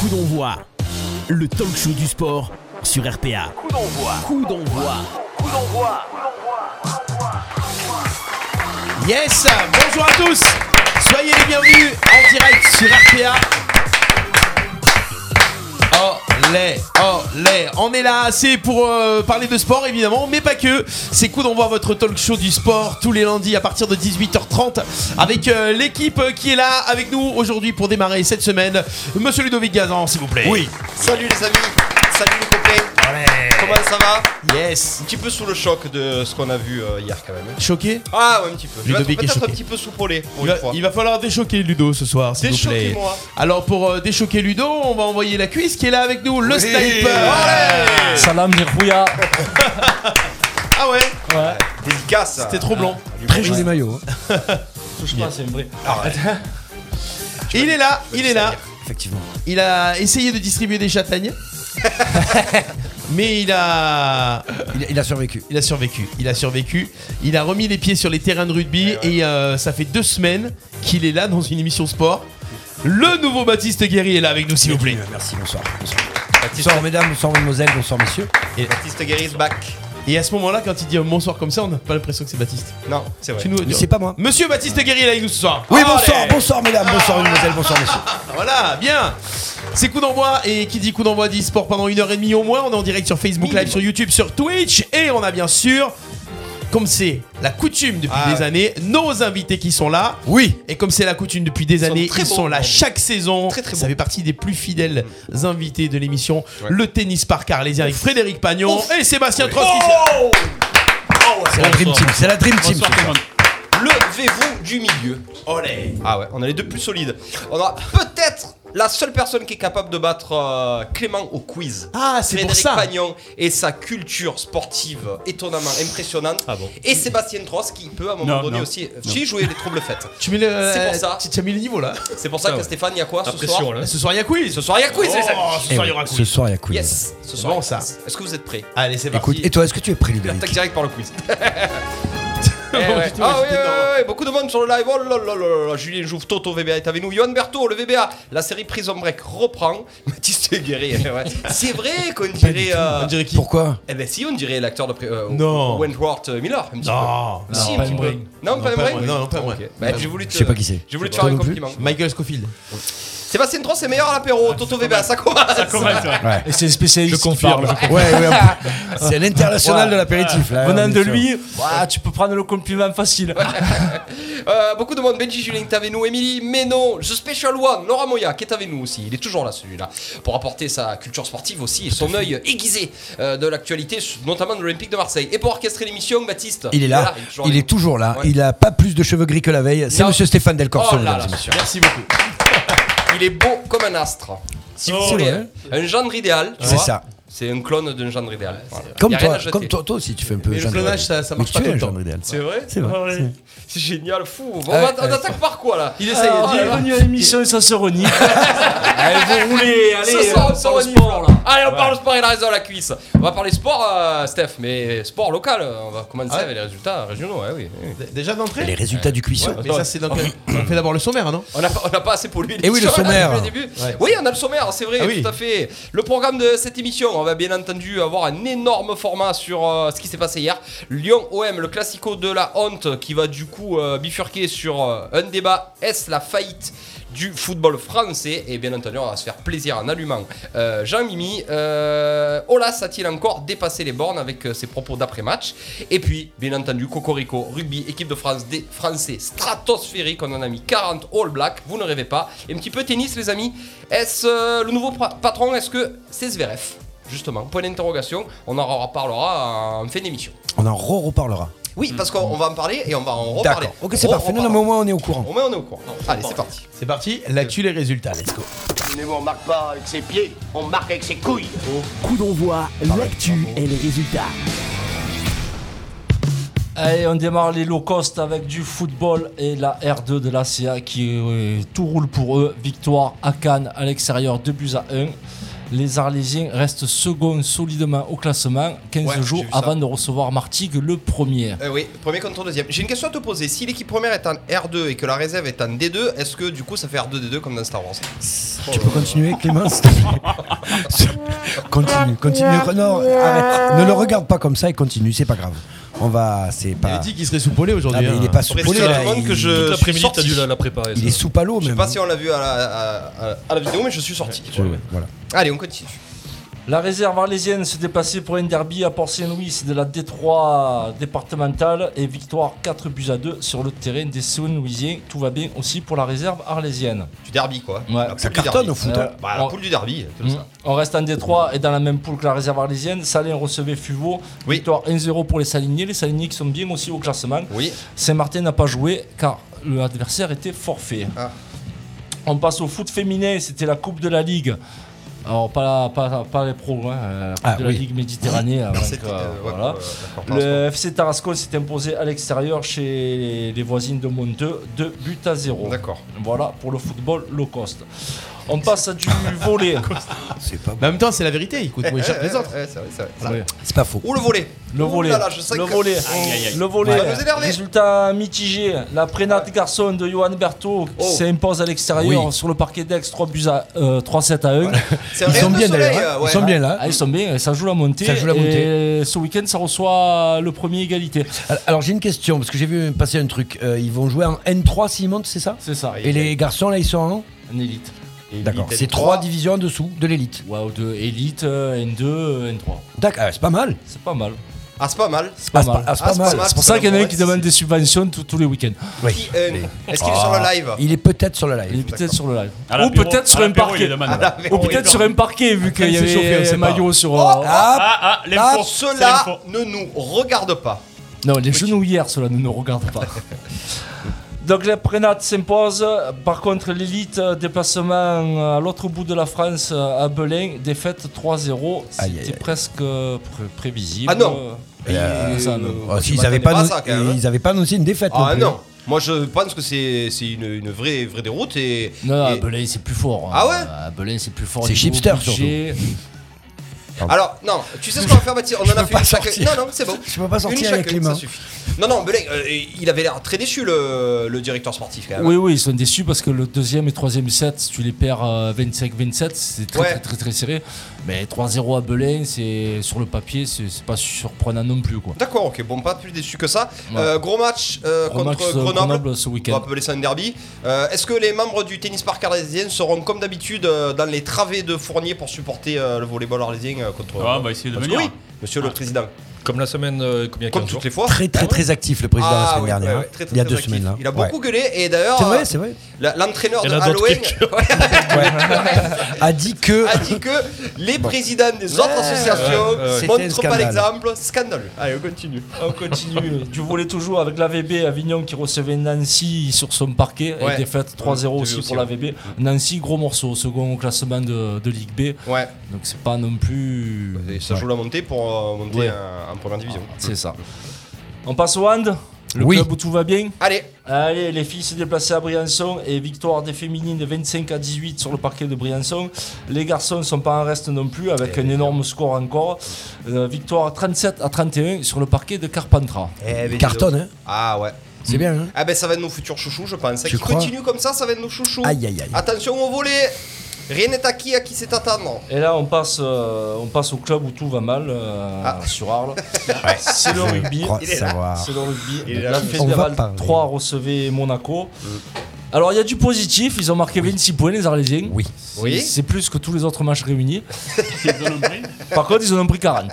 Coup d'envoi, le talk show du sport sur RPA. Coup d'envoi. Coup d'envoi. Coup d'envoi. Yes, bonjour à tous. Soyez les bienvenus en direct sur RPA. Olé, olé. On est là, c'est pour euh, parler de sport évidemment, mais pas que. C'est coup d'envoi votre talk show du sport tous les lundis à partir de 18h30 avec euh, l'équipe qui est là avec nous aujourd'hui pour démarrer cette semaine. Monsieur Ludovic Gazan, s'il vous plaît. Oui. Salut les amis, salut les copains. Comment ça va Un Yes. petit peu sous le choc de ce qu'on a vu euh, hier quand même. Choqué Ah ouais, un petit peu. Je vais être Ludovic est peut-être un choqué. petit peu soupolé pour Il une va, fois. il va falloir déchoquer Ludo ce soir, s'il vous plaît. Déchoquez-moi. Alors pour euh, déchoquer Ludo, on va envoyer la cuisse qui est là avec nous, le Oui. sniper. Allez Salam Mirpouya Ah ouais Ouais. Délicat ça. C'était trop blanc. Ah, Très joli maillot. Touche pas, c'est une vraie. Il est là, il est là. Effectivement. Il a essayé de distribuer des châtaignes. Mais il a, Il, il a survécu. il a survécu. Il a survécu. Il a remis les pieds sur les terrains de rugby Eh et, euh, ça fait deux semaines qu'il est là dans une émission sport. Le nouveau Baptiste Guéry est là avec nous, s'il vous plaît. Merci, bonsoir. bonsoir. Bonsoir mesdames, bonsoir mademoiselles, bonsoir messieurs. Baptiste Guéry is back. Et à ce moment-là, quand il dit bonsoir comme ça, on n'a pas l'impression que c'est Baptiste. Non, c'est vrai. Tu nous- euh, Mais c'est pas moi. Monsieur Baptiste Guéry est là avec nous ce soir. Oui, Allez. bonsoir, bonsoir mesdames, bonsoir mademoiselles, bonsoir messieurs. Ah, Voilà, bien. C'est coup d'envoi et qui dit coup d'envoi dit sport pendant une heure et demie au moins. On est en direct sur Facebook Live, sur YouTube, sur Twitch et on a bien sûr, comme c'est la coutume depuis Ah des ouais. années, nos invités qui sont là. Oui. Et comme c'est la coutume depuis des sont années, très ils bons, sont là hein. chaque saison. Très, très Ça bons. Mm. fait partie des plus fidèles invités de l'émission. Ouais. Le tennis par carlésien avec Frédéric Pagnon et Sébastien Trost. Oh Oh C'est la Dream Team, c'est la Dream Team. ce soir. Levez-vous du milieu. Olé. Ah ouais, on a les deux plus solides. On aura peut-être la seule personne qui est capable de battre euh, Clément au quiz. Ah, c'est pour Frédéric ça. Pagnon et sa culture sportive étonnamment impressionnante. Ah Et Sébastien Tross qui peut à un moment donné aussi si jouer les troubles fêtes. Tu mets le, euh, C'est pour ça. tu- tu as mis le niveau là. C'est pour ça que Stéphane, il y a quoi ce soir Ce soir, il y a quiz. Ce soir, il y a quiz, les amis. ce Eh soir, il y oui, aura quiz. Ce soir, il y a quiz. Yes, ce Oh, C'est soir. bon, ça. Est-ce que vous êtes prêts Allez, c'est parti. Écoute, et toi, est-ce que tu es prêt, Attaque Ludovic direct par le quiz. Eh Oh, ouais. putain, Ah oui, j'étais dedans. beaucoup de monde sur le live. Oh là là là là. Julien Jouve, Toto VBA est avec nous. Johan Berthaud, le VBA. La série Prison Break reprend. Mathis Guéry. eh ouais. C'est vrai qu'on dirait. euh, On dirait qui Pourquoi Eh ben si, on dirait l'acteur de pré- euh, Non. Wentworth euh, Miller. un petit Non. peu. Si, un petit peu. Non, pas pas vrai. vrai. Non, non, pas vrai. Ok. Pas Bah, vrai. j'ai voulu te- Je sais pas qui c'est. J'ai voulu te Toi faire un non plus compliment. Michael Scofield. Sébastien Tron, c'est meilleur à l'apéro. Ah, Toto VBA, ça commence. Ouais. Et c'est le spécialiste. Je confirme. Ouais, ouais, on- c'est l'international de l'apéritif là. Venant on est de sûr. lui, ouah, tu peux prendre le compliment facile. Euh, beaucoup de monde, Benji Julien est avec nous, Émilie Ménon, The Special One, Laura Moya qui est avec nous aussi, il est toujours là celui-là, pour apporter sa culture sportive aussi et son œil aiguisé euh, de l'actualité, notamment de l'Olympique de Marseille. Et pour orchestrer l'émission, Baptiste, Il est là, toujours il avec est nous. toujours là, Ouais. il a pas plus de cheveux gris que la veille. C'est Non. monsieur Stéphane Delcorso, Oh là mesdames là. et messieurs. Merci beaucoup. Il est beau comme un astre. Si vous C'est voulez, hein. vrai. un genre idéal, tu C'est vois, ça. C'est un clone d'un genre idéal. Voilà. Y Comme a rien toi, à jeter. comme toi, toi aussi, tu fais un peu. Mais le Jean de clonage, Gaulle. ça- ça Mais marche tu pas es tout le un temps. Jean de Gaulle. C'est vrai C'est vrai. Ouais. C'est génial, fou. Bon, Ouais, on, atta- on ouais. attaque par quoi là Il essaye. Alors, il dit- bienvenue à l'émission, ça se renie. Allez, vous roulez, allez, Ce soir, on euh, sort le au sport niveau. là. Allez, on parle sport et la raison à la cuisse. On va parler sport, euh, Steph, mais sport local. euh, On va commencer Ah ouais. avec les résultats régionaux. ouais, oui, oui. D- Déjà d'entrée Les résultats du cuisson. Mais ça, c'est dans On fait d'abord le sommaire, hein, non On n'a pas, on n'a pas assez pollué Eh oui, le l'émission, là, sommaire. depuis le début. Oui, on a le sommaire, c'est vrai, Ah oui. tout à fait. Le programme de cette émission, on va bien entendu avoir un énorme format sur euh, ce qui s'est passé hier. Lyon-OM, le classico de la honte qui va du coup euh, bifurquer sur euh, un débat. Est-ce la faillite du football français et bien entendu on va se faire plaisir en allumant euh, Jean-Mimi euh, Olas a-t-il encore dépassé les bornes avec euh, ses propos d'après-match et puis bien entendu Cocorico rugby équipe de France des Français stratosphérique on en a mis 40 All Black vous ne rêvez pas et un petit peu tennis les amis est-ce euh, le nouveau pra- patron est-ce que c'est Zverev justement point d'interrogation on en reparlera en fin d'émission On en re-reparlera. oui parce qu'on on va en parler et on va en reparler D'accord. Ok, c'est On parfait. Non, non, mais reparlera. au moins on est au courant. au moins on est au courant allez c'est parti C'est parti. L'actu, les résultats. Let's go. Mais on marque pas avec ses pieds, on marque avec ses couilles. Coup d'envoi, l'actu et les résultats. Allez, on démarre les low cost avec du football et la R2 de la CA qui euh, tout roule pour eux. Victoire à Cannes à l'extérieur 2 buts à 1. les Arlésiens restent seconds solidement au classement 15 Ouais, jours j'ai vu ça. avant de recevoir Martigues le premier. Euh, oui, premier contre deuxième. J'ai une question à te poser. Si l'équipe première est en R2 et que la réserve est en D2, est-ce que du coup ça fait R2D2 comme dans Star Wars Tu peux continuer, Clément, s'il te plaît Continue, continue. Non, arrête. Ne le regarde pas comme ça et continue, c'est pas grave. On va. C'est Il pas. avait dit qu'il serait sous polé Ah, aujourd'hui. mais hein. il est pas sous Faudrait polé, que je te là. demande Il, que je- Toute l'après-midi, sorti. t'as dû la, la préparer. il ça. est sous palo, même. Je sais pas si on l'a vu à la, à- à- à la vidéo, mais hein. je suis sorti. Je- Voilà. Allez, on continue. La réserve arlésienne se déplaçait pour un derby à Port-Saint-Louis c'est de la Détroit départementale et victoire 4 buts à 2 sur le terrain des Saint-Louisiens. Tout va bien aussi pour la réserve arlésienne. Du derby quoi. Ouais. La poule Ça du cartonne derby. au foot. Ouais. hein. Bah, la poule du derby, Mmh. tout Mm. ça. On reste en Détroit et dans la même poule que la réserve arlésienne. Salins recevait Fuveau. Oui. Victoire 1-0 pour les Saliniers. Les Saliniers qui sont bien aussi au classement. Oui. Saint-Martin n'a pas joué car l'adversaire était forfait. Ah. On passe au foot féminin, c'était la Coupe de la Ligue. Alors, pas, la- pas, pas les pros, hein, euh, la Coupe Ah, de la oui. Ligue Méditerranée. euh, donc, C'était, euh, euh, ouais, voilà. euh, d'accord, pardon. Le FC Tarascon s'est imposé à l'extérieur chez les, les voisines de Monteux, 2 buts à 0. D'accord. Voilà pour le football low cost. On passe à du volet. C'est pas, Mais en même temps, c'est la vérité, il coûte moins cher que les Eh, autres. eh, c'est vrai, c'est vrai, c'est vrai. Ouais. c'est pas faux. Ou le volet. Le Ouh volet, là là, je sais le que- volet, le volet. Ça va nous énerver. Résultat mitigé. La prénate garçon de Johan Berthaud qui Oh. s'impose à l'extérieur sur le parquet d'Aix 3 buts à euh, 3-7 à 1. C'est un Ils rayon sont de bien soleil, d'ailleurs. hein. euh, ouais. Ils sont bien là. Ah, ils sont bien, ça joue la montée. Ça joue la Et ce week-end, ça reçoit le premier égalité. Al- Alors j'ai une question parce que j'ai vu passer un truc. Euh, ils vont jouer en N3 s'ils montent, c'est ça C'est ça, Et les garçons là, ils sont en une élite. D'accord. Elite C'est N3. trois divisions en dessous de l'élite. Wow, de élite, euh, N2, euh, N3. D'accord. ah, c'est pas mal. C'est pas mal. Ah, c'est pas mal. C'est Ah, pas c'est mal. pas, ah, c'est pas Ah, c'est mal. pas mal. C'est pour ça qu'il y en a un qui Ouais, demande des subventions tous tous les week-ends. Oui. ah, Qui, euh, Est-ce qu'il est sur le live Il est peut-être sur le Il est live. peut-être sur le live. À la Ou Perrault- peut-être sur à la un Perrault, il parquet. est de man, Ah, là. la Oh, Ou verrouille, peut-être non. sur un parquet, vu qu'il y il s'est chauffé, on avait sait un pas. maillot sur. euh, Ah, Ah ah, l'info. Pour c'est cela l'info. ne nous regarde pas. Non, les genouillères, cela ne nous regarde pas. Donc les prénates s'imposent. Par contre, l'élite, euh, déplacement euh, à l'autre bout de la France, euh, à Belin, défaite 3-0. Aïe, aïe, C'était aïe. presque euh, pré- prévisible. Ah non. Euh, Et- ça, non. Oh, Moi, si, je ils m'attendais n'avaient pas, à annon- ça, quand même, hein. ils avaient pas annoncé une défaite. Ah plus. non. Moi, je pense que c'est c'est une, une vraie, vraie déroute et. Non, non, et- à Belin, c'est plus fort. hein. Ah ouais À Belin, c'est plus fort. C'est au niveau Chipster, budget. Alors, non, tu sais ce qu'on va faire, Baptiste On en a peux fait une pas chaque. Non, sortir. non, c'est bon. Je peux pas sortir une avec chacune, les mains. ça suffit. Non, non, Belay, euh, il avait l'air très déçu, le, le directeur sportif, quand même. Euh, Oui, oui, ils sont déçus parce que le deuxième et troisième set, si tu les perds euh, 25-27, c'est très, Ouais. très, très, très serré. Mais 3-0 à Belin, c'est sur le papier, c'est c'est pas surprenant non plus. Quoi. D'accord, ok, bon, pas plus déçu que ça. Ouais. Euh, gros match euh, Gros contre match, euh, Grenoble. ce On va week-end. appeler ça un derby. Euh, Est-ce que les membres du tennis park arlésien seront comme d'habitude euh, dans les travées de Fournier pour supporter euh, le volleyball arlésien euh, contre. Ah, on va essayer de Parce que venir. Ah, Oui, monsieur le président. Comme la semaine, euh, comme il y a Comme 15 jours. toutes les fois. Très très très actif le président la Ah, semaine oui, dernière. ouais, hein. ouais, très, très, il y a très deux actif. semaines là. Il a beaucoup Ouais. gueulé et d'ailleurs. C'est euh, vrai, c'est vrai. la- L'entraîneur Il de y en a d'autres Halloween A dit que a dit que les présidents des autres associations ouais, ouais. C'était un montrent pas scandale. l'exemple. Scandale. Allez, on continue. On continue. du volet toujours avec l'AVB Avignon qui recevait Nancy sur son parquet. Ouais. Et défaite 3-0 J'ai vu aussi aussi, pour ouais. l'AVB. Nancy, gros morceau, second au classement de, de Ligue B. Ouais, Donc c'est pas non plus. et ça joue la montée pour euh, monter Ouais. en, en première division. C'est ça. On passe au hand. Le Oui. club où tout va bien. Ah. Allez, Allez, les filles se déplaçaient à Briançon et victoire des féminines 25 à 18 sur le parquet de Briançon. Les garçons ne sont pas en reste non plus Eh avec un énorme score encore. Euh, victoire 37 à 31 sur le parquet de Carpentras. Eh, ben, cartonne. Hein. Ah ouais. C'est bien. Hein. Ah ben ça va être nos futurs chouchous, je pense. hein, Tu Qui crois continue comme ça, ça va être nos chouchous. Aïe aïe aïe. Attention au volet. Rien n'est acquis à qui c'est attendre. Et là, on passe, euh, on passe au club où tout va mal euh, sur Arles. C'est le rugby. Je crois il est là. savoir. C'est le rugby. Il est là. La On va Fédérale parler. 3 recevait Monaco. Alors, il y a du positif. Ils ont marqué 26 points, les Arlésiens. Oui. C'est- Oui. C'est plus que tous les autres matchs réunis. Par contre, ils en ont pris 40.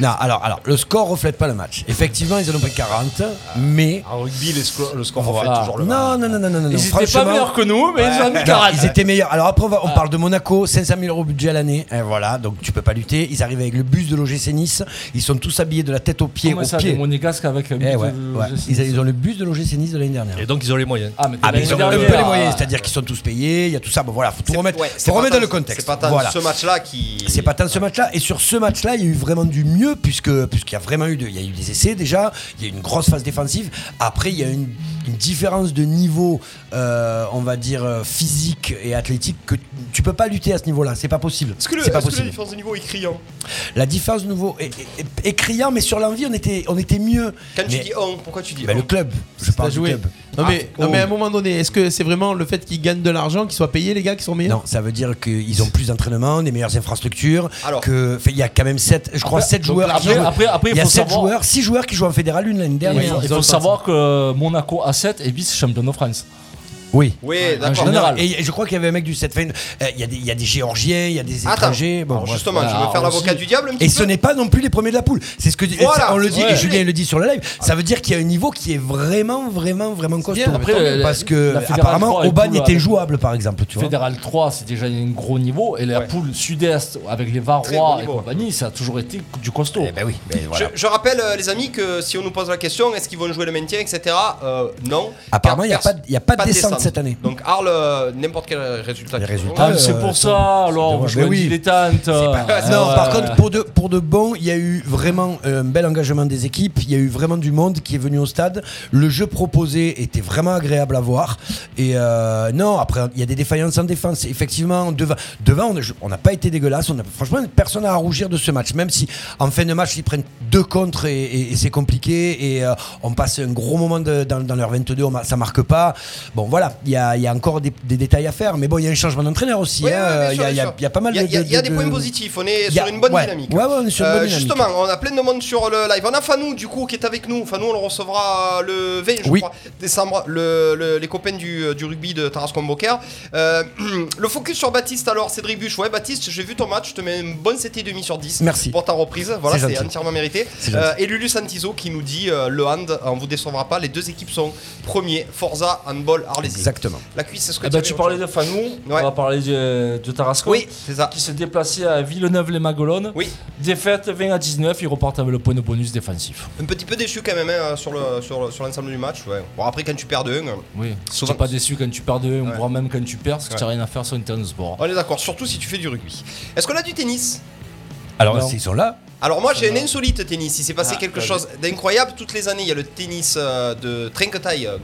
Non, alors, alors, le score reflète pas le match. Effectivement, ils en ont pris 40, mais. Ah. En rugby, le score, le score Voilà. reflète toujours le Non, non, non, non, non, non. Ils étaient franchement, pas meilleurs que nous, mais ils en ont mis non, 40. ils étaient meilleurs. Alors après, on, Ah. va- on parle de Monaco, 500 000 euros budget à l'année. Et voilà, donc tu peux pas lutter. Ils arrivent avec le bus de l'OGC Nice. Ils sont tous habillés de la tête aux pieds. Comment aux ça, pieds. les Monégasques avec un but Eh ouais, de- ouais. je sais- Ils, ils ont le bus de l'OGC Nice de l'année dernière. Et donc ils ont les moyens. Ah, mais, Ah, mais l'année Ils ont un peu dernière. les moyens, c'est-à-dire qu'ils sont tous payés, il y a tout ça. Bon voilà, faut tout remettre, Ouais, faut c'est remettre pas dans le tant- contexte. C'est pas tant Voilà. ce match-là qui. C'est pas tant ce match-là. Et sur ce match-là, il y a eu vraiment du mieux, puisque puisqu'il y a vraiment eu, de- il y a eu des essais déjà, il y a eu une grosse phase défensive. Après, il y a une, une différence de niveau, euh, on va dire euh, physique et athlétique que t- tu peux pas lutter à ce niveau-là. C'est pas possible. Est-ce que, le, C'est pas est-ce que la possible. différence de niveau est criant La différence de nouveau est, est- est- est criant, mais sur l'envie, on était on était mieux. Quand tu Mais- dis on, pourquoi tu dis Bah, on le club, je T'as parle du joué. club. Non mais, Ah, non, mais à oh. un moment donné, est-ce que c'est vraiment le fait qu'ils gagnent de l'argent, qu'ils soient payés les gars, qui sont meilleurs Non, ça veut dire qu'ils ont plus d'entraînement, des meilleures infrastructures. Alors. que fait, il y a quand même 7 je crois 7 joueurs. qui Après, jouent. après, après, il il y a faut 7 savoir, joueurs, 6 joueurs qui jouent en fédéral une l'année il dernière. faut, il faut savoir que Monaco A7 est vice-champion de France. Oui. Oui, en d'accord. Non, non, général. et et je crois qu'il y avait un mec du 7 fin. euh, Il y, a des- il y a des Géorgiens, il y a des Attends. étrangers. Bon, Alors, bref. justement, je vais Voilà, faire l'avocat aussi. du diable un petit Et ce peu. n'est pas non plus les premiers de la poule. C'est ce que Voilà. on le dit Ouais. et Julien le dit sur le live. Ça veut dire qu'il y a un niveau qui est vraiment, vraiment, vraiment costaud. Après, la- parce que la Fédérale apparemment, trois est Oban cool, était ouais. jouable, par exemple. Tu vois. Fédéral 3, c'est déjà un gros niveau. Et la poule sud-est, avec les Très gros Varrois et niveau. compagnie, ça a toujours été du costaud. Eh ben oui. ben Je, voilà. je rappelle, euh, les amis, que si on nous pose la question, est-ce qu'ils vont jouer le maintien, etc. euh, non. Apparemment, Car il y a personne- pas de- il y a pas de descente cette année. Donc Arles, euh, n'importe quel résultat. Les qu'ils auront. résultats, Ah, mais c'est euh, pour ça, alors, dommage. je Mais me oui. dis dilettante. Ah, Non, par contre, pour de, pour de bon, il y a eu vraiment euh, un bel engagement des équipes. Il y a eu vraiment du monde qui est venu au stade. Le jeu proposé était vraiment agréable à voir. Et euh, non, après, il y a des défaillances en défense. Effectivement, devant, devant on a- je- on n'a pas été dégueulasse. On a, franchement, personne n'a à rougir de ce match. Même si en fin de match, ils prennent deux contres et, et- et c'est compliqué. Et euh, on passe un gros moment de- dans, dans leur 22, on, ma- ça marque pas. Bon, voilà, il y a, il y a encore des, des détails à faire. Mais bon, il y a un changement d'entraîneur aussi. Ouais, ouais, hein. bien Il sûr, y, a- il y bien a- sûr. il y a pas mal Il y a, de. il y a- il y a de- des points de- positifs. On est il y a- sur une bonne ouais. dynamique. Ouais, ouais, on est sur une bonne Euh, dynamique. Justement, on a plein de monde sur le live. On a Fanou, du coup, qui est avec nous. Fanou, on le recevra euh, le 20 je Oui. crois, décembre. le- le- les copains du, euh, du rugby de Tarascon Bocaire. Euh, le focus sur Baptiste, alors, Cédric Buche. Ouais, Baptiste, j'ai vu ton match. Je te mets une bonne CT demi sur 10 Merci. pour ta reprise. Voilà, C'est c'est gentil. entièrement mérité. C'est gentil. Euh, et Lulu Santizo qui nous dit euh, le hand, on vous décevra pas. Les deux équipes sont premiers. Forza, handball, Arlésie. Exactement. La cuisse, c'est ce que Eh ben, avais tu autre parlais chose de Fanou, on Ouais. va parler de, de Tarascon. Oui, c'est ça. Qui se déplaçait à Villeneuve-les-Magolones. Oui. Défaite 20 à 19, ils repartent avec le point de bonus défensif. Un petit peu déçu quand même hein, sur le sur, le- sur l'ensemble du match. Ouais. Bon après quand tu perds de 1, Oui. Si Souvent- t'es pas déçu quand tu perds de 1, Ouais. voire même quand tu perds, parce que t'as rien à faire sur une terre de sport. on est d'accord. Surtout si tu fais du rugby. Est-ce qu'on a du tennis Alors, Non. s'ils sont là, Alors moi j'ai un insolite tennis. Il s'est passé Ah, quelque vas-y. chose d'incroyable. Toutes les années il y a le tennis euh, de Trinquetaille, euh,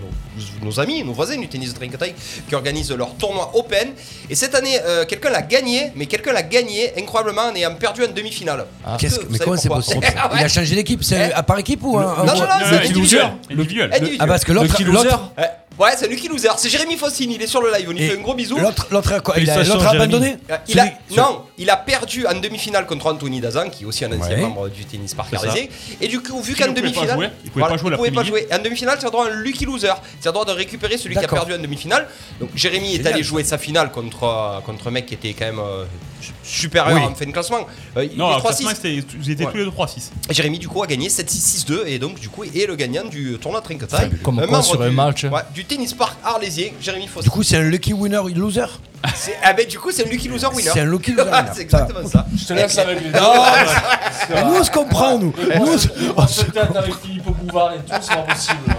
nos, nos amis, nos voisins du tennis de Trinquetaille qui organisent leur tournoi Open. Et cette année euh, quelqu'un l'a gagné, mais quelqu'un l'a gagné incroyablement en ayant perdu en demi-finale. Ah, qu'est-ce que- Ah. Vous mais savez comment c'est pourquoi Ah possible Il a changé d'équipe, c'est Eh à par équipe ou un- un- Non non non, c'est individuel. Individuel. Individuel. Ah, parce que l'autre, Le key l'autre, loser. Ouais, Eh, ouais, c'est Lucky Loser. C'est Jérémy Faustine, il est sur le live. On lui Et fait un gros bisou. l'autre, l'autre a quoi Il a, Félicitations, l'autre a Jérémy. abandonné Euh, Il a, Celui- non, il a perdu en demi-finale contre Anthony Dazan, qui est aussi un ancien Ouais. membre du tennis par C'est ça. Carizé. Et du coup, vu Qui qu'en ne pouvait pas demi-finale. jouer. Il pouvait pas jouer il pouvait pas l'après-midi. jouer. En demi-finale, tu as droit à un lucky loser. Tu as droit de récupérer celui qui a D'accord. perdu en demi-finale. Donc Jérémy est Génial. allé jouer sa finale contre, euh, contre un mec qui était quand même euh, su- supérieur Oui. en fin de classement. Euh, il Non, est alors, 3-6. classement, c'était- ils étaient Ouais. tous les deux 3-6. Et Jérémy, du coup, a gagné 7-6-6-2 et donc, du coup, est le gagnant du tournoi Trinquetail. Fabuleux. Comme quoi, membre sur un du, match. ouais, du tennis park arlésien, Jérémy Fossé. hein. Du coup, c'est un lucky winner loser. C'est- ah ben, du coup, c'est un lucky loser winner. C'est un lucky loser. winner. c'est Ça va. exactement ça. Je te laisse avec les deux. Mais Nous, on se comprend, nous. Nous, on se- On se tâte avec Philippe Bouvard et tout, c'est pas possible.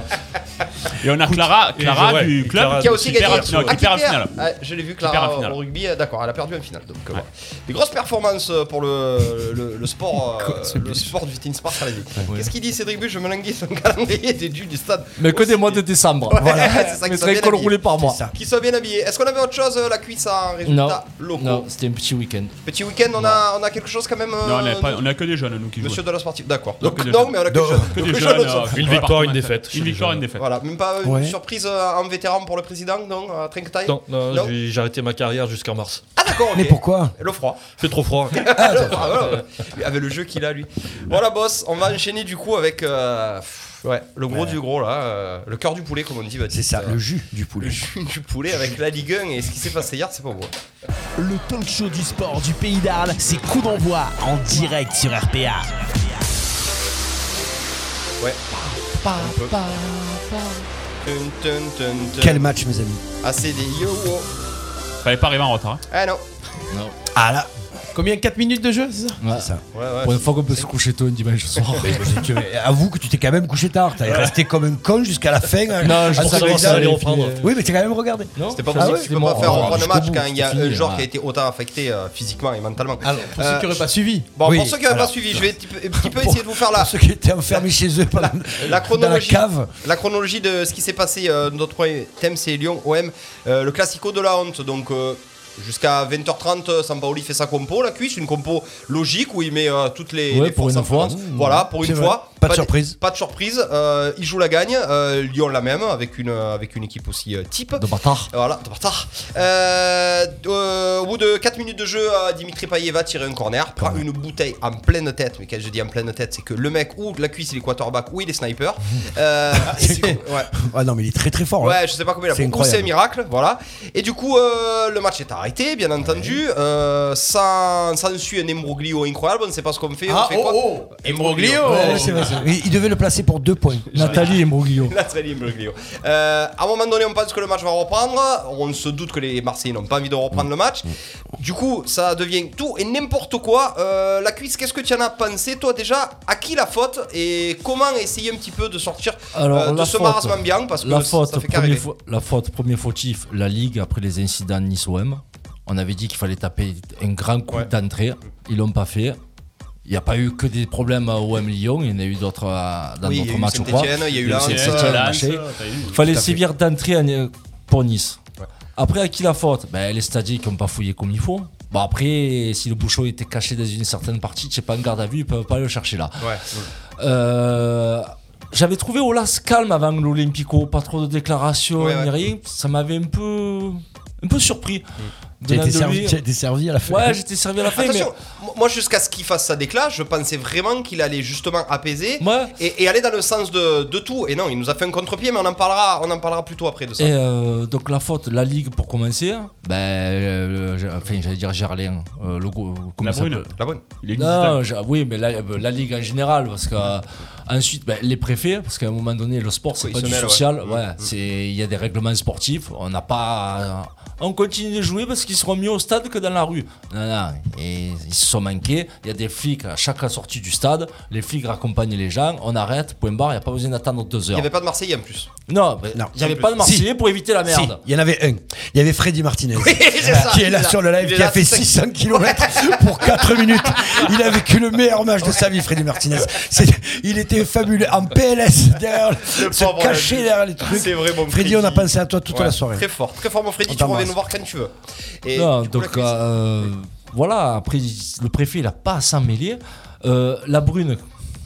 Et on a Clara, Clara et ouais, du et club Clara qui a aussi perd- gagné. non, Ah, qui perd en finale. Ah, je l'ai vu, perd en Clara, finale. au rugby. euh, D'accord, elle a perdu en finale. Donc, euh, voilà. Des grosses performances euh, pour le, le, le sport, euh, le sport du tennis par Saladin. Qu'est-ce qu'il dit, Cédric Buche Je me languis son calendrier des dues du stade. Mais que Aussi. des mois de décembre. Voilà. C'est ça Mais que ça c'est vient un col d'habiller. roulé par mois. C'est ça. Qui soit bien habillé. Est-ce qu'on avait autre chose, euh, la cuisse à un Non, résultat locaux non c'était un petit week-end. Petit week-end, on a, on a quelque chose quand même. euh, Non, on a pas- on a que des jeunes, nous, qui jouent. Monsieur de la sportive, d'accord. Non, Donc, que des non, jeunes. mais on a que des jeunes. Que Donc, des les jeunes. jeunes, euh, ça- Une victoire, une Une défaite. Une victoire, une défaite. Voilà, même pas une Ouais. surprise euh, en vétéran pour le président, non à Trinquetail Non, non, Non. j'ai- j'ai arrêté ma carrière jusqu'en mars. Ah, d'accord, ok. Mais pourquoi Le froid. Fait trop froid. Ah, voilà. Lui, Avec le jeu qu'il a, lui. Voilà, boss, on va enchaîner du coup avec euh, pff, ouais, le gros du gros, là. euh, le cœur du poulet, comme on dit. Baptiste. C'est ça, Euh, le jus du le poulet. jus du poulet avec la Ligue 1 et ce qui s'est passé hier, c'est pas beau. Le talk show du sport du pays d'Arles, c'est coup d'envoi en direct sur RPA. Ouais. Un peu. Tun, tun, tun, tun. Quel match, mes amis Ah, c'est des Ah, yo Fallait pas arriver en retard. hein. Ah non Ah là Combien 4 minutes de jeu, c'est ça C'est ça. Oh, ouais. Pour une fois qu'on peut se coucher tôt un dimanche soir. Mais je- tu- mais avoue que tu t'es quand même couché tard. T'es resté comme un con jusqu'à la fin. hein, Non, je à pensais Saint-Médard. que ça allait reprendre. Oui, mais t'es quand même regardé. Non C'était pas Ah possible, ouais, tu peux pas c'est faire mort. reprendre un Jusqu'au match bout, quand il y a jusqu'au un fini, genre hein. qui a été autant affecté euh, physiquement et mentalement. Alors, pour ceux Euh, qui n'auraient pas suivi. Bon, Oui, pour ceux qui n'avaient pas alors, suivi, je vais t- un petit peu essayer de vous faire la, Pour ceux qui étaient enfermés chez eux pendant- la Euh, dans la chronologie. cave. La chronologie de ce qui s'est passé, euh, notre premier thème c'est Lyon OM, Euh, le classico de la honte. Donc euh, jusqu'à 20h30, euh, Sampaoli fait sa compo, la cuisse, une compo logique où il met euh, toutes les, Ouais, les pour forces une en fois. France. Voilà, pour C'est une vrai. fois. Pas de surprise. Pas de surprise. Euh, il joue la gagne. Euh, Lyon la même avec une avec une équipe aussi euh, type. De bâtard. Voilà, t'es bâtard. Euh, euh, au bout de 4 minutes de jeu, euh, Dimitri Payet va tirer un corner, prend une bouteille en pleine tête. Mais quand je dis en pleine tête, c'est que le mec, ou la cuisse, il est quarterback, ou il est sniper. Euh, c'est- ouais. Ah non, mais il est très très fort. hein. Ouais, je sais pas combien il a C'est pour- ou c'est un incroyable. miracle, voilà. Et du coup, euh, le match est arrêté, bien entendu. Euh, ça, ça en suit un embroglio incroyable, on ne sait pas ce qu'on fait. on Ah, fait quoi oh, oh Embroglio Ouais, c'est vrai, c'est vrai. Il il devait le placer pour deux points. Nathalie et Broglio. La très libre, Clio. Euh, à un moment donné, on pense que le match va reprendre. On se doute que les Marseillais n'ont pas envie de reprendre le match. Du coup, ça devient tout et n'importe quoi. Euh, la cuisse, qu'est-ce que tu en as pensé, toi, déjà À qui la faute Et comment essayer un petit peu de sortir Alors, euh, de la ce faute. marasme ambiant Parce que La ça- faute, ça fait premier carré. fa- la faute, premier fautif, la Ligue après les incidents Nice-OM. On avait dit qu'il fallait taper un grand coup d'entrée. Ils l'ont pas fait. Il n'y a pas eu que des problèmes à OM Lyon, il y en a eu d'autres euh, dans Oui, il y a d'autres eu matchs, je crois. Saint-Étienne, il y a eu Il y a eu Lens, euh, Saint-Étienne, Lens, fallait sévir d'entrée en- euh, pour Nice. Après, à qui la faute ben, Les stadiers qui n'ont pas fouillé comme il faut. Bon, après, si le bouchon était caché dans une certaine partie, je sais pas, en garde à vue, ils peuvent pas le chercher là. Euh, j'avais trouvé Olas calme avant l'Olympico, pas trop de déclarations Ouais, ouais. ni rien. Ça m'avait un peu, un peu surpris. Tu as Venant été de servi, lui- tu as été servi à la fin. Ouais, j'étais servi à la fin, Mm. Attention, m- moi, jusqu'à ce qu'il fasse sa déclaration, je pensais vraiment qu'il allait justement apaiser. mais moi, Et, et aller dans le sens de, de tout. Et non, il nous a fait un contre-pied, mais on en parlera, on en parlera plus tôt après de ça. Et euh, donc la faute, la Ligue pour commencer, ben, euh, j'ai- enfin j'allais dire Gerlin, euh, le go- comment La il s'appelle brune. La bonne. Il existe Non, un- j'a- oui, mais la, euh, la Ligue en général, parce que euh, ensuite ben, les préfets, parce qu'à un moment donné le sport c'est pas du Conditionnel, ouais. Mmh. social, ouais, c'est il y a des règlements sportifs, on n'a pas, euh, on continue de jouer parce qu'ils seront mieux au stade que dans la rue. Non, non, et ils se sont manqués. Il y a des flics à chaque sortie du stade, les flics raccompagnent les gens, on arrête, point barre, il n'y a pas besoin d'attendre deux Il n'y heures. avait pas de Marseillais en plus. Non, ben, Non. il n'y avait pas de Marseillais pour éviter la Si, merde. il y en avait un. Il y avait Freddy Martinez. C'est ça, qui il est là sur le live, il est qui a là, fait c'est- 600 km pour 4 minutes. Il a vécu le meilleur match de sa vie, Freddy Martinez. C'est- Il était fabuleux en PLS derrière, Le pauvre, se cacher là. derrière les trucs. C'est vrai, mon Freddy, on a pensé à toi toute Ouais, la soirée. Ah, Très fort, très fort, mon Freddy. On Tu reviens t'embrasse. nous voir quand tu veux. Et Non, du coup, la donc crise- euh, voilà, après le préfet il n'a pas à s'en mêler. Euh, la brune,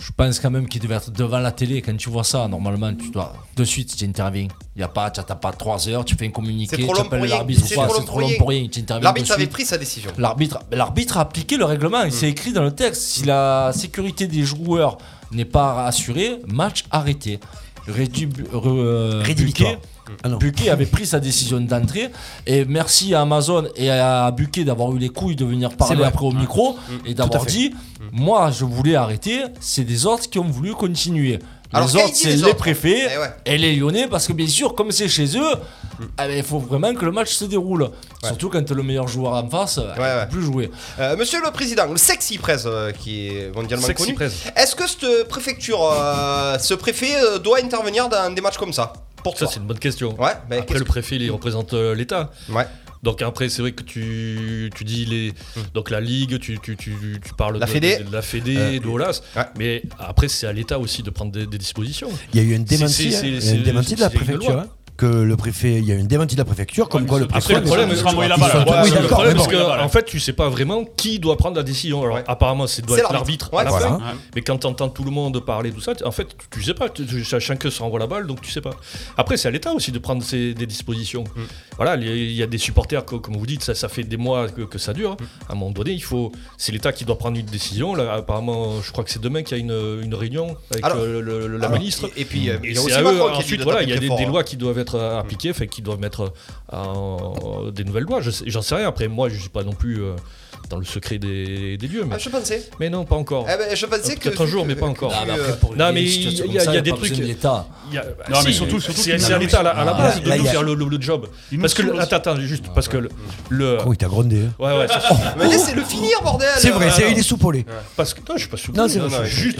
je pense quand même qu'il devait être devant la télé. Quand tu vois ça, normalement, tu dois de suite, tu interviens. Il y a pas, tu n'attends pas 3 heures, tu fais un communiqué, C'est trop tu long pour appelles rien. l'arbitre, C'est ou quoi, trop long c'est pour trop long rien. pour rien. tu interviens l'arbitre de avait suite. pris sa décision. L'arbitre, ben, l'arbitre a appliqué le règlement, il s'est écrit dans le texte. Si la sécurité des joueurs n'est pas assurée, match arrêté. Rédu, re- euh, Rédhibitoire. Buquet- Ah non. Buquet avait pris sa décision d'entrée et merci à Amazon et à Buquet d'avoir eu les couilles de venir parler vrai. après Mm. au micro et d'avoir fait. dit moi je voulais arrêter, c'est des autres qui ont voulu continuer. Les Alors, qu'a autres, dit c'est les les autres préfets Eh ouais. et les Lyonnais, parce que bien sûr, comme c'est chez eux, eh ben, il faut vraiment que le match se déroule. Surtout quand le meilleur joueur en face euh, Ouais, ouais. peut plus jouer. Euh, Monsieur le Président, le sexy presse euh, qui est mondialement Sexy connu. presse. Est-ce que cette préfecture, euh, ce préfet euh, doit intervenir dans des matchs comme ça Pour Ça, toi c'est une bonne question. Ouais, mais Après, le préfet, il représente euh, l'État. Ouais. Donc après, c'est vrai que tu, tu dis les donc la ligue, tu, tu, tu, tu parles Hmm. La de, Fédé. de- de la Fédé, de Olas. ouais. mais après c'est à l'État aussi de prendre des, des dispositions. Il y a eu une C'est- démenti, c'est- hein. c'est- Il y a c'est- une démenti de la c'est une préfecture. loi. hein, Que le préfet, il y a eu une démenti de la préfecture, comme mais quoi le après, préfet. le problème, mais- c'est qu'on va ils là-bas, sont- là. Ouais, oui, c'est le d'accord, problème mais parce bon. que Voilà. en fait tu sais pas vraiment qui doit prendre la décision. Alors Ouais. apparemment c'est doit C'est être l'arbitre. l'arbitre Ouais, à la c'est fin. ça. Mais quand t'entends tout le monde parler tout ça, tu- en fait tu, tu sais pas. Tu, tu- chacun se renvoie la balle donc tu sais pas. Après c'est à l'État aussi de prendre ses- des dispositions. Voilà il y a- il y a des supporters co- comme vous dites ça ça fait des mois que, que ça dure. hein. À un moment donné il faut c'est l'État qui doit prendre une décision. Là, apparemment je crois que c'est demain qu'il y a une, une réunion avec Alors- euh, le- le- la Alors, ministre. Et, et puis, euh, il Et y a c'est aussi à Macron eux. qui a dû Ensuite, le voilà, il taper y a très des, fort, des hein. lois qui doivent être euh, appliquées, fait, qui doivent mettre euh, en- des nouvelles lois. Je sais- J'en sais rien. Après, moi, je suis pas non plus euh, dans le secret des, des dieux. Mais, Ah, je pensais. mais non, pas encore. Eh ben, je pensais que. Peut-être un jour, mais pas encore. Ah, mais euh, après, pour Non, les mais situations il y a- comme il y ça, a des pas besoin trucs- de l'État. Il y a- bah, Non, mais si, surtout- surtout c'est qu'il c'est nous- à l'État à la- à la Ah, base de là, nous il y a- faire le, le- le job. Il nous Parce que, le- soulage. attends, attends, juste, parce que le. le- Oh, il t'a grondé. hein. Ouais, ouais, ça- Mais laissez-le finir, bordel C'est vrai, alors, c'est- alors. il est sous-paulé. euh, parce que. Non, je suis pas sûr. Non, c'est vrai, je suis juste.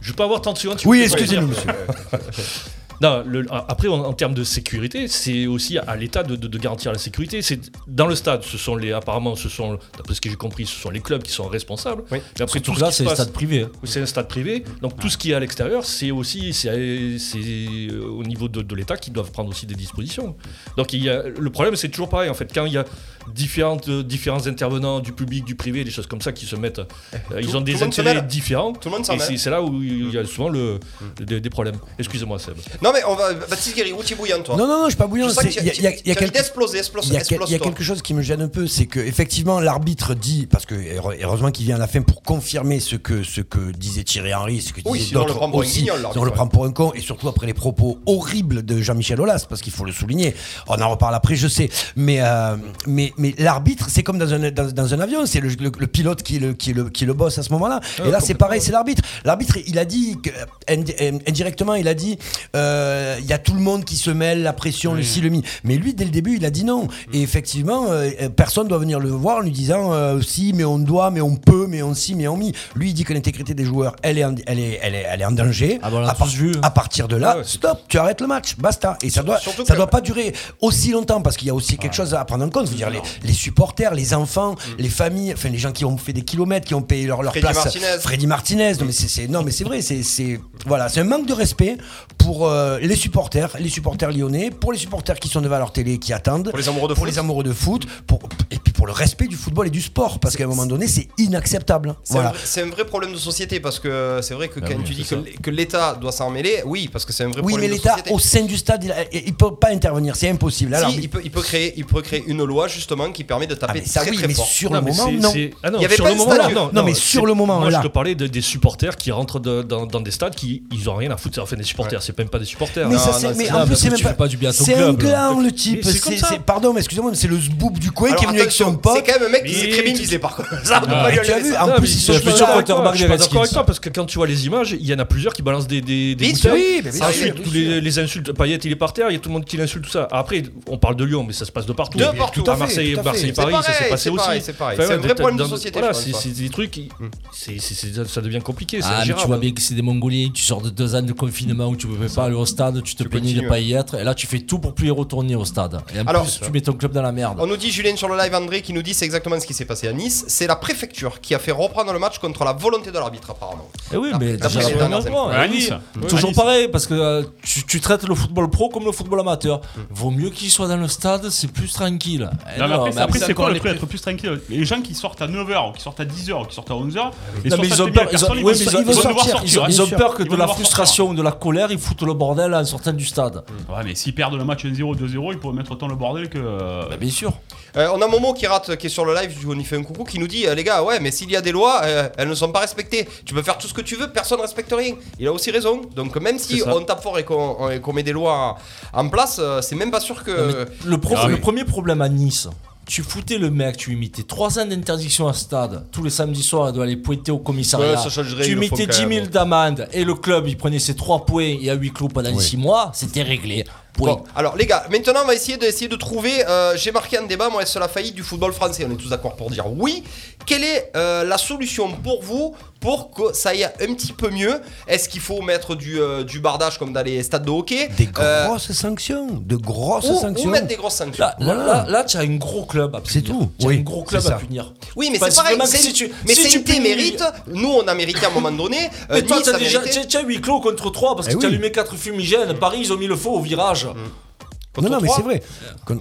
Je vais pas avoir tant de secondes. Oui, Ouais. excusez-nous, monsieur. Non, le- après, en, en termes de sécurité, c'est aussi à l'État de, de- de garantir la sécurité. C'est dans le stade, ce sont les apparemment, ce sont d'après ce que j'ai compris, ce sont les clubs qui sont responsables. Oui. Mais après Surtout tout que ce là, qui se c'est les passe- stades privés. hein. c'est un stade privé, donc tout ce qui est à l'extérieur, c'est aussi c'est, c'est, euh, au niveau de, de l'État qu'ils doivent prendre aussi des dispositions. Donc il y a, le problème, c'est toujours pareil en fait. Quand il y a différentes, euh, différents intervenants du public, du privé, des choses comme ça qui se mettent, euh, ils Eh, tout ont des le monde se intérêts mêle. différents. Tout le monde s'en et mêle. Mm. c'est, c'est là où il y a souvent le, des, des problèmes. Excusez-moi, Seb. Non, mais on va. Baptiste Guérirou, tu es bouillant, toi. Non, non, non, je suis pas bouillant. Je sens c'est- que Il y a, il y a- il y a quelqu'un. quelque- d'exploser, il y explose, a, quel- il y a explose-toi. quelque chose qui me gêne un peu, c'est que effectivement l'arbitre dit, parce que heure- heureusement qu'il vient à la fin pour confirmer ce que, ce que disait Thierry Henry, ce que Oui, disait sinon on le d'autres prend pour un aussi, guignol, sinon on l'arbitre, le ouais. prend pour un con, et surtout après les propos horribles de Jean-Michel Aulas, parce qu'il faut le souligner, on en reparle après, je sais, mais, euh, mais, mais l'arbitre, c'est comme dans un, dans, dans un avion, c'est le, le- le pilote qui est le, qui, est le, qui est le boss à ce moment-là, Ah, et là c'est pareil, c'est l'arbitre. L'arbitre, il a dit, que- indi- euh, indirectement, il a dit, euh, il y a tout le monde qui se mêle, la pression, le ci, le mi. Mais lui, dès le début, il a dit non. Et effectivement, euh, euh, personne doit venir le voir en lui disant euh, si, mais on doit, mais on peut, mais on si, mais on mi. Lui, il dit que l'intégrité des joueurs, elle est en, elle est, elle est, elle est en danger. Ah, bah, on l'a à, par- tous vu, hein. à partir de là, Ouais, ouais, c'est- stop, tu arrêtes le match, basta. Et ça doit, Surtout ça que- doit pas durer aussi longtemps parce qu'il y a aussi Ah. quelque chose à prendre en compte. Je veux dire, les, les supporters, les enfants, les familles, enfin les gens qui ont fait des kilomètres, qui ont payé leur, leur Mm. Freddy place. Martinez. Freddy Martinez, non mais c'est- c'est non mais c'est vrai, c'est c'est- voilà, c'est un manque de respect pour euh, les supporters, les supporters lyonnais, pour les supporters qui sont devant leur télé et qui attendent, Pour les amoureux de pour foot. les amoureux de foot, pour et puis pour le respect du football et du sport parce qu'à un moment donné, c'est inacceptable. C'est un Voilà. Ah vrai- C'est un, vrai problème de société parce que euh, c'est vrai que quand oui, tu c'est dis que ça. l- que l'État doit s'en mêler, oui, parce que c'est un vrai Oui, mais problème de l'État société. au sein du stade, il, a- il peut pas intervenir, c'est impossible. Alors, Si, il, peut, il, peut créer, il peut créer une loi justement qui permet de ah, taper mais ça très oui, très mais fort. sur Non, le mais moment, c'est- non. c'est- ah non, Il y avait sur pas le de moment, stade. là, non, Non, mais sur c'est- le moment, Moi, là. je te parlais de- des supporters qui rentrent de- dans, dans des stades qui ils ont rien à foutre. Enfin, des supporters, c'est même pas des supporters. Mais, Non, ça, c'est- non, mais c'est- non, en plus, parce c'est que même tu pas. fais pas du bien à ton c'est un club, là. gland, le type. Mais c'est comme c'est- ça. c'est- Pardon, mais excusez-moi, mais c'est le zboob du coin qui est Alors, venu avec son attention, pote. C'est quand même un mec qui Ah, s'est Mais- créminisé par contre. Ça, on peut pas lui Mais tu as enlever vu, ça. en Non, mais plus, ils sont je suis pas chauds. d'accord avec toi, quarterback Je suis pas d'accord avec Redskins. toi parce que quand tu vois les images, il y en a plusieurs qui balancent des, des, des Bien sûr, bouteilles. bien Ça sûr. insulte, tous les, les insultes. Payet, il est par terre, il y a tout le monde qui l'insulte, tout ça. Après, on parle de Lyon, mais ça se passe de partout. De Mais partout. à Marseille, Tout à fait, Marseille, tout à fait. Paris, ça C'est s'est passé pareil, aussi. c'est pareil. Enfin, C'est un ouais, vrai t'as- problème de dans- société, je Voilà, pense, c'est quoi. c'est des trucs. qui- c'est- c'est- c'est- Ça devient compliqué. c'est Ah, mais tu vois ingérable. bien que c'est des Mongoliens, tu sors de deux ans de confinement où tu ne pouvais pas aller au stade, tu te plaignais de continues. ne pas y être, et là tu fais tout pour plus y retourner au stade. Et en Alors, Oh, plus, tu mets ton club dans la merde. On nous dit, Julien, sur le live, André, qui nous dit c'est exactement ce qui s'est passé à Nice. C'est la préfecture qui a fait reprendre le match contre la volonté de l'arbitre, apparemment. Eh oui, mais t'as pris ah, déjà la les première dernières fois, années. Ouais, eh à oui. Nice. Mm. Ouais, à Toujours Nice. pareil, parce que euh, tu, tu traites le football pro comme le football amateur. Vaut mieux qu'il soit dans le stade, c'est plus tranquille. Eh Non, non, mais après, mais c'est- après, après, c'est encore quoi le les truc d'être plus tranquille Les gens qui sortent à 9h, qui sortent à 10h, qui sortent à 11h, Non, mais ils ont peur, ils ont- ouais, mais ils ont- ils ont- hein. ils ont- ils ont peur que de la frustration ou de la colère, ils foutent le bordel hein, en sortant du stade. Ouais, mais s'ils perdent le match 1-0, 2-0, ils pourraient mettre autant le bordel que. Bah, bien sûr. Euh, on a Momo qui rate, qui est sur le live, du coup, on y fait un coucou, qui nous dit euh, les gars, ouais, mais s'il y a des lois, euh, elles ne sont pas respectées. Tu peux faire tout ce que tu veux, personne ne respecte rien. Il a aussi raison. Donc même si C'est ça. on tape fort et qu'on euh, et qu'on met des lois en place, euh, c'est même pas sûr que. Non, mais le, pro- Ah le oui. premier problème à Nice, tu foutais le mec, tu lui mettais 3 ans d'interdiction à stade. Tous les samedis soirs, il doit aller pointer au commissariat. Ouais, ça changerait, ils tu le font mettais quand 10 000 même. d'amende et le club, il prenait ses 3 points et à 8 clous pendant 6 mois, c'était réglé. Point. Bon, alors les gars, maintenant on va essayer d'essayer de trouver. euh, J'ai marqué un débat, moi, sur la faillite du football français. On est tous d'accord pour dire oui. Quelle est euh, la solution pour vous pour que ça aille un petit peu mieux Est-ce qu'il faut mettre du, euh, du bardage comme dans les stades de hockey Des Euh, grosses sanctions, de grosses ou, ou sanctions. mettre des grosses sanctions Là, là, Voilà. là, là, tu as un gros club à punir. C'est tout, Tu as oui, un gros club c'est à ça. punir. Oui, mais Parce c'est pareil. vraiment que c'est- si tu- mais si c'est tu une punis- témérite. Nous, on a mérité à un moment donné. euh, Mais toi, Nice t'as a déjà mérité. t'as- t'as 8 clos contre 3 parce Eh que tu as oui. allumé 4 fumigènes. Paris, ils ont mis le feu au virage. Non, non, mais trois. c'est vrai. Con-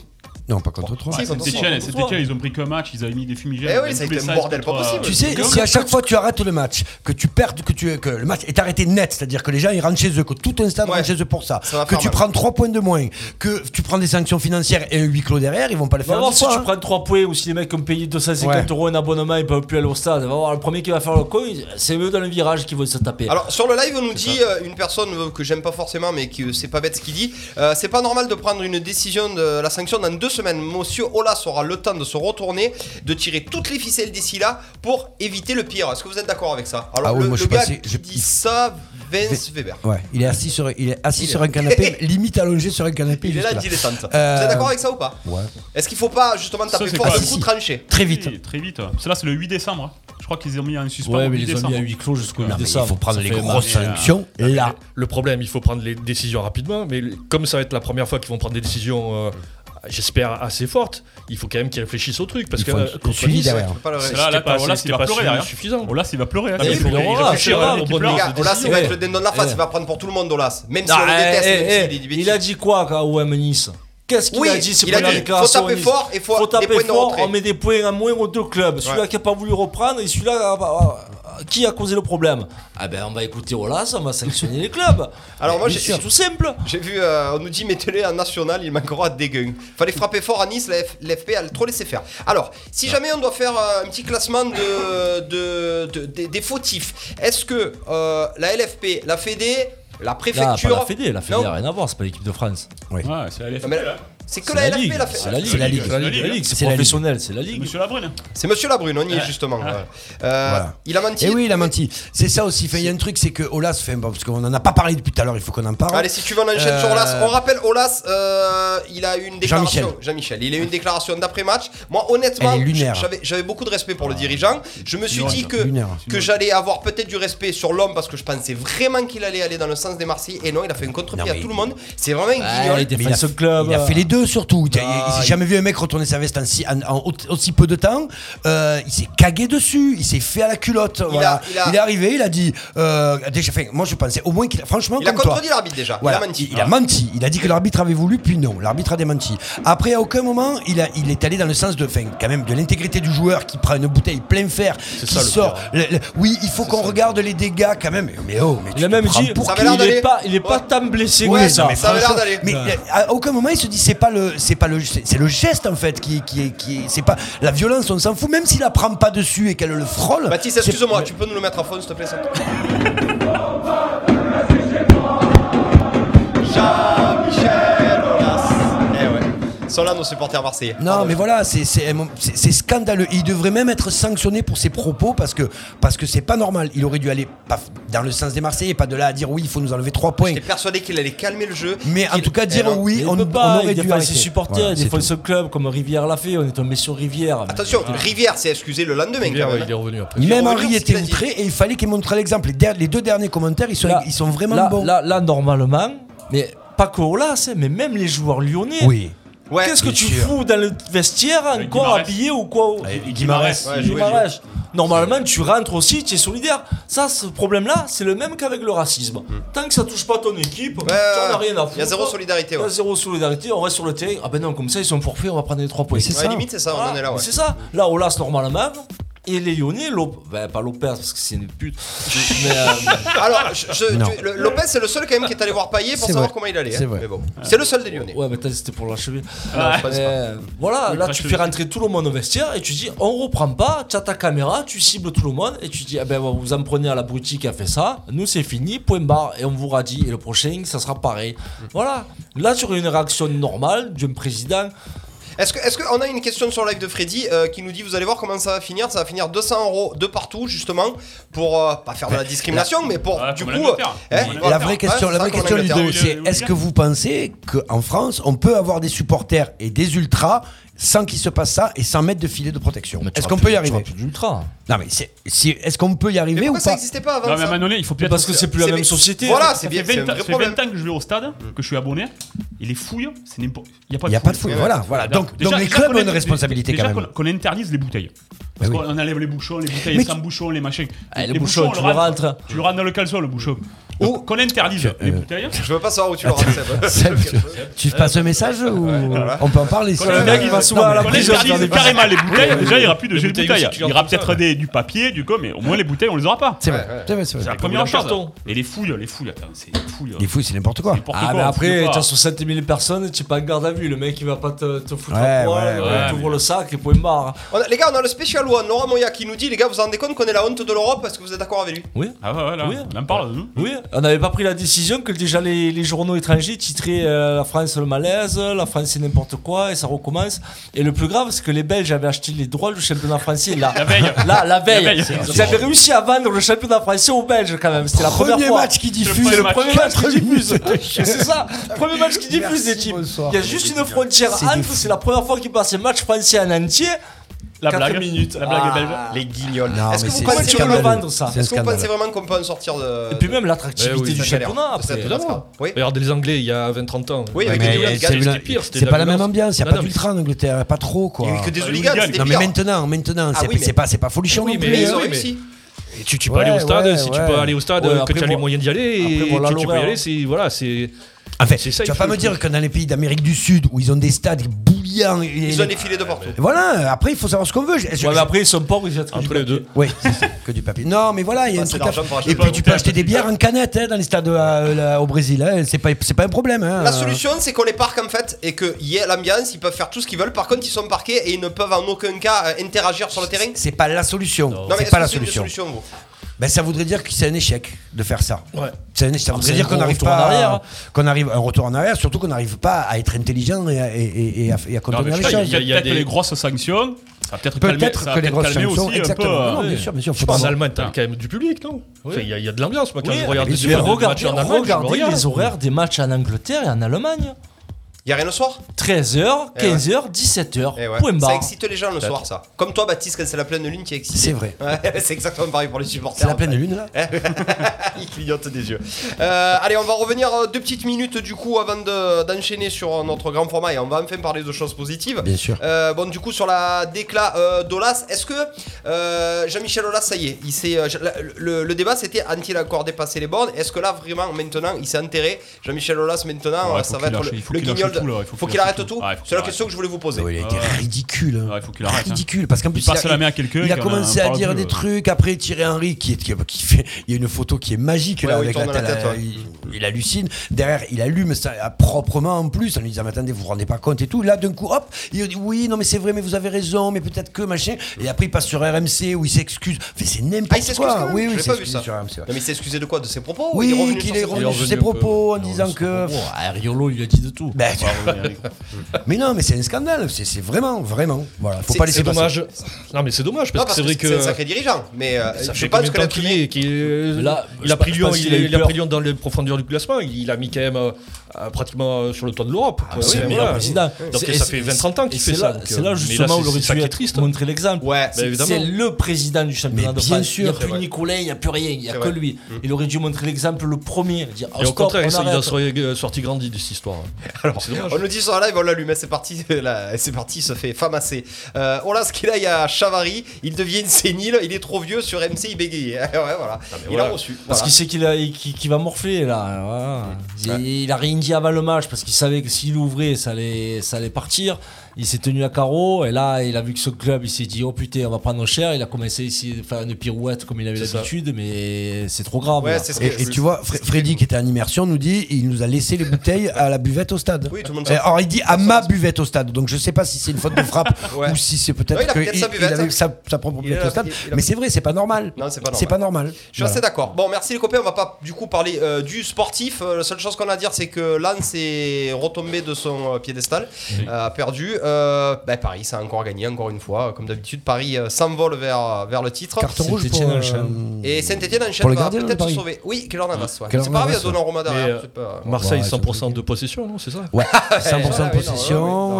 Non, pas contre trois. Si, contre C'était trois. chiant, c'était chiant, ils ont pris qu'un match, ils avaient mis des fumigènes. Eh oui, dans ça a tous les été un sens, bordel pas contre, possible. euh, Tu sais, si à chaque fois tu arrêtes le match, que tu perds, que, tu, que le match est arrêté net, c'est-à-dire que les gens ils rentrent chez eux, que tout un stade Ouais. rentre chez eux pour ça, Ça va que faire tu mal. prends 3 points de moins, que tu prends des sanctions financières et un huis clos derrière, ils vont pas le Va faire voir dix si fois, tu hein. prends 3 points ou si les mecs ont payé 250 Ouais. euros en abonnement, ils peuvent plus aller au stade. Va voir le premier qui va faire le con, il- c'est eux dans le virage qui vont se taper. Alors sur le live, on nous dit euh, une personne euh, que j'aime pas forcément, mais qui euh, c'est pas bête ce qu'il dit. euh, c'est pas normal de prendre une décision de la sanction dans deux semaines. Monsieur Olas aura le temps de se retourner, de tirer toutes les ficelles d'ici là pour éviter le pire. Est-ce que vous êtes d'accord avec ça Alors, Ah oui, le, moi, je le suis gars passé- qui j'ai- dit ça, Vince Weber. Ouais, il est assis sur, il est assis Il est- sur un canapé, limite allongé sur un canapé. Il est là, jusque-là. dilettante. Vous Euh, êtes d'accord avec ça ou pas Ouais. Est-ce qu'il faut pas justement Ça, taper c'est fort quoi un Si, coup si. tranché Très vite. Oui, Très vite. C'est là, c'est le 8 décembre. hein. Je crois qu'ils ont mis un suspens Ouais, au mais 8 les ont mis à décembre. huis clos jusqu'au 8 Non, mais décembre. il faut prendre Ça les fait grosses marrer. hein. sanctions là. Le problème, il faut prendre les décisions rapidement, mais le- comme ça va être la première fois qu'ils vont prendre des décisions, euh, j'espère, assez fortes, il faut quand même qu'ils réfléchissent au truc. Parce Il que faut un euh, contre suivi Nice, derrière. Je peux pas le- C'est c'était là, là, pas t'as assez- Olas, c'était il va pas pleurer su- derrière. suffisant. Olas, il va Ah, pleurer mais derrière. il faut le qu'il voir, réfléchisse c'est à vrai, la au bonne bon prise Les de gars, Olas, il décision. va Eh. être le dindon de la face, Eh. il va prendre pour tout le monde Olas. Même si Non, on le eh, déteste, eh, même s'il eh, dit des il bêtises. a dit quoi quoi, au OM Nice Qu'est-ce qu'il Oui, a dit ces il a premières dit, faut déclarations taper au Nice fort et faut Faut des taper points de fort, retrait. on met des points à moins aux deux clubs. Celui-là qui a pas voulu reprendre et celui-là, ah, bah, ah, qui a causé le problème Ah ben on va écouter Olas, on va sanctionner les clubs. Alors moi, Mais j'ai- c'est tout simple. J'ai vu, euh, on nous dit mettez-les en national, il manquera des gueules. Fallait frapper fort à Nice, la F- l'FP a trop laissé faire. Alors, si jamais on doit faire euh, un petit classement de, de- de- des- des fautifs, est-ce que euh, la LFP, la Fédé, la Là, pas préfecture. la Fédé, la E Fédé Non. n'a rien à voir, c'est pas l'équipe de France. Ouais, c'est la LFP, Non, mais- là. C'est que C'est la, la, LFP, ligue, la E c'est Fédé. la ligue, c'est la ligue, la Ligue. c'est C'est la Ligue. professionnel, c'est la ligue. Monsieur Labrune. C'est monsieur Labrune, on y est justement. voilà. Euh, Voilà. Il a menti. Et Eh oui, il a menti. C'est ça aussi. Fait, Il y a un truc, c'est que Olas, fait, bon, parce qu'on en a pas parlé depuis tout à l'heure, il faut qu'on en parle. Allez, si tu veux, on enchaîne Euh, sur Olas. On rappelle, Olas, euh, il a eu une déclaration. Jean-Michel. Jean-Michel. il a eu une déclaration d'après-match. Moi, honnêtement, Elle est lunaire. Ah. j'avais j'avais beaucoup de respect pour le dirigeant. Je me suis Lunaire. dit que, Lunaire. que j'allais avoir peut-être du respect sur l'homme parce que je pensais vraiment qu'il allait aller dans le sens des Marseillais. Et non, il a fait une contre-pied Non, à mais- tout le monde. C'est vraiment une Ouais, guignole. il Mais il, a, défend ce club. il a fait les deux surtout. Il a- il- Ah, J'ai jamais vu un mec retourner sa veste en, si- en- en au- aussi peu de temps. Euh, il s'est cagué dessus, il s'est fait à la culotte. voilà. a- Il, il a- est arrivé, il a dit. euh, déjà, fait, moi je pensais au moins qu'il. Franchement, Il a comme toi. contredit l'arbitre déjà. Voilà, Ah, Il a menti. Il, il a menti. Il a dit que l'arbitre avait voulu, puis non. L'arbitre a démenti. Après, à aucun moment, il, a, il est allé dans le sens de, enfin, quand même, de l'intégrité du joueur qui prend une bouteille plein fer, qui ça, le sort. Le- le- oui, il faut qu'on regarde les dégâts quand même. Mais oh, mais tu Il a te même prends dit pour Ça qui avait l'air qu'il d'aller. est pas, il est pas Ouais. tant blessé Ouais, non, que ça. mais ça avait l'air d'aller. mais à aucun moment il se dit c'est pas le c'est pas le c'est c'est le geste en fait qui qui est qui est- c'est pas la violence on s'en fout même s'il la prend pas dessus et qu'elle le frôle Baptiste, c'est- excuse-moi, tu peux nous le mettre à fond, s'il te plaît, ça Jean-Michel Aulas. Eh ouais. Sont là nos supporters marseillais. Non, Pardon. mais voilà, c'est- c'est c'est- c'est scandaleux. Il devrait même être sanctionné pour ses propos parce que parce que c'est pas normal. Il aurait dû aller pas dans le sens des Marseillais, pas de là à dire oui, il faut nous enlever trois points. J'étais persuadé qu'il allait calmer le jeu. Mais en qu'il- tout cas, Eh dire non. oui, on on, ne peut on pas, aurait il dû défend arrêter. ses supporters, Voilà, il c'est défend tout. ce club comme Rivière l'a fait, on est tombé sur Rivière. mais- Attention, Ah. Rivière s'est excusé le lendemain Il est- quand ah ouais, même. il est revenu après. Il est Même revenu Henri sur ce qu'il a était dit. outré et il fallait qu'il montre l'exemple. Les, der- les deux derniers commentaires, ils sont, Là- ils sont vraiment là, bons. Là, là, normalement, mais pas que Olas, hein, mais même les joueurs lyonnais. Oui. hein. Ouais. Qu'est-ce que bien tu sûr. fous dans le vestiaire encore Guimarães. habillé ou quoi Guimarães. Ouais, jouer le Guimarães. Normalement, tu rentres aussi, tu es solidaire. Ça, ce problème-là, c'est le même qu'avec le racisme. Tant que ça touche pas ton équipe, tu en as rien à foutre. Mm. Il y a zéro solidarité. Il y Ouais. a zéro solidarité, on reste sur le terrain. Ah ben non, comme ça, ils sont forfaits, on va prendre les trois points. Mais c'est Ouais, ça. limite, c'est ça, on Voilà, en est là. Ouais. C'est ça. Là, Olas, normalement. Et les Lyonnais, Lop... ben, pas Lopez parce que c'est une pute. mais, euh, Alors, je- je- Non. tu- le- Lopez, c'est le seul quand même qui est allé voir Payet pour C'est savoir vrai. comment il allait. C'est hein. vrai. Mais bon, c'est le seul des Lyonnais. Ouais, mais t'as dit c'était pour l'achever. Non, je pense pas. Euh, voilà, Oui, là crache tu le fais jeu. rentrer tout le monde au vestiaire et tu dis on reprend pas, tu as ta caméra, tu cibles tout le monde et tu dis ah ben vous en prenez à la boutique qui a fait ça, nous c'est fini, point barre et on vous radie et le prochain ça sera pareil. Voilà, là tu aurais une réaction normale d'un président. Est-ce que, est-ce que on a une question sur le live de Freddy euh, qui nous dit vous allez voir comment ça va finir ça va finir 200 euros de partout justement pour euh, pas faire de la discrimination mais pour Ouais, du coup comme l'Angleterre. euh, Comme La l'Angleterre. vraie question, Ouais, la c'est vraie ça qu'on question aime Ludo, bien. c'est Oui, le- est-ce que vous pensez qu'en France, on peut avoir des supporters et des ultras sans qu'il se passe ça et sans mettre de filet de protection Mais tu Est-ce auras qu'on peut plus- y tu auras arriver plus d'ultra. Non mais c'est, si- est-ce qu'on peut y mais arriver ou pourquoi ça pas n'existait pas avant Non, mais à un ça moment donné, il faut peut-être. Parce que c'est plus la C'est- même société. Ah, voilà c'est Ça bien fait c'est un 20 ans vrai ça fait problème 20 ans que je vais au stade, que je suis abonné, et les fouilles, c'est n'importe. Il n'y a pas Il de n'y a pas de fouille, Ouais, voilà, voilà. Donc, Déjà- donc les déjà clubs qu'on ont ait- une responsabilité déjà quand même. qu'on- Qu'on interdise les bouteilles. Parce oui. qu'on enlève les bouchons, les bouteilles Mais sans tu- bouchon, les machins. Ah, Les le bouchon, on tu le rentres. Tu le rentres dans le caleçon, le bouchon. Donc, Qu'on interdise les bouteilles. je veux pas savoir où tu le rends Seb. Seb, tu- tu passes un message ou on peut en parler si- Le mec, il va souvent à la Qu'on prison, interdise faire des- carrément les bouteilles, déjà il n'y aura plus de jeu de bouteilles aussi, bouteilles. tu Il gardes y aura tout ça, peut-être des- du papier, du com, mais au moins les bouteilles on les aura pas. C'est vrai, c'est vrai, c'est C'est vrai. la première comme dans le chose. carton. Et les fouilles, les fouilles, attends, c'est les fouilles. Les fouilles, c'est n'importe quoi. N'importe Ah quoi, mais on sait après pas. t'as 60 000 personnes, tu es pas en garde à vue, le mec il va pas te, te foutre Ouais, à poil, ouais, euh, ouais, t'ouvres le sac et point barre. On a- les gars on a le spécial one Laurent Moya qui nous dit les gars vous vous rendez compte qu'on est la honte de l'Europe parce que vous êtes d'accord avec lui Oui, Ah ouais, ouais, là, Oui. on en parle nous. oui, On n'avait pas pris la décision que déjà les, les journaux étrangers titraient euh, la France le malaise, la France c'est n'importe quoi et ça recommence. Et le plus grave, c'est que les Belges avaient acheté les droits du championnat français là. La veille. Là, la veille. La veille. Ils avaient réussi à vendre le championnat français aux Belges quand même. C'était la première Premier fois. match qui diffuse. premier Le premier match qui diffuse. minutes. C'est ça. Premier match qui diffuse des Merci, types. bonsoir. Il y a juste une frontière C'est des entre. fous. C'est la première fois qu'ils passent un match français en entier. La Quatre blague. minutes. La blague est belle. Ah. Les guignols. Non, Est-ce mais que vous c'est- comment c'est pensez tu veux le scandaleux. vendre, ça C'est est-ce que vous scandaleux. pensez vraiment qu'on peut en sortir de. Et puis même l'attractivité Eh oui, du de cette galère championnat. De cette après. galère. Oui. Regardez les Anglais il y a 20-30 ans. Oui, avec Mais des hooligans, c'est c'était la- pire, c'était C'est de pas la la même violence. ambiance, il n'y a Non, pas non, mais- d'ultra en Angleterre, pas trop Il quoi. n'y a eu que des Ah, hooligans, hooligan. c'était Non mais pire. maintenant, maintenant, Ah c'est oui, mais- c'est pas, c'est pas folichon Oui, non mais- plus. Mais ils hein. ont Oui, mais- réussi. Et tu, tu peux aller Ouais, au stade, ouais, si tu ouais. peux aller au stade, Ouais, euh, après, que tu as les moi- moyens d'y aller, et après, voilà que tu peux y l'horaire. aller, c'est voilà, c'est Enfin, C'est ça, tu il vas pas faut- me dire que dans les pays d'Amérique du Sud où ils ont des stades bouillants, et- Ils ont des filets de partout. voilà. Après, il faut savoir ce qu'on veut. Je- je- Ouais, mais après, ils sont pauvres, ils jettent que du entre les papier. deux. Oui, c'est ça, que du papier. Non, mais voilà, il y a Pas un assez truc à- d'argent pour acheter Et pas puis un tu peux acheter des bières en canette hein, dans les stades euh, là, au Brésil. hein, C'est pas, c'est pas un problème. hein. La solution, c'est qu'on les parque en fait et qu'il y ait l'ambiance, ils peuvent faire tout ce qu'ils veulent. Par contre, ils sont parqués et ils ne peuvent en aucun cas euh, interagir sur le terrain. C'est pas la solution. C'est est-ce pas que la c'est une des solution. solutions, vous Ben, ça voudrait dire que c'est un échec de faire ça. C'est un échec. Ça c'est voudrait un dire qu'on gros n'arrive retour pas en arrière, hein. à, qu'on arrive un retour en arrière, surtout qu'on n'arrive pas à être intelligent et à, et- et- et à- et à Non, mais contenir je les sais pas, choses. il y a- il y a Peut-être que des- les grosses sanctions. Ça va peut-être calmer- Peut-être ça va que les grosses calmer sanctions, aussi un peu. exactement. euh, non, non, bien sûr, bien sûr. faut Je pense en pas- Allemagne, t'as quand même du public, non Enfin, Il y, a- il y a de l'ambiance, moi, quand je regarde mais des tu vas matchs regarder, en Allemagne, je le regarder regarde. les horaires des matchs en Angleterre et en Allemagne. Il y a rien le soir 13h, Eh ouais. 15h, Eh 17h. ouais. Point Ça barre. excite les gens le soir, ça. Comme toi, Baptiste, quand c'est la pleine lune qui excite. C'est vrai. Ouais, c'est exactement pareil pour les supporters. C'est la en pleine fait. Eh. lune là. Il clignote des yeux. Euh, allez, on va revenir euh, deux petites minutes du coup avant de- d'enchaîner sur euh, notre grand format et on va enfin parler de choses positives. Ah, Bien sûr. Euh, bon, du coup, sur la décla euh, d'Olas, est-ce que euh, Jean-Michel Olas, ça y est, il s'est, euh, je- la- le, le débat c'était a-t-il encore dépassé les bornes Est-ce que là, vraiment, maintenant, il s'est enterré Jean-Michel Olas, maintenant, Ouais, euh, faut ça qu'il va être lâche- le, il faut le qu'il lâche guignol. de- tout, là, il faut qu'il arrête tout Ouais, il faut C'est la qu'il question que je voulais vous poser. Ouais, Oh, il a été Ouais. ridicule. hein. Ouais, il faut qu'il arrête, hein. ridicule. Parce qu'en plus, Il passe a- la main à quelqu'un, Il a il en commencé à parle dire plus, des euh. trucs. Après, Thierry Henry, qui, est, qui, qui fait. Il y a une photo qui est magique là, Ouais, où il avec la tourne la tête, tête, euh, ouais. il, il hallucine. Derrière, il allume ça euh, proprement en plus en lui disant Mais attendez, vous vous rendez pas compte et tout. Là, d'un coup, hop, il dit Oui, non, mais c'est vrai, mais vous avez raison, mais peut-être que machin. Et après, il passe sur RMC où il s'excuse. Enfin, c'est Ah, il n'importe s'excuse quand quoi. même Oui, Je oui, l'ai il pas s'est vu excusé ça. sur RMC. Non, mais il s'est excusé de quoi De ses propos Oh, Il est Oui, revenu qu'il sur est ses- revenu sur ses propos en disant que. Ah, Riolo, il lui a dit de tout. Ben, mais non, mais c'est un scandale. C'est c'est vraiment, vraiment. Voilà, faut C'est- pas c'est laisser C'est passer. dommage. Non, mais c'est dommage, Non, parce que c'est vrai que. un sacré dirigeant, mais euh, Ça je fait pense combien de que temps la qu'il est, qu'il est- Là, Il a je pris pense Lyon, qu'il il, a eu il a peur. pris Lyon dans les profondeurs du classement. Il a mis quand même euh, euh, pratiquement euh, sur le toit de l'Europe. quoi. C'est le Ouais, voilà. meilleur président. Donc C'est- ça et fait c'est- 20-30 ans qu'il et fait c'est ça. là- donc, C'est là euh, mais justement où c'est- le c'est ça qui aurait est dû triste. être- montrer l'exemple. Ouais, C'est- bah, évidemment. c'est le président du championnat Mais de bien France. Il n'y a sûr. plus Nicolas, il n'y a plus rien. Il n'y a que lui. Il aurait dû montrer l'exemple le premier. Dire, oh, Mm. Et au stop, contraire, on il arrête. en serait euh, sorti grandi de cette histoire. Alors, c'est dommage. On nous dit sur la live, on l'allume, c'est parti, là, c'est parti, il se fait famasser. Euh, on l'a ce qu'il a, il y a Chavary, il devient sénile, il est trop vieux sur MC, il bégaye. Ouais, voilà. il voilà. a reçu. Parce Voilà. qu'il sait qu'il a- qu'il- qu'il va morfler là. voilà. Il, il a rien dit avant le match parce qu'il savait que s'il ouvrait, ça allait, ça allait partir. Il s'est tenu à carreau et là, il a vu que ce club, il s'est dit oh putain, on va prendre cher. Il a commencé ici de faire une pirouette comme il avait C'est ça. l'habitude, mais c'est trop grave. Ouais, là. c'est ce que Et, et tu vois, Fre- Freddy qui était en immersion nous dit il nous a laissé les bouteilles à la buvette au stade. Oui, tout le monde Eh, s'en fout. Or il dit à ma buvette au stade, donc je sais pas si c'est une faute de frappe Ouais. ou si c'est Non, il a peut-être peut-être qu'il sa buvette, hein. avait sa, sa propre Il a- buvette au stade. il- il a- Mais c'est vrai, c'est pas normal. Non, c'est pas normal. C'est pas normal. Je suis assez d'accord. Bon, merci les copains. On va pas du coup parler euh, du sportif. Euh, la seule chose qu'on a à dire, c'est que Lens est retombé de son euh, piédestal, euh, a perdu. Euh, bah, Paris, ça a encore gagné, encore une fois. Comme d'habitude, Paris euh, s'envole vers, vers le titre. Carton rouge pour, Saint-Étienne euh, enchaîne. Et Saint-Etienne Pour enchaîne le va gardien, peut-être se Paris. sauver. Oui, quelle ouais. Keylor C'est pas grave, il y a Navas, Donnarumma Mais, derrière. euh, c'est pas- Marseille, Ouais, c'est 100% de possession, non C'est ça Ouais, 100% Ouais, de ouais, non, possession.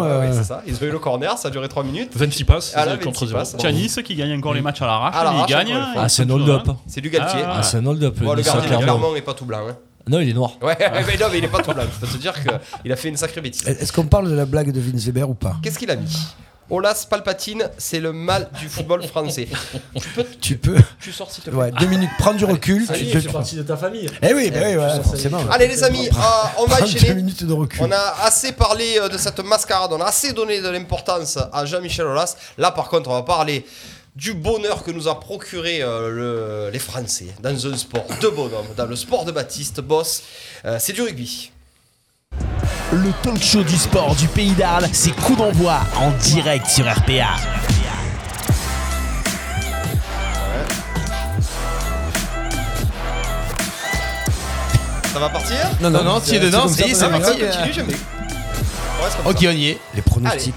ouais, ouais, ouais, euh, c'est ça. Ils ont eu le corner, ça a duré 3 minutes. 26 passes Ah là, euh, contre 26 0. passes. Tiens, Nice qui gagne encore les matchs à l'arrache, À l'arrache, il gagne. encore une fois. Ah, c'est un hold-up. C'est du Galtier. Ah, Ah, c'est un hold-up. Bon, le Nice, gardien, clairement. clairement, n'est pas tout blanc. hein. Non, il est noir. Ouais, mais non, mais il est pas tout blanc. Je peux te dire qu'il a fait une sacrée bêtise. Est-ce qu'on parle de la blague de Vince Weber ou pas Qu'est-ce qu'il a mis Olas Palpatine, c'est le mal du football français. tu peux, Tu peux. tu sors s'il te plaît. Ouais, deux minutes, prends du recul. tu te- de ta famille. Eh oui, bah oui, voilà, forcément. Allez les amis, euh, on va Prends deux enchaîner. minutes de recul. On a assez parlé euh, de cette mascarade, on a assez donné de l'importance à Jean-Michel Aulas. Là, par contre, on va parler du bonheur que nous a procuré euh, le- les Français dans un sport de bonhomme, dans le sport de Baptiste Boss. Euh, c'est du rugby. Le talk show du sport du pays d'Arles, c'est coup d'envoi en direct sur RPA. ça va partir Non, Non, non, tu es dedans, comme ça y est, c'est Ah, Non, parti. ça continue, j'aime bien. Ouais, c'est comme Ok, on y est. Les pronostics.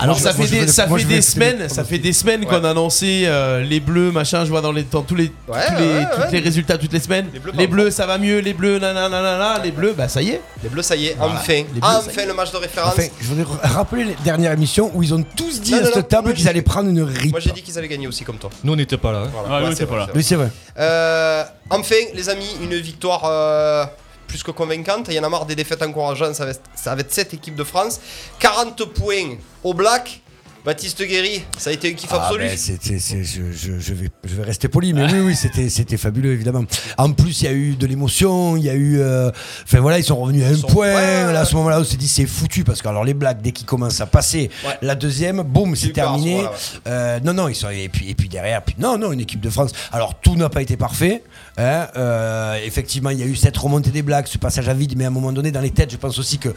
Alors ça je- moi, fait je vais des, le- ça moi, fait je vais des le- semaines, ça fait des semaines qu'on Ouais. annonçait euh, les bleus, machin. Je vois dans les dans tous les Ouais, tous les, ouais, toutes ouais. les résultats toutes les semaines. Les Les bleus, bleus, pardon. ça va mieux, les bleus, nanana, les bleus, bah ça y est. ça. Les bleus, ça y est, Voilà. enfin. Les bleus, ça y Enfin, est. le match de référence. Enfin, je voulais rappeler les dernières émissions où ils ont tous dit Non, à non, cette non, table moi, qu'ils j'ai- allaient prendre une rip. Moi, j'ai dit qu'ils allaient gagner aussi, comme toi. Nous, on n'était pas là. hein. Voilà. Ah, Ouais, oui, c'est t'es pas vrai, là. c'est Oui, c'est vrai. Euh, enfin, les amis, une victoire euh, plus que convaincante. Il y en a marre des défaites encourageantes avec, avec cette équipe de France. 40 points au Black. Baptiste Guéry, ça a été un kiff Ah, absolu. ben, c'est- c'est- c'est- je, je- je vais, je vais rester poli, mais oui, oui, c'était, c'était fabuleux, évidemment. En plus, il y a eu de l'émotion, il y a eu. euh, Enfin voilà, ils sont revenus à un sont- point. ouais, ouais, là, à ouais. ce moment-là, on s'est dit c'est foutu, parce que alors les blagues, dès qu'ils commencent à passer Ouais. la deuxième, boum, c'est eu peur à ce terminé. moment-là, ouais. Euh, non, non, ils sont. Et puis, et puis derrière, puis, non, non, une équipe de France. Alors tout n'a pas été parfait. hein, euh, effectivement, il y a eu cette remontée des blagues, ce passage à vide, mais à un moment donné, dans les têtes, je pense aussi que.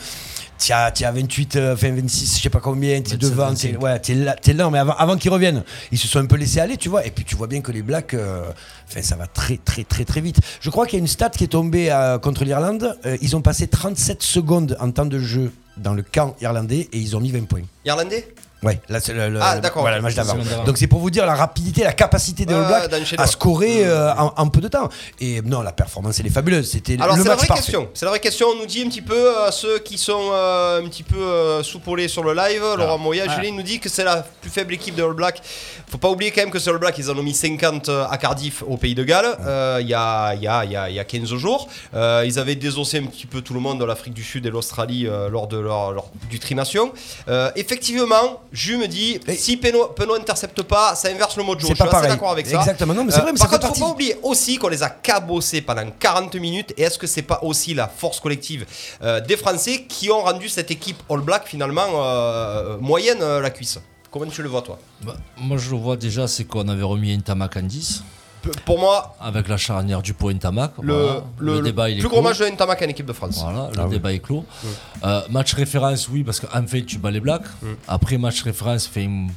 Tiens, tiens, 28, euh, enfin 26, je sais pas combien, t'es 27, devant, t'es- 25. Ouais, t'es là, t'es là, mais avant, avant qu'ils reviennent, ils se sont un peu laissés aller, tu vois. Et puis tu vois bien que les Blacks, euh, enfin, ça va très, très, très, très vite. Je crois qu'il y a une stat qui est tombée euh, contre l'Irlande. Euh, ils ont passé 37 secondes en temps de jeu dans le camp irlandais et ils ont mis 20 points. Irlandais Ouais, là c'est le, le- Ah, le- d'accord, voilà, le ok, match c'est d'avant. semaine d'avant. Donc c'est pour vous dire la rapidité, la capacité des Ouais, All Blacks d'enchaîner, à ouais. scorer euh, en, en peu de temps. Et non, la performance elle est fabuleuse. C'était Alors le c'est la match vraie parfait. question. C'est la vraie question. On nous dit un petit peu euh, ceux qui sont euh, un petit peu euh, sous-polés sur le live. Laurent Moya, Julien nous dit que c'est la plus faible équipe de All Black. Faut pas oublier quand même que c'est All Black. Ils en ont mis 50 à Cardiff, au Pays de Galles, euh, il y, a, il y, a, il y a- il y a 15 jours. Euh, ils avaient désossé un petit peu tout le monde de l'Afrique du Sud et l'Australie euh, lors de leur, leur- du trination. Euh, effectivement, Ju me dit Et- si Penaud Penaud intercepte pas, ça inverse le mojo. Je C'est suis pas assez pareil. d'accord avec ça. Exactement. Non, mais c'est Euh, vrai, mais ça par fait contre, partie. faut pas oublier aussi qu'on les a cabossés pendant 40 minutes. Et est-ce que c'est pas aussi la force collective euh, des Français qui ont rendu cette équipe All Black finalement euh, moyenne euh, la cuisse Comment tu le vois toi Bah, moi, je le vois déjà, c'est qu'on avait remis une tamac en 10 P- Pour moi, avec la charnière du pot Ntamak. le, Voilà. le- le débat, il est plus gros clos. match de Ntamak en équipe de France. Voilà, le débat est clos. Euh, match référence, oui, parce qu'en fait, tu bats les Blacks. Après, match référence, fait une-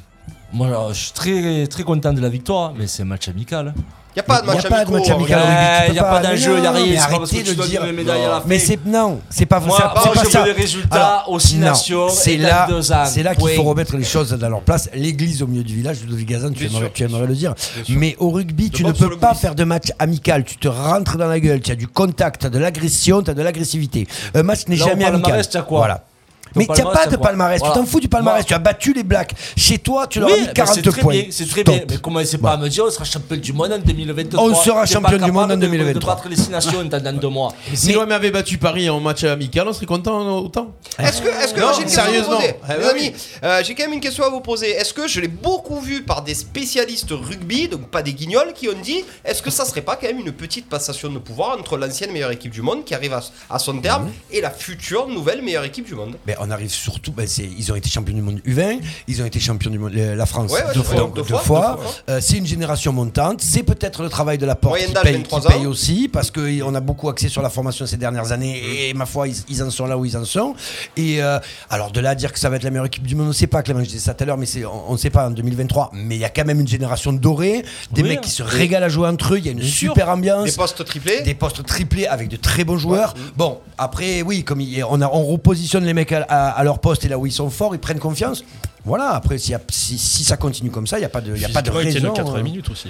moi, alors, je suis très, très content de la victoire, mais c'est un match amical. Il n'y a pas de Il y match a pas de amical, match Il amical. regarde. Rugby, tu peux n'y a pas- pas d'enjeu, il mais n'y a non, mais rien. c'est pas arrêtez parce que de tu donnes dire. une médaille à la fin. Mais c'est non, c'est pas Moi, c'est- moi, c'est pas je veux ça. les résultats, oscillations, non, c'est et là, date de Zan. c'est là qu'il faut Point. remettre les choses dans leur place. L'église au milieu du village, Ludovic Gazan, tu Bien aimerais, sûr, tu bien aimerais le dire. sûr. Mais au rugby, tu ne boxe sur peux le pas goulis. faire de match amical. Tu te rentres dans la gueule, tu as du contact, tu as de l'agression, tu as de l'agressivité. Un match n'est Là, au jamais amical. palmarès, t'as quoi Voilà. Ton Mais tu palmarès, pas t'as de quoi palmarès, tu Voilà. t'en fous du palmarès, Moi- tu as battu les blacks. Chez toi, tu leur as Oui, mis mais 40 c'est très points. bien, c'est très Stop. bien. Mais commencez pas à me dire, on sera champion du monde en 2023. On sera T'es pas champion du capable monde en de- 2023. De battre les six nations dans dans deux mois. Si l'OM avait battu Paris en match amical, on serait content autant. Est-ce que, est-ce que Non, j'ai une question à vous sérieusement. poser, Eh les ben amis euh, J'ai quand même une question à vous poser. Est-ce que je l'ai beaucoup vu par des spécialistes rugby, donc pas des guignols, qui ont dit est-ce que ça serait pas quand même une petite passation de pouvoir entre l'ancienne meilleure équipe du monde qui arrive à, à son terme et la future nouvelle meilleure équipe du monde Ben, on arrive surtout, ben, c'est- ils ont été champions du monde U20, ils ont été champions du monde, le- la France Ouais, ouais, deux, c'est vrai. fois, donc deux, fois. Euh, c'est une génération montante, c'est peut-être le travail de la porte Moyenne qui d'âge, paye, 23 qui paye ans. aussi, parce qu'on a beaucoup axé sur la formation ces dernières années, et ma foi, ils, ils en sont là où ils en sont. Et euh, alors de là à dire que ça va être la meilleure équipe du monde, on ne sait pas, Clément, je disais ça tout à l'heure, mais c'est- on ne sait pas en 2023, mais il y a quand même une génération dorée, des Oui. mecs qui se régalent à jouer entre eux, il y a une super ambiance Des postes triplés des postes triplés avec de très bons joueurs. Bon, après, oui, comme il- on, a- on repositionne les mecs à, à- à leur poste et là où ils sont forts, ils prennent confiance. Voilà, après, s'il y a- si, si ça continue comme ça, il n'y a pas de, il y a pas de Physiquement, ils tiennent raison. 80 euh. minutes aussi.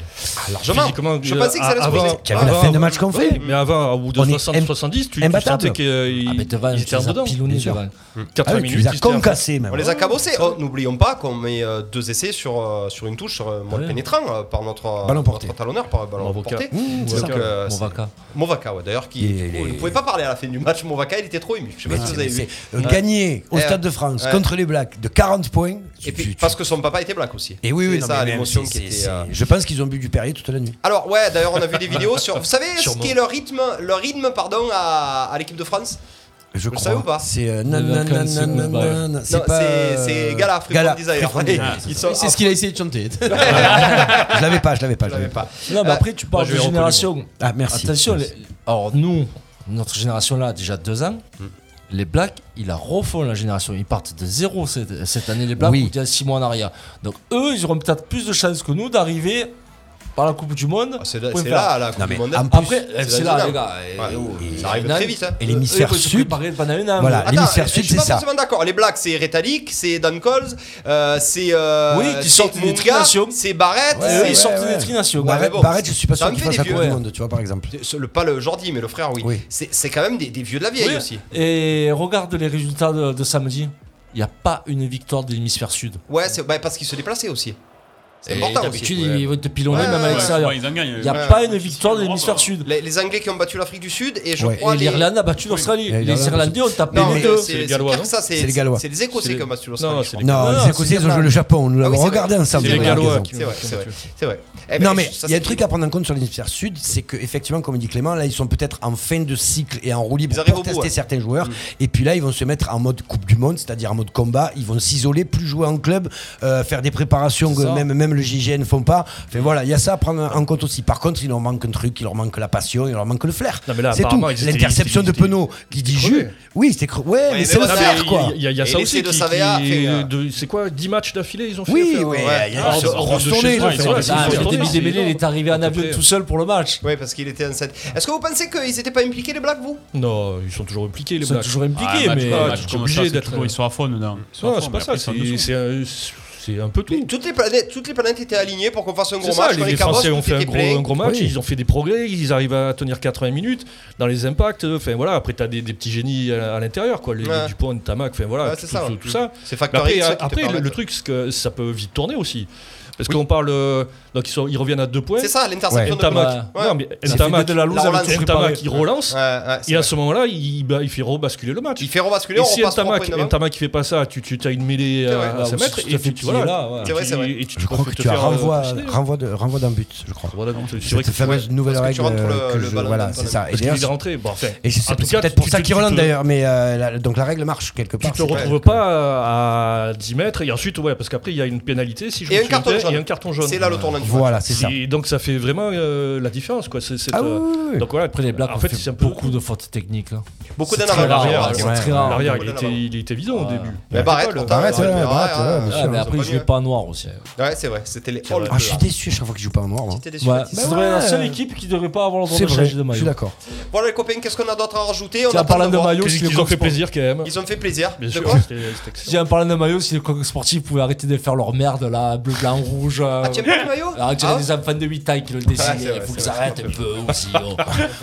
Largement. Physiquement, Je euh, pensais que ça allait se Ah, avant- briser. Tu as vu la avant- fin de match qu'on Oui, fait mais avant, au bout de On est 60, im- 70, tu, tu imbattable. sentais qu'ils Ah, mais devant, ils tu étaient en les as dedans. pilonnés bien sûr. devant. 80 Ah oui, tu minutes, les as ils étaient à fond. concassés, même. On les a cabossés. Oh, N'oublions pas qu'on met euh, deux essais sur, euh, sur une touche, sur euh, moins Ouais. pénétrant, euh, par notre, euh, Ballon porté. notre talonneur, par ballon Mavoka. porté. Mmh, c'est Donc, ça. euh, Mon c'est- vaca. Movaka, ouais, d'ailleurs, qui Il est- ne pouvait pas parler à la fin du match. Movaka, il était trop ému. Je sais pas Mais si c'est- vous avez vu. c'est- euh, Gagner au Ouais. Stade de France Ouais. contre les Blacks de 40 points. Et tu- puis, tu- parce que son papa était black aussi. Et oui, oui, C'est non, ça, mais- mais l'émotion c'est- qui c'est- était. c'est- euh, Je pense qu'ils ont bu du Perrier toute la nuit. Alors, ouais, d'ailleurs, on a vu des vidéos sur. Vous savez ce Sûrement. qui est le rythme, le rythme pardon, à, à l'équipe de France Je le crois. savez ou pas C'est euh, Le nanana, Duncan, c'est nanana, bon, bah ouais. nanana, Non, c'est pas, euh, c'est Gala, Freeform Gala, Desire. Freeform Et Desire. ils sont- C'est ce qu'il a essayé de chanter. Ah, Je l'avais pas, je l'avais pas. Je je l'avais l'avais pas. Non, mais Euh, après, tu parles je de vais reprendre génération. Ah, merci. Attention, les- alors nous, notre génération là, déjà deux ans, Mm. les Blacks, ils la refont la génération. Ils partent de zéro cette, cette année, les Blacks, Oui. ou il y a six mois en arrière. Donc eux, ils auront peut-être plus de chances que nous d'arriver par la Coupe du Monde. Ah, C'est Vous là, pouvez c'est faire- là la Coupe Non, du mais Monde. en Après, C'est c'est la là, zone. les gars. Ouais, et- ouais, et- ça arrive un très an- vite, hein. Et Eux, l'hémisphère ils se sud. préparaient pendant un an. Voilà, Attends, l'hémisphère je sud, suis c'est pas ça. forcément d'accord. Les Blacks, c'est Rétalik, c'est Dan Coles, euh, c'est. euh, Oui, qui c'est sortent des Munga, trinations. C'est Barrett. Ouais, c'est- Eux, ouais, ils sortent ouais. des trinations. Ouais, mais Barrett, bon, Barrett, je suis pas ça sûr me qu'il fait fasse des la Coupe vieux, du hein. Monde, tu vois, par exemple. Ce- le, pas le Jordi, mais le frère, oui. Oui. C'est c'est quand même des, des vieux de la vieille Oui. aussi. Et regarde les résultats de, de samedi. Il n'y a pas une victoire de l'hémisphère sud. Ouais, c'est bah, parce qu'ils se déplaçaient aussi. C'est Et important aussi. D'habitude, Ouais. ils vont te pilonner Ouais, même à ouais, l'extérieur. Ouais, ils en gagnent. Il n'y a Ouais. pas une victoire de l'hémisphère Ouais. sud. Les, les Anglais qui ont battu l'afrique du Sud et je Ouais. crois Et les. l'Irlande a battu l'Australie. Et l'Irlande Les aussi. Irlandais ont tapé Non, les mais deux. c'est les c'est Gallois, pire que ça. C'est les Gallois. C'est les Écossais C'est qui les- ont battu Non, l'Australie. je c'est crois. les- Non, non, les Écossais, ils ont joué le Japon. Nous Ah oui, l'avons c'est regardé vrai. ensemble. C'est les il y a quelques Gallois ans. qui C'est vrai, c'est vrai. C'est vrai. Eh ben, Non, mais ça, il y a c'est- un truc à prendre en compte sur l'hémisphère sud, c'est que effectivement, comme dit Clément, là ils sont peut-être en fin de cycle et en roue libre Ils arrivent pour au bout, tester ouais. certains joueurs. Et puis là, ils vont se mettre en mode Coupe du Monde, c'est-à-dire en mode combat. Ils vont s'isoler, plus jouer en club, euh, faire des préparations que ça. même, même le JGN ne font pas. Enfin voilà, il y a ça à prendre en compte aussi. Par contre, il leur manque un truc, il leur manque la passion, il leur manque le flair. Non, mais là, C'est tout. apparemment, ils étaient- L'interception ils de étaient- Penaud qui dit crevé. jus. Oui, c'était creux. Ouais, mais c'est mais le Non, voilà, flair mais quoi. Il y a, il y a Et ça les aussi. C de qui- Savea, qui- fait, euh, de- c'est quoi 10 matchs d'affilée ils ont fait Oui, à faire, oui, ouais. il y a- Ah, ils sont hors de chez retournés, eux, ils ont ils fait- sont- ouais, ils sont Ah, retournés, le début c'est des mêlées, il énorme. est arrivé en avion Après, tout seul pour le match. Ouais, parce qu'il était un set. Est-ce que vous pensez qu'ils n'étaient pas impliqués, les Blacks, vous Non, ils sont toujours impliqués, euh, les Ils sont Blacks. Ah, toujours impliqués, match, mais. match. Ils sont obligés d'être. Ils sont à fond dedans. Ils sont à Non, fond, c'est mais pas ça. après, ils sont c'est- dessous. C'est un- c'est un peu tout. Toutes les, planètes, toutes les planètes étaient alignées pour qu'on fasse un gros C'est ça, match. les, quand les Cabos, Français ont tout fait un était gros, plein. un gros match, ils ont fait des progrès, ils arrivent à tenir 80 minutes dans les impacts. Enfin voilà, après t'as des, des petits génies à, à l'intérieur, quoi, les, Ouais. les Dupont, Tamac, enfin voilà, Ouais, tout, c'est ça. tout- tout ça. C'est Mais Factory. Bah après, ça, qui te après, le, permet. le truc, c'est que ça peut vite tourner aussi. Parce qu'on parle. euh, donc ils, sont- ils reviennent à deux points. C'est ça, l'interception de Blacks. Ntamak. Ouais. Non, mais Ça fait Ntamak, deux de la loose La avec relance tout Ntamak, préparé. il relance. Ouais, ouais, c'est Et à vrai. ce moment-là, il, bah, il fait rebasculer le match. Il fait rebasculer, et on si repasse trois Ntamak, points devant. Ntamak, il fait pas ça, tu, tu as une mêlée euh, C'est à, vrai. à Ah, 5 ou si mètres tu te fais et tu, tu- voilà, piquer, là, ouais. et C'est vrai, tu- c'est vrai. et tu Je te crois fais que te tu as faire, euh, renvoi, piquer. renvoi de- renvoi d'un but, je crois. Voilà, donc, c'est vrai Cette que fameuse nouvelle parce que tu règle euh, rentres le- que le je- ballon voilà, dans c'est le- ça. Et Parce d'ailleurs, qu'il est rentré. Bon, enfin, Et c'est en c'est tout cas, peut-être tu- pour tu ça te- qu'il tu relance te- d'ailleurs, mais euh, la- donc la règle marche quelque tu part. te c'est retrouves vrai. pas euh, à, à 10 mètres et ensuite ouais parce qu'après il y a une pénalité si je Et me un carton souviens bien, jaune. et un carton jaune. C'est là le tournant du match. Voilà, c'est ça. Et donc ça fait vraiment euh, la différence quoi. C'est, c'est, Ah euh, oui, oui, oui. Donc voilà Après, les Blacks En ont fait, fait, c'est un peu- beaucoup de fautes techniques. hein. Beaucoup d'un C'est très avant. rare, ouais, c'est ouais. très rare. l'arrière il Voilà, était, là-bas. il était évident au Ouais. début. Mais Barrett, on Barrett, t'a- ouais, ouais, Barrett, ouais, ouais, ouais. bien Ouais, sûr. mais c'est après, pas ils jouaient mieux. pas en noir aussi. Ouais, c'est vrai, c'était les All Ah, je suis Blacks. déçu à chaque fois que je joue pas en noir. moi. C'était des Ouais, chouettes c'est histoires. la seule équipe qui devrait pas avoir le droit C'est de vrai, changer de je suis maillot. d'accord. Voilà les copains, qu'est-ce qu'on a d'autre à rajouter On Tiens, en attend parlant de de voir. maillot, Ils, si le ils ont coq fait sportif- plaisir quand même. Ils ont fait plaisir. Bien De sûr. quoi c'était- c'était excellent. si en parlant de maillot, si le coq sportif pouvait arrêter de faire leur merde là, bleu, blanc, rouge. euh, Ah, tu aimes pas le maillot Alors, tu Ah as ouais des enfants de 8 ans qui le dessinent, Ouais, c'est vrai, faut c'est qu'ils arrêtent un peu aussi. oh.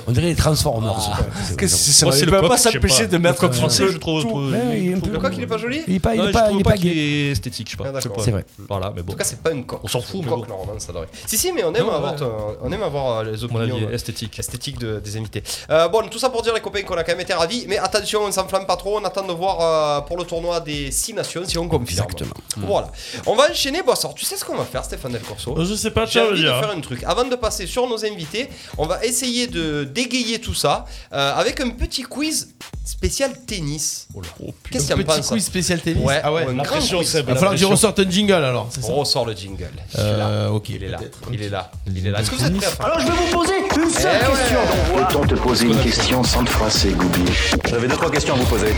On dirait les Transformers. Ah. C'est- Qu'est-ce que c'est ça Moi, c'est Ils le peuvent coq, pas je sais s'empêcher pas. de Le mettre coq un français, peu je trouve. tout. trouve- Ouais, il est un peu- Le coq, il est pas joli Il est pas, il Non, est je pas, trouve il est pas pas qu'il gay. est esthétique, je sais Ah, pas. Je sais d'accord. pas. C'est vrai. Voilà, mais En bon. tout cas, c'est pas une coque. On s'en fout, Une mais coque, bon. normalement, ça devrait. Si, si, mais on aime Non, avoir, ouais. ton- on aime avoir euh, les Mon opinions avis euh, esthétique. esthétiques de- des invités. Euh, bon, tout ça pour dire, les copains, qu'on a quand même été ravis. Mais attention, on s'enflamme pas trop. On attend de voir euh, pour le tournoi des 6 nations si on confirme. Exactement. Voilà. On va enchaîner. Bon, alors, tu sais ce qu'on va faire, Stéphane Del Corso Je sais pas, J'ai tiens, envie vas-y, de hein. faire un truc. Avant de passer sur nos invités, on va essayer de dégayer tout ça euh, avec un petit quiz spécial tennis. Qu'est-ce qu'il y a Petit quiz spécial tennis. Ouais, ah ouais. un Il grand pression, quiz. Seb. va falloir que je ressorte un jingle alors. c'est ça On ressort le jingle. Euh, ok. Il est là. Il est là. Il est là. Est-ce que vous êtes prêts à faire Alors je vais vous poser une seule Eh ouais. question. Peut-on te poser une question sans te froisser, Goubi J'avais deux, trois questions à vous poser.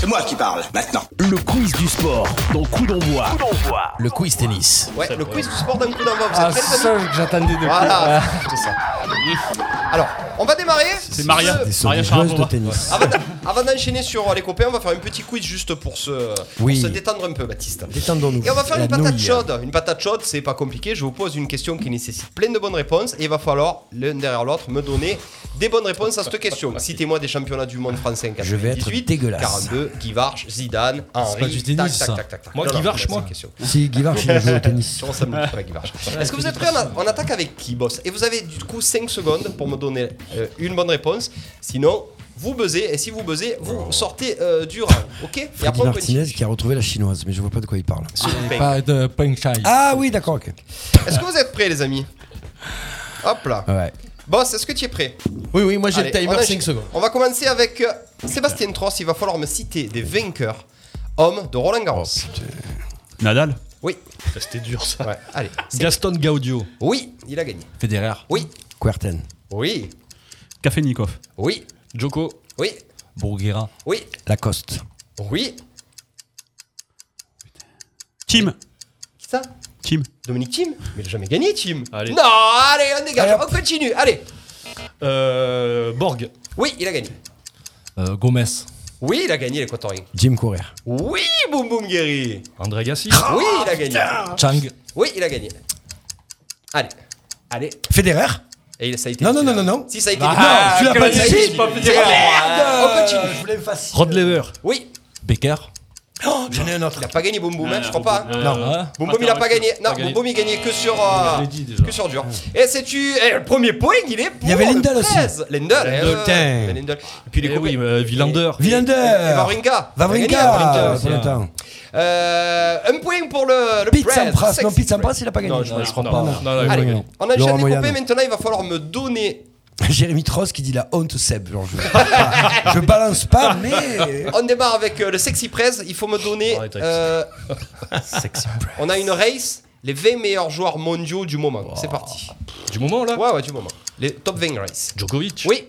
C'est moi qui parle, maintenant. Le quiz du sport dans Coup d'envoi. Le quiz tennis. Ouais, le quiz du sport d'un coup d'envoi. Vous Ah, êtes prêts, c'est les amis ça que j'attendais depuis. Voilà, c'est ça. Alors, on va démarrer. C'est Maria. Euh, Des sont Maria des joueuses de Sharapova. tennis. Avant d'en- Avant d'enchaîner sur euh, les copains, on va faire un petit quiz juste pour se, pour Oui. se détendre un peu, Baptiste. Détendons-nous. Et on va faire La une patate nouille. chaude. Une patate chaude, c'est pas compliqué. Je vous pose une question qui nécessite plein de bonnes réponses. Et il va falloir, l'un derrière l'autre, me donner des bonnes réponses à cette question. Citez-moi des championnats du monde français en Je vais être 98, dégueulasse. 42, Guivarch, Zidane, Henri. pas du tennis, tac, tac, ça. tac, tac, tac. Moi, Non, non, Guivarch, c'est une moi. question. Si Guivarch, il a joué au tennis. Sur un samedi, pas Guy Varche. Est-ce que vous êtes prêts on, a- on attaque avec qui, boss Et vous avez du coup 5 secondes pour me donner euh, une bonne réponse. Sinon, vous buzzez. Et si vous buzzez, vous sortez euh, du rang. Ok Et Freddy après, on peut Martinez qui a retrouvé la chinoise, mais je vois pas de quoi il parle. discuter. Pas de Peng Chai. Ah oui, d'accord, ok. Est-ce que vous êtes prêts, les amis Hop là. Ouais. Boss, est-ce que tu es prêt Oui, oui, moi j'ai le Allez, on timer enchaîne. 5 secondes. On va commencer avec euh, Sébastien Tross. Il va falloir me citer des vainqueurs hommes de Roland Garros. Nadal. oui. Ça, C'était dur ça. Ouais. Allez. Gaston Gaudio. Oui, il a gagné. Federer. Oui. Querten. Oui. Café Nikov. Oui. Joko. Oui. Bourguera. Oui. Lacoste. Oui. Kim. Qui ça Tim. Dominique Tim Mais il a jamais gagné, Tim. Allez. Non, allez, on dégage, on continue. Allez. Euh, Borg. Oui, il a gagné. Euh, Gomez. Oui, il a gagné l'équatorien. Jim Courir. Oui, Boum Boum Guéry. André Agassi. Oui, il a gagné. Chang. Oui, il a gagné. Allez. Allez. Federer Et il- ça a été. Non, non, non, non, non. Si ça a été. Ah, non, tu l'as pas dit. ça a été- Si, Merde, On continue. Je voulais facile. Rod Lever. Oui, Becker. Oh, j'en ai un autre. il a pas gagné Boum Boum, hein, je crois Euh, pas. hein. euh, Ah. Ah. Non. Boum Boum, il a pas gagné. Non, gagné. Boum Boum, il gagnait que sur. euh, que sur dur. Et c'est tu. eh, le premier point, il est. Pour Il y avait Lindel le aussi. 13. Lindel. eh, Lindel, ouais, putain. il y avait Lindel. Et puis les Eh oui, copains. mais Villander. Villander. Et Vavrinka. Il a gagné, Vavrinka. Ah, Vavrinka. Valentin. Euh, un point pour le, le Pete Preds. Sampras. Sex Non, Pete Preds. Sampras, il a pas gagné. Non, je Ouais. je crois pas. Non, non, il a Allez, gagné. on a déjà Laurent découpé, Moyano. maintenant il va falloir me donner. Jérémy Tross qui dit la honte Seb. Genre, je, je balance pas, mais. On démarre avec euh, le Sexy Press, il faut me donner. Arrête avec euh, on a une race, les 20 meilleurs joueurs mondiaux du moment. C'est parti. Du moment là. Ouais, ouais, du moment. Les top 20 race. Djokovic. Oui,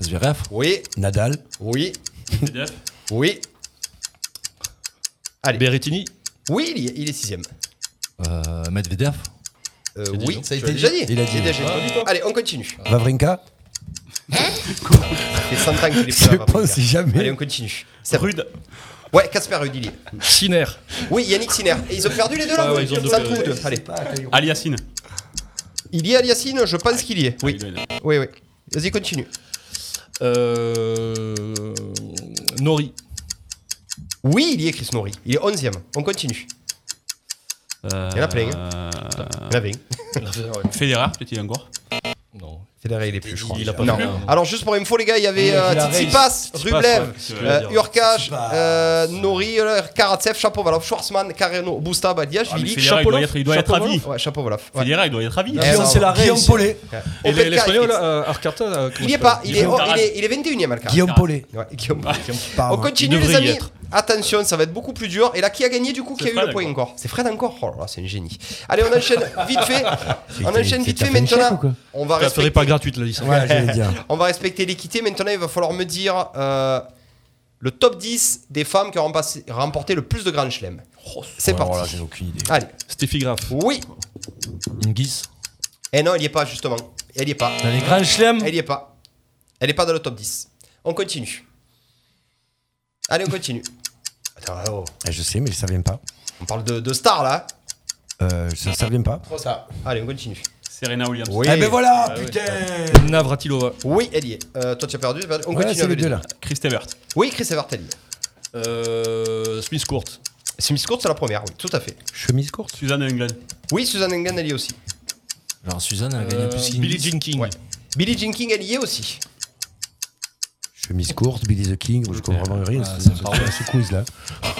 Zverev. oui, Nadal. oui, PDF. oui, Berrettini. oui, il y est- il est sixième. Euh, Medvedev. Euh, dit, oui, non ça a Tu été déjà dit. Il a dit. Ah. C'est déjà dit. Allez, on continue. Vavrinka. C'est Santang qui les Je prend, pense Paprika. Allez, jamais. on continue. C'est Rude. Ouais, Casper Ruud, il y est. Sinner. Oui, Yannick Sinner. Et ils ont perdu les deux là Ah ouais, ils ont Ça deux- trouve ouais, deux. Allez. Aliasine. Il y est Aliasine, je pense qu'il y est. Oui, Il est là. oui, oui. Vas-y, continue. Euh, Nori. Oui, il y est, Chris Nori. Il est 11 e On continue. Euh, Il y en a plein, euh, Il y en avait un. Federer, peut-être il est encore. Non. Federer, il est plus, je crois. Il a pas hein. Non. fait. Alors, juste pour info, les gars, il y avait Il a euh, fait la Tsitsipas, Rublev, ouais, c'est ce que euh, j'allais dire. Urkash, Tsitsipas. euh, Nori, euh, Karatsev, Chapovalov, Schwarzman, Carreno, Busta, Badiach, Ah, mais Vili, Federer, il doit y être- il doit être ravi. Ouais, Chapovalov. Ouais. Federer, il doit être ravi. Eh, Guillaume- non, c'est la Guillaume Paulet. Et Opelka l'es- l'espagnol, Fritz. euh, Arcarta. là, comment Il y est s'appelle pas, il est, oh, il est, il est 21ème, Alcaraz. Guillaume Paulet. Ouais, Guillaume. Pardon. On continue, Il les devrait y amis. être. Attention, ça va être beaucoup plus dur. Et là, qui a gagné du coup Qui a C'est eu Fred le point encore C'est Fred encore Oh là là, c'est un génie. Allez, on enchaîne vite fait. on enchaîne vite fait maintenant. On va, Je la ferai respecter, pas gratuite la licence. Ouais, j'allais dire. on va respecter l'équité. Maintenant, il va falloir me dire euh, le top 10 des femmes qui ont rempassé- remporté le plus de Grand Chelem. C'est Alors là, parti. j'ai aucune idée. Allez, Stéphie Graff. oui. Ingis. Et non, elle y est pas justement. Elle y est pas. Dans les grands chelems. Elle y est pas. Elle est pas dans le top 10. On continue. Allez, on continue. Attends, oh, Ah, Je sais, mais ça vient pas. on parle de, de stars là. Euh, ça, ça vient pas. Trop ça. Allez, on continue. Serena Williams. bah Oui. Eh ben voilà, putain. Navratilova. Oui, elle y est. Euh, toi, tu as perdu. On Ouais, continue c'est les avec deux là. Chris Evert. Oui, Chris Evert, elle y est. Euh, Smith Court. Smith Court, c'est la première, oui, tout à fait. Chemise courte. Suzanne England. Oui, Susan Engen, elle y est aussi. Genre Suzanne elle a gagné Euh, plus qu'Ingis. Billie Jean King. Ouais. Billie Jean King, elle y est aussi. Chemise courte, Billy the King. Je comprends vraiment rien. Ah, C'est ça me parle. ce quiz là.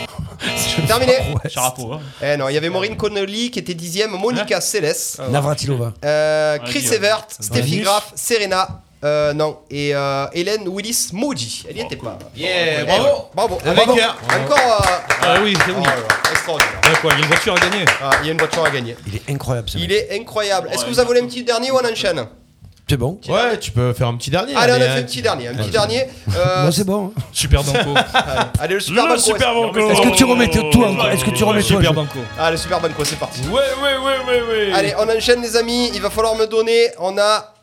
Terminé. Charapo. hein. Eh non, il y avait Maureen Connolly qui était dixième, Hein Monica Ah. Seles, Navratilova. euh, Ouais, Chris Guillaume. Evert, Steffi Graf, Serena. euh, non, et euh, Hélène Willis Moody. Elle y était pas. Yeah, bravo. Bravo. Le Bravo. vainqueur. Encore. euh, Ah oui, c'est oh oui. là là, extraordinaire. Ah, quoi, il y a une voiture à gagner. Ah, il y a une voiture à gagner. Il est incroyable. ce mec. Il est incroyable. Est-ce que vous avez voulu un petit dernier ou on enchaîne C'est bon. Ouais, tu peux faire un petit dernier. Allez, on a fait un petit dernier. Un petit dernier. Euh, Moi, c'est bon. hein. Super Danco. Allez, le Super Banco. oh. Banco. Est-ce que tu remets tout en- Est-ce que tu remets toi Super Banco. Ah, le Super Banco, c'est parti. Ouais, ouais, ouais, ouais, ouais. Allez, on enchaîne, les amis. Il va falloir me donner. On a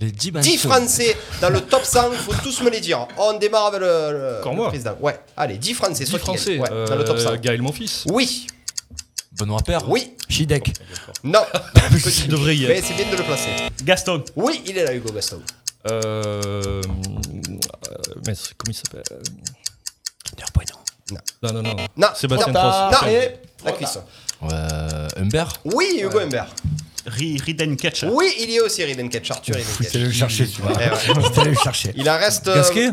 Les 10 10 Français dans le top 100. Faut tous me les dire. On démarre avec le, le- Encore le moi. président. Ouais, allez, 10 Français. 10 soit qui français. gagnent. Ouais, dans le top 100. Euh, Gaël Monfils. Oui, Benoît Père. oui, Chidek. Eh non. Il devrait y Mais être. c'est bien de le placer. Gaston. Oui, il est là, Hugo Gaston. Euh. euh, Mais c'est- comment il s'appelle Non. Non, non, non. Non, Sébastien non, Prost. non. Et la cuisse. Euh, Humbert. Oui, Hugo Humbert. Riden Ketch. Oui, il y est aussi, Riden Ketch. Arthur Riden Ketch. T'allais le chercher, tu vois. Eh ouais. T'allais le chercher. Il en reste. euh, Gasquet.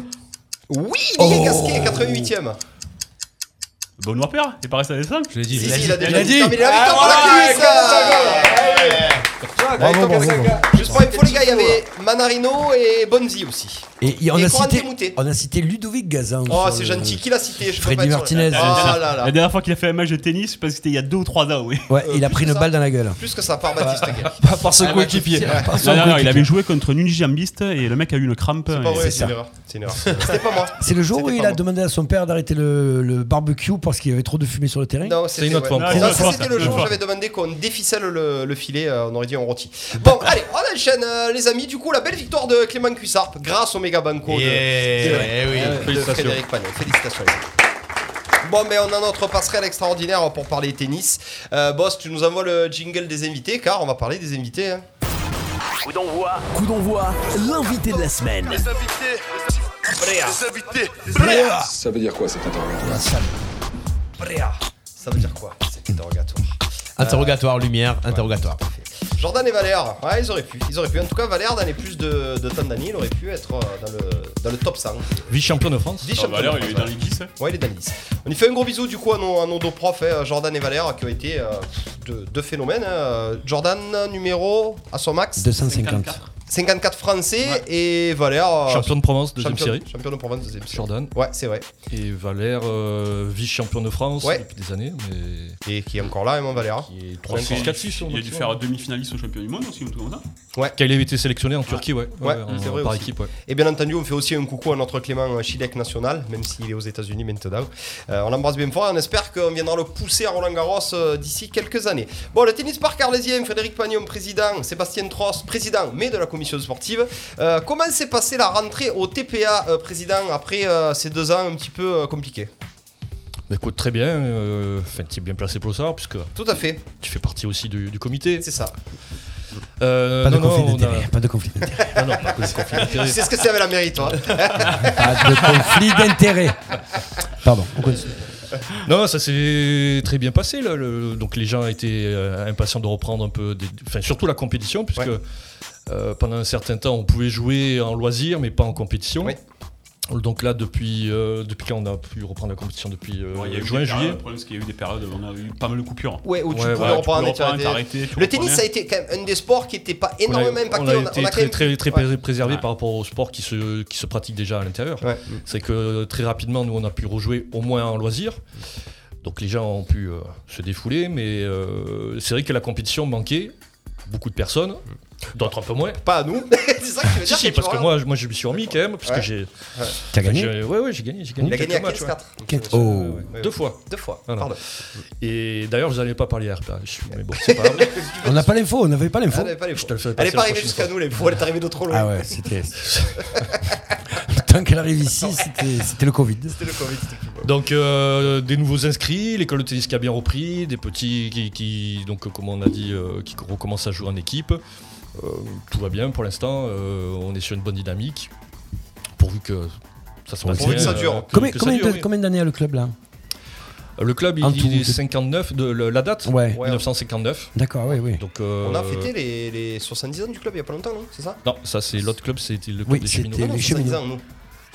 Oui, il y est casqué, 88 e Benoît Père. Il est pas resté à la descente. Je l'ai dit. Si, si, il a il déjà l'a dit. Non, mais il a victoire pour la cuisse Bravo, bravo. ah, Juste pour info, les gars, il y avait Manarino et Bonzi aussi. Et, il- on, Et a Corentin cité, Moutet. on a cité Ludovic Gazan. Oh, sur c'est le- gentil. Qui l'a cité Je peux Freddy pas être sûr. Martinez. Ah là là. La dernière fois qu'il a fait un match de tennis, je pense que c'était il y a 2 ou 3 ans, oui. Ouais, il a pris Euh, que une ça. balle dans la gueule. Plus que ça, par Baptiste. Gay. Pas par son Ah, coéquipier. Baptiste, ouais. Non, non, non, il avait joué contre un unijambiste et le mec a eu une crampe. euh, C'est pas et- vrai, c'est ça. une erreur. C'est une erreur. C'était pas moi. C'est le jour où C'était il pas a moi. demandé à son père d'arrêter le, le barbecue parce qu'il y avait trop de fumée sur le terrain. Non, c'était- une autre ouais. fois, Non, encore. ça, Une autre fois, c'était ça. le Une jour où fois. j'avais demandé qu'on déficelle le, le filet, euh, on aurait dit on rôti. Bon, allez, on enchaîne, euh, les amis. Du coup, la belle victoire de Clément Cuissard grâce au méga banco de- de, Yeah, eh oui. de Frédéric Panet. Félicitations. les gars. Bon, mais on a notre passerelle extraordinaire pour parler tennis. Euh, boss, tu nous envoies le jingle des invités, car on va parler des invités. hein. Coup d'envoi. Coup d'envoi, l'invité de la semaine. Les invités. Les invités. Ça veut dire quoi cet interrogatoire Ça veut dire quoi C'est interrogatoire. Interrogatoire, lumière, interrogatoire. Jordan et Valère, ouais, ils auraient pu. Ils auraient pu. En tout cas, Valère, dans les plus de, de temps d'année, il aurait pu être euh, dans le, dans le top 100. Vice-champion de France Ah, bah, Vice-champion alors, de il est France, dans les 10. hein. Ouais, il est dans le 10. On y fait un gros bisou du coup à nos, à nos deux profs, hein, Jordan et Valère, qui ont été euh, deux, deux phénomènes. hein. Jordan, numéro à son max, 250. 54 français, et Valère, euh, Ah, Champion de Provence, deuxième champion- série. champion de province, deuxième série. Jordan. Ouais, c'est vrai. Et Valère, euh, vice-champion de France Ouais. depuis des années, mais Et qui est encore là, hein, mon Valère. qui est Ouais, 3-6, 4-6. Il a dû faire demi-finaliste au champion du monde hein. aussi, ou un truc comme ça. Qu'il a été sélectionné en Turquie, ouais. Euh, Ouais, en- c'est vrai Par aussi. équipe, ouais. Et bien entendu, on fait aussi un coucou à notre Clément Chilek national, même s'il est aux États-Unis maintenant. Euh, on l'embrasse bien fort et on espère qu'on viendra le pousser à Roland Garros euh, d'ici quelques années. Bon, le tennis parc arlésien, Frédéric Pagnon, président, Sébastien Tross, président, mais de la commission sportive. Euh, comment s'est passée la rentrée au TPA, euh, président, après euh, ces deux ans un petit peu euh, compliqués Bah, Écoute, très bien. euh, Enfin, tu es bien placé pour ça, puisque Tout à fait, tu fais partie aussi du, du comité. c'est ça. Euh, Pas, de non, non, conflit on a- d'intérêt, pas de conflit d'intérêt. Ah non, pas de conflit d'intérêt. C'est ce que c'est avec la mairie, toi. Pas de conflit d'intérêt. Pardon. on continue. Non, ça s'est très bien passé. là, le- donc les gens étaient euh, impatients de reprendre un peu, des- enfin surtout la compétition, puisque Ouais. euh, pendant un certain temps on pouvait jouer en loisir, mais pas en compétition. Ouais. Donc là, depuis euh, depuis quand on a pu reprendre la compétition depuis euh, Bon, il y a eu juin, des périodes, juillet. Le problème, c'est qu'il y a eu des périodes où on a eu pas mal de coupures. Ouais, où tu Ouais, pouvais ouais, tu reprendre peux des- reprendre, des- t'arrêter, tu Le tennis, reprenais. ça a été quand même un des sports qui n'était pas On a- énormément on impacté. a On a- été on a quand très, même- très, très Ouais. préservé Ouais. par rapport au sport qui se, qui se pratique déjà à l'intérieur. Ouais. C'est que euh, très rapidement, nous, on a pu rejouer au moins en loisir. Donc les gens ont pu euh, se défouler, mais euh, c'est vrai que la compétition manquait. Beaucoup de personnes, d'autres un peu moins. Pas à nous. c'est ça que tu veux Si, dire. si, tu parce que vois. moi, je- moi je me suis remis quand même, puisque Ouais. j'ai. T'as gagné j'ai- Ouais, ouais, j'ai gagné. J'ai gagné Il a quelques gagné à matchs, ouais. 15-4. Oh. euh, Ouais, ouais. Deux fois. Deux fois, Voilà. pardon. Et d'ailleurs, vous n'allez pas parler à RPA. je suis- Mais bon, c'est pas grave. On n'a pas l'info, on n'avait pas Ah, l'info. Elle est pas, les Je faux. te le fais Elle est passer la pas arrivée prochaine jusqu'à fois. nous, les fous, elle est arrivée de trop loin. Ah ouais, c'était. Tant qu'elle arrive ici, c'était c'était le Covid. C'était le Covid, c'était plus beau. Donc euh, des nouveaux inscrits, l'école de tennis qui a bien repris, des petits qui, qui- donc euh, comme on a dit, euh, qui recommencent à jouer en équipe. Euh, tout va bien pour l'instant, euh, on est sur une bonne dynamique, pourvu que ça se passe Pourvu bien, que ça euh, dure. que- Combien, que ça combien dure, de- oui. combien d'années à le club là Le club, En il, tout, il est de- 59 de le- la date, Ouais, Ouais. 1959. d'accord, oui, oui. Donc euh, On a fêté les, les 70 ans du club il y a pas longtemps, non C'est ça Ah Non, ça c'est l'autre club, c'était le club Oui, des c'était- cheminots. les non, 70 cheminots. ans, nous.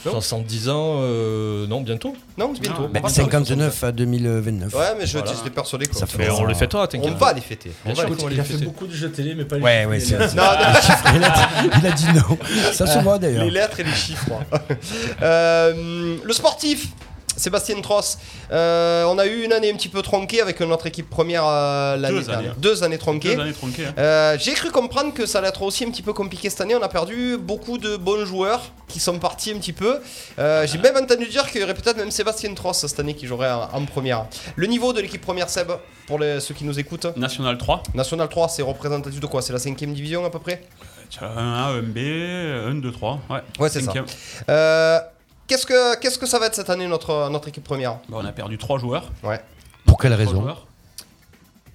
non. 70 ans, euh, non, bientôt. Non, c'est bientôt. Non, On Bah, Ben, va 59 à 2029. pas- Ouais, mais je Voilà. j'étais persuadé quoi. Ça Mais fait- on le fêtera, t'inquiète. On va les fêter. On Bien va sûr les qu'on va Il les a fait fêter. beaucoup de jeux télé, mais pas les Ouais, ouais, c'est les- c'est- fêter. Non, non, il, a dit- il a dit non. Ça se voit d'ailleurs. les lettres et les chiffres. Euh, le sportif Sébastien Tross, Euh, on a eu une année un petit peu tronquée avec notre équipe première euh, l'année Deux années. dernière. Deux années tronquées. Deux années tronquées. hein. Euh, j'ai cru comprendre que ça allait être aussi un petit peu compliqué cette année. On a perdu beaucoup de bons joueurs qui sont partis un petit peu. Euh, J'ai même entendu dire qu'il y aurait peut-être même Sébastien Tross cette année qui jouerait en, en première. Le niveau de l'équipe première, Seb, pour les- ceux qui nous écoutent National 3. National 3, c'est représentatif de quoi C'est la 5ème division à peu près Tu as un A, un B, un 2, 3. Ouais, Ouais, c'est ça. Cinquième. Euh, Qu'est-ce que, qu'est-ce que ça va être cette année notre, notre équipe première Bon, on a perdu 3 joueurs. Pour quelle Trois raison joueurs.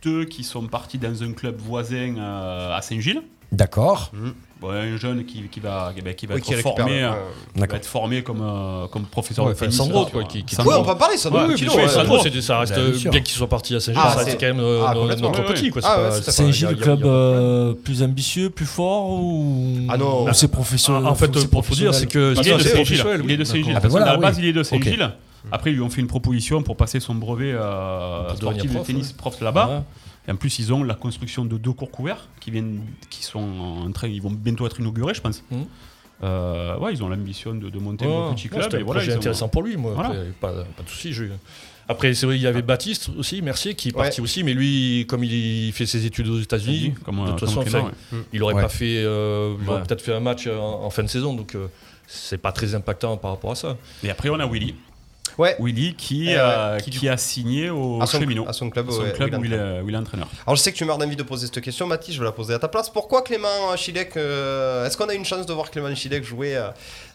Deux qui sont partis dans un club voisin euh, à Saint-Gilles. D'accord, Bon, un jeune qui, qui va, eh ben, qui va- qui va Oui, être qui récupère formé. le- euh, euh, qui va d'accord. être formé comme, euh, comme professeur Ouais, de enfin, tennis, Sandro, sur- quoi, qui- qui- Sandro. Ouais, on peut en parler, ça. Ouais, non, oui, Tino, bien ouais. sûr, Sandro, ouais. c'est- ça reste euh, Bah, bien sûr. bien qu'ils soient partis à Saint-Gilles, Ah, ça c'est- reste quand même euh, Ah, no- complètement. notre Ouais, petit. ouais. quoi, c'est Ah, pas- ouais, c'est c'est pas- ça. y Saint-Gilles, a- le y a- club y a- euh, plus ambitieux, plus fort ou. Ah non. Ou c'est professionnel Ah, En fait, c'est pour vous dire, professionnel c'est que Il est de c'est Saint-Gilles. professionnel, Il est de oui, Saint-Gilles. d'accord. Ah, ben voilà, à la base, oui. il est de Ok. Saint-Gilles. Après, ils lui ont fait une proposition pour passer son brevet euh, Pour devenir sportif de prof, tennis prof là-bas. Et en plus, ils ont la construction de deux cours couverts qui viennent, qui sont en train, ils vont bientôt être inaugurés, je pense. Mhm. Euh, ouais, ils ont l'ambition de, de monter Ouais, un petit ouais, club. c'était et un voilà, projet ils ont- intéressant pour lui, moi. Voilà. après, Pas, pas de souci. je- Après, c'est vrai, il y avait Baptiste aussi, Mercier, qui est Ouais. parti aussi, mais lui, comme il fait ses études aux États-Unis, États-Unis, comme, euh, de toute comme façon, Clément, enfin, il aurait Ouais. pas fait, euh, il aurait Ouais. peut-être fait un match en, en fin de saison, donc euh, c'est pas très impactant par rapport à ça. Et après, on a Willy. Ouais. Willy qui, Eh ouais, euh, qui, qui, du a signé au À son- Cheminot. à son club, ouais, où, où il il est, où il est entraîneur. Alors je sais que tu meurs d'envie de poser cette question, Mathis, je vais la poser à ta place. Pourquoi Clément Chilek euh, Est-ce qu'on a une chance de voir Clément Chilek jouer euh,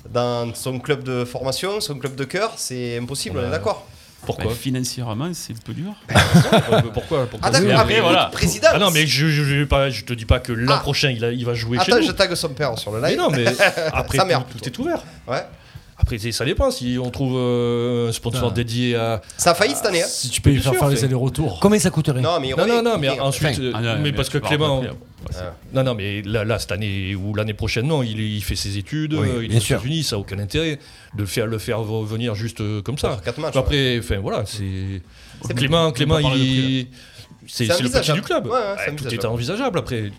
dans son club de formation, son club de cœur C'est impossible, on est d'accord Pourquoi Bah, Financièrement, c'est un peu dur. Pourquoi, pourquoi, pourquoi- Ah d'accord, Mais après, voilà. président Ah non, mais je, je, je vais pas, je te dis pas que l'an Ah. prochain, il, a- il va jouer Attends, chez je nous. tague son père sur le live. Mais non, mais après, Sa mère, tout, tout plutôt. est ouvert. Ouais. Après, c'est- ça dépend. Si on trouve euh, un sponsor Ah. Putain. dédié à, Ça a failli cette année. hein. Si tu peux lui Bien faire sûr, faire les fait. allers-retours. Combien ça coûterait Non, mais il Non, revient, non, non, il mais revient. ensuite. euh, Ah, non, mais mais parce que tu vas Clément. rappeler, Non, non, mais là, là, cette année ou l'année prochaine, non, il, il fait ses études, Oui, euh, il bien est aux sûr. États-Unis, ça n'a aucun intérêt de le faire, le faire v- venir juste euh, comme ça. Pour quatre matchs, Après, enfin, voilà, c'est. C'est- Clément, Clément, parler de il. C'est C'est c'est le petit envisageable. du club. Ouais, ouais, c'est Ah, tout envisageable. est envisageable après.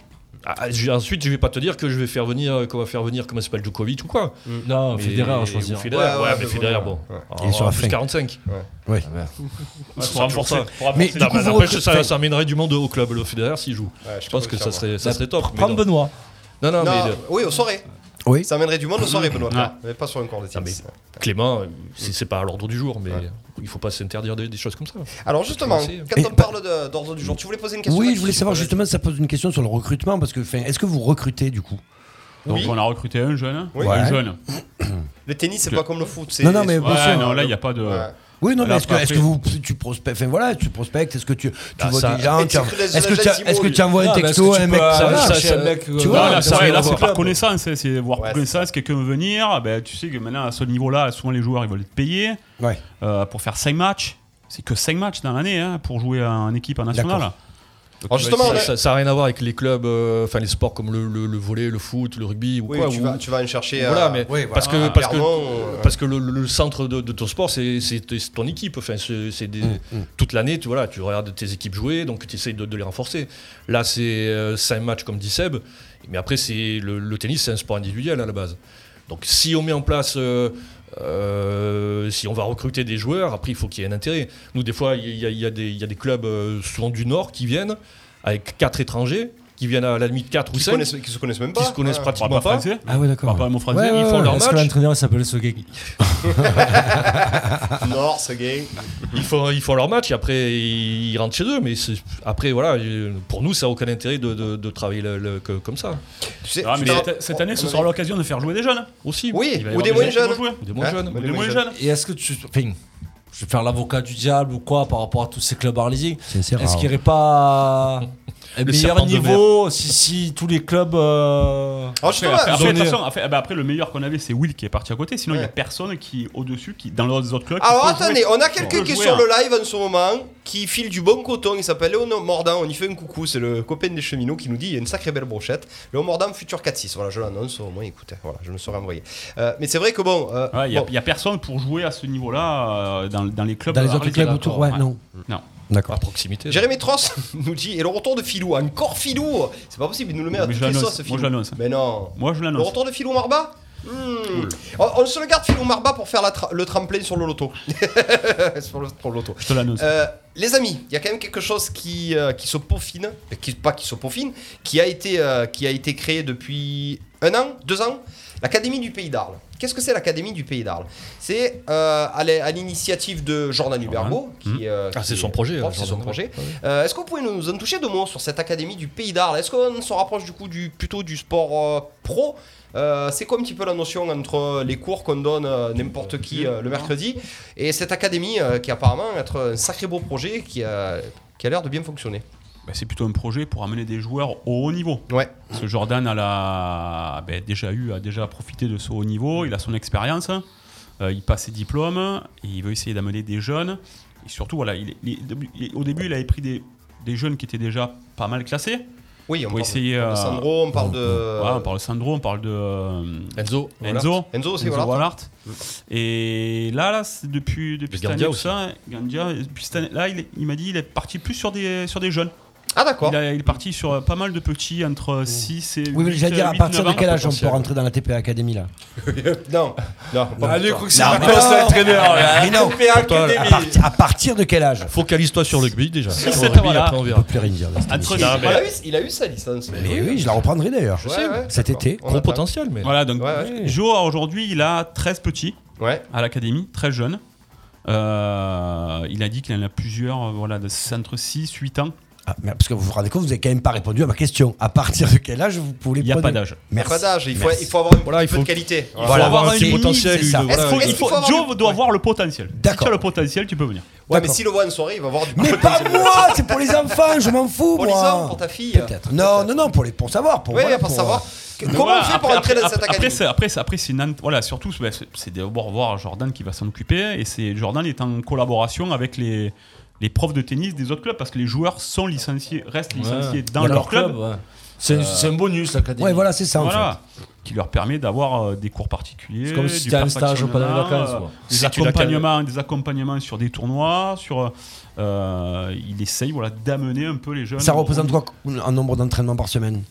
Ah, je- ensuite, je vais pas te dire que je vais faire venir, qu'on va faire venir, comment s'appelle Djokovic ou quoi. Non, Mais- Federer à ou choisir. Federer, Mm. Ouais, ouais, ouais, mais ouais, Federer, ouais. bon. Ouais. Alors, Il est sur la plus fin. 45. Ouais, Pour renforcer. Mais du Non, coup, mais vous après, recrutez- ça, ça amènerait du monde au club, le Federer, s'il joue. Ouais, Je pense que ça serait, ça Bah, serait top. mais Prends non. Benoît. Non, non, Non, mais Ah. euh, oui, aux soirées. Oui. Ça amènerait du monde aux soirées, Benoît. Ouais. Mais pas sur un corps de tennis. Clément, euh, c'est c'est pas à l'ordre du jour, mais il faut pas s'interdire des, des choses comme ça. Alors justement, Merci. quand Et- on parle de- d'ordre du jour, tu voulais poser une question Oui, là-dessus, je voulais savoir sais pas, justement, ça pose une question sur le recrutement parce que, enfin, est-ce que vous recrutez du coup Donc, Oui. on a recruté un jeune. hein. Oui. Un Ouais. jeune. Le tennis, c'est pas comme le foot. c'est- Non, non, mais Ouais, bien sûr. non, là, il n'y a pas de. Ouais. Oui, non, mais Alors, est-ce que, après- est-ce que vous, tu prospectes, enfin voilà, tu prospectes, est-ce que tu, tu Bah, Ah, vois ça- des gens, Et tu en- tu crées des est-ce que tu, agents est-ce que tu envoies un Voilà, Ah, mais est-ce que texto à tu un mec, peux ça aller va chercher ça- un mec, tu euh, vois, Là, là, dans ça, un ouais, là, club. c'est par connaissance, hein, c'est voir Ouais, par c'est connaissance, quelqu'un veut venir, ben, tu sais que maintenant à ce niveau-là, souvent les joueurs ils veulent être payés Ouais. euh, pour faire 5 matchs. C'est que 5 matchs dans l'année hein, pour jouer en équipe en nationale. Donc, Alors tu vas justement, essayer- on a- Ça n'a rien à voir avec les clubs, euh, enfin les sports comme le, le- le volley, le foot, le rugby ou Oui, quoi. tu, ou- vas, tu vas en chercher. voilà, euh, mais oui, voilà. parce que Ah, parce que Clermont, euh, parce que le, le centre de, de ton sport c'est c'est t- c'est ton équipe. Enfin, c'est c'est des- Mm, toute l'année, tu voilà, tu regardes tes équipes jouer, donc tu essayes de, de les renforcer. Là, c'est 5 matchs comme dit Seb, mais après c'est le, le tennis, c'est un sport individuel à la base. Donc si on met en place euh, euh, si on va recruter des joueurs, après il faut qu'il y ait un intérêt. Nous, des fois, il y, a- il y a des- il y a des clubs, euh, souvent du Nord, qui viennent avec quatre étrangers, qui viennent à la limite 4 ou qui, 5, connaissent, qui se connaissent même pas. qui se connaissent Ouais. on pratiquement parle pas pas. français, Ah ouais, on d'accord. parle pas mon français, ils Ouais, font ouais, leur Est-ce que match. l'entraîneur il s'appelle ce gars Nord, ce gay. ils font, ils font leur match et après ils rentrent chez eux. Mais c'est- après, voilà, euh, pour nous, ça n'a aucun intérêt de, de- de travailler le- le- que- comme ça. Tu sais, Ah, tu mais t'en- cette, cette on- année, ce on sera avait- l'occasion de faire jouer des jeunes. hein. Aussi. Oui, Il va y ou avoir des des moins gens qui jeunes. vont jouer. Des moins Hein jeunes. Mais Les des moins moins jeunes. Et est-ce que tu. Enfin, je vais faire l'avocat du diable ou quoi par rapport à tous ces clubs arlésiens. c'est Est-ce rare. qu'il n'y aurait pas un Le meilleur serpent de niveau si, si tous les clubs. euh, Alors Ah, justement, Après, après, Journée. attention, après, ah bah, après, le meilleur qu'on avait, c'est Will qui est parti à côté. Sinon, il y a Ouais. personne qui est au-dessus, qui dans les autres clubs. qui alors peut jouer. attendez, on a Qui quelqu'un peut qui est jouer, sur hein. le live en ce moment, qui file du bon coton, il s'appelle Léon Mordan, on y fait un coucou, c'est le copain des cheminots qui nous dit il y a une sacrée belle brochette. Léon Mordan, futur 4-6, voilà, je l'annonce, au moins écoutez, voilà, je me serais envoyé. Euh, mais c'est vrai que bon, euh, Ouais, Il n'y bon, a, personne pour jouer à ce niveau-là euh, dans, dans les clubs. Dans les autres arlésiens, clubs d'accord. autour, ouais, Ouais. non. Non. D'accord. À proximité. Jérémy Tross nous dit et le retour de Filou, encore Filou C'est pas possible, il nous le met à Mais toutes je les l'annonce, sauces, moi, Filou. je l'annonce. hein. Mais non Moi, je Le l'annonce. retour de Filou Marba Hmm. on, on se le garde Filou Marba pour faire la tra- le tremplin sur le loto. sur le, pour le loto. Je te l'annonce. Euh, les amis, il y a quand même quelque chose qui, euh, qui se peaufine, euh, qui, pas qui se peaufine, qui a été, euh, qui a été créé depuis un an, deux ans, l'Académie du Pays d'Arles. Qu'est-ce que c'est l'Académie du Pays d'Arles C'est euh, à l'é- à l'initiative de Jordan Hubergo. qui, euh, Ah, qui c'est son est projet, prof, hein, c'est son Jordan, projet. Euh, Est-ce que vous pouvez nous en toucher deux mots sur cette Académie du Pays d'Arles Est-ce qu'on se rapproche du coup du, plutôt du sport euh, pro Euh, c'est quoi un petit peu la notion entre les cours qu'on donne euh, n'importe qui euh, le mercredi et cette académie euh, qui apparemment être un sacré beau projet qui a, qui a l'air de bien fonctionner. Bah, c'est plutôt un projet pour amener des joueurs au haut niveau. Ouais. Parce que Jordan a la- ben, déjà eu, a déjà profité de ce haut niveau, il a son expérience, euh, il passe ses diplômes, et il veut essayer d'amener des jeunes. Et surtout, voilà, il est- il est- il est- au début, il avait pris des, des jeunes qui étaient déjà pas mal classés. Oui, on Pour parle essayer, de, on parle de euh, Sandro, on parle de Voilà, on parle de Sandro, on parle de euh, Enzo. Enzo. Enzo aussi, Enzo voilà. Wallart. Et là, là c'est depuis, depuis Mais cette année, Gandia hein. tout ça, Gandia, depuis cette année- là, il, est- il m'a dit il est parti plus sur des, sur des jeunes. Ah, d'accord. Il, a- il est parti sur euh, pas mal de petits, entre 6 et 8 Oui, mais j'allais dire, à partir de quel âge on peut rentrer dans la TPA Academy là Non, non, pas Allez, pour toi. Cruxy, mais non. Mais non. Coupé un toi, que là. des à, billes. parti- à partir de quel âge Focalise-toi sur le rugby déjà. Sur le rugby, voilà. après on On peut verra. plus rien dire. là, cette Entre émission. Il six- a eu- Il a eu sa licence. Mais oui, je la reprendrai d'ailleurs. Ouais, ouais, Cet d'accord. été. On Gros attend. potentiel, mais. Voilà, donc Ouais, ouais. Joe, aujourd'hui, il a 13 petits Ouais. à l'académie, très jeune. Euh, il a dit qu'il en a plusieurs, euh, voilà, de- c'est entre 6, 8 ans. Ah, mais parce que vous vous rendez compte, vous n'avez quand même pas répondu à ma question. À partir de quel âge vous pouvez Il n'y a pas d'âge. Merci. Pas d'âge, il faut, Merci. il faut avoir un Voilà, petit il peu de faut- qualité. Il avoir Voilà. Avoir un une petit limite, potentiel, c'est lui, ça. de- Est-ce voilà, qu'on- il Il est-ce faut, qu'il faut avoir Joe le- doit voir le potentiel. Si D'accord. tu as le potentiel, tu peux venir. Ouais, mais s'il le voit en soirée, il va voir du Mais pas moi, c'est pour les enfants, je m'en fous. Pour les moi. hommes, pour ta fille. Peut-être. Non, non, non, pour, les, pour savoir. Pour, Oui, voilà, pour savoir. euh, Comment Voilà, on fait pour après- entrer dans après- cette Après, académie c'est, après, c'est- après, c'est Nantes- voilà, surtout, bah, c'est, c'est d'abord voir Jordan qui va s'en occuper. hein, Et c'est, Jordan est en collaboration avec les, les profs de tennis des autres clubs parce que les joueurs sont licenciés, restent licenciés dans leur club. ouais. C'est c'est un bonus l'académie. euh, Ouais, voilà, c'est ça en Voilà, qui leur permet d'avoir euh, des cours particuliers. C'est comme si du c'était un stage perfectionnement, pendant les vacances, euh, quoi. Des Si tu l'as accompagnements, des accompagnements sur des tournois. Sur, euh, il essaye voilà, d'amener un peu les jeunes. fait. Ça au- représente quoi en nombre d'entraînements par semaine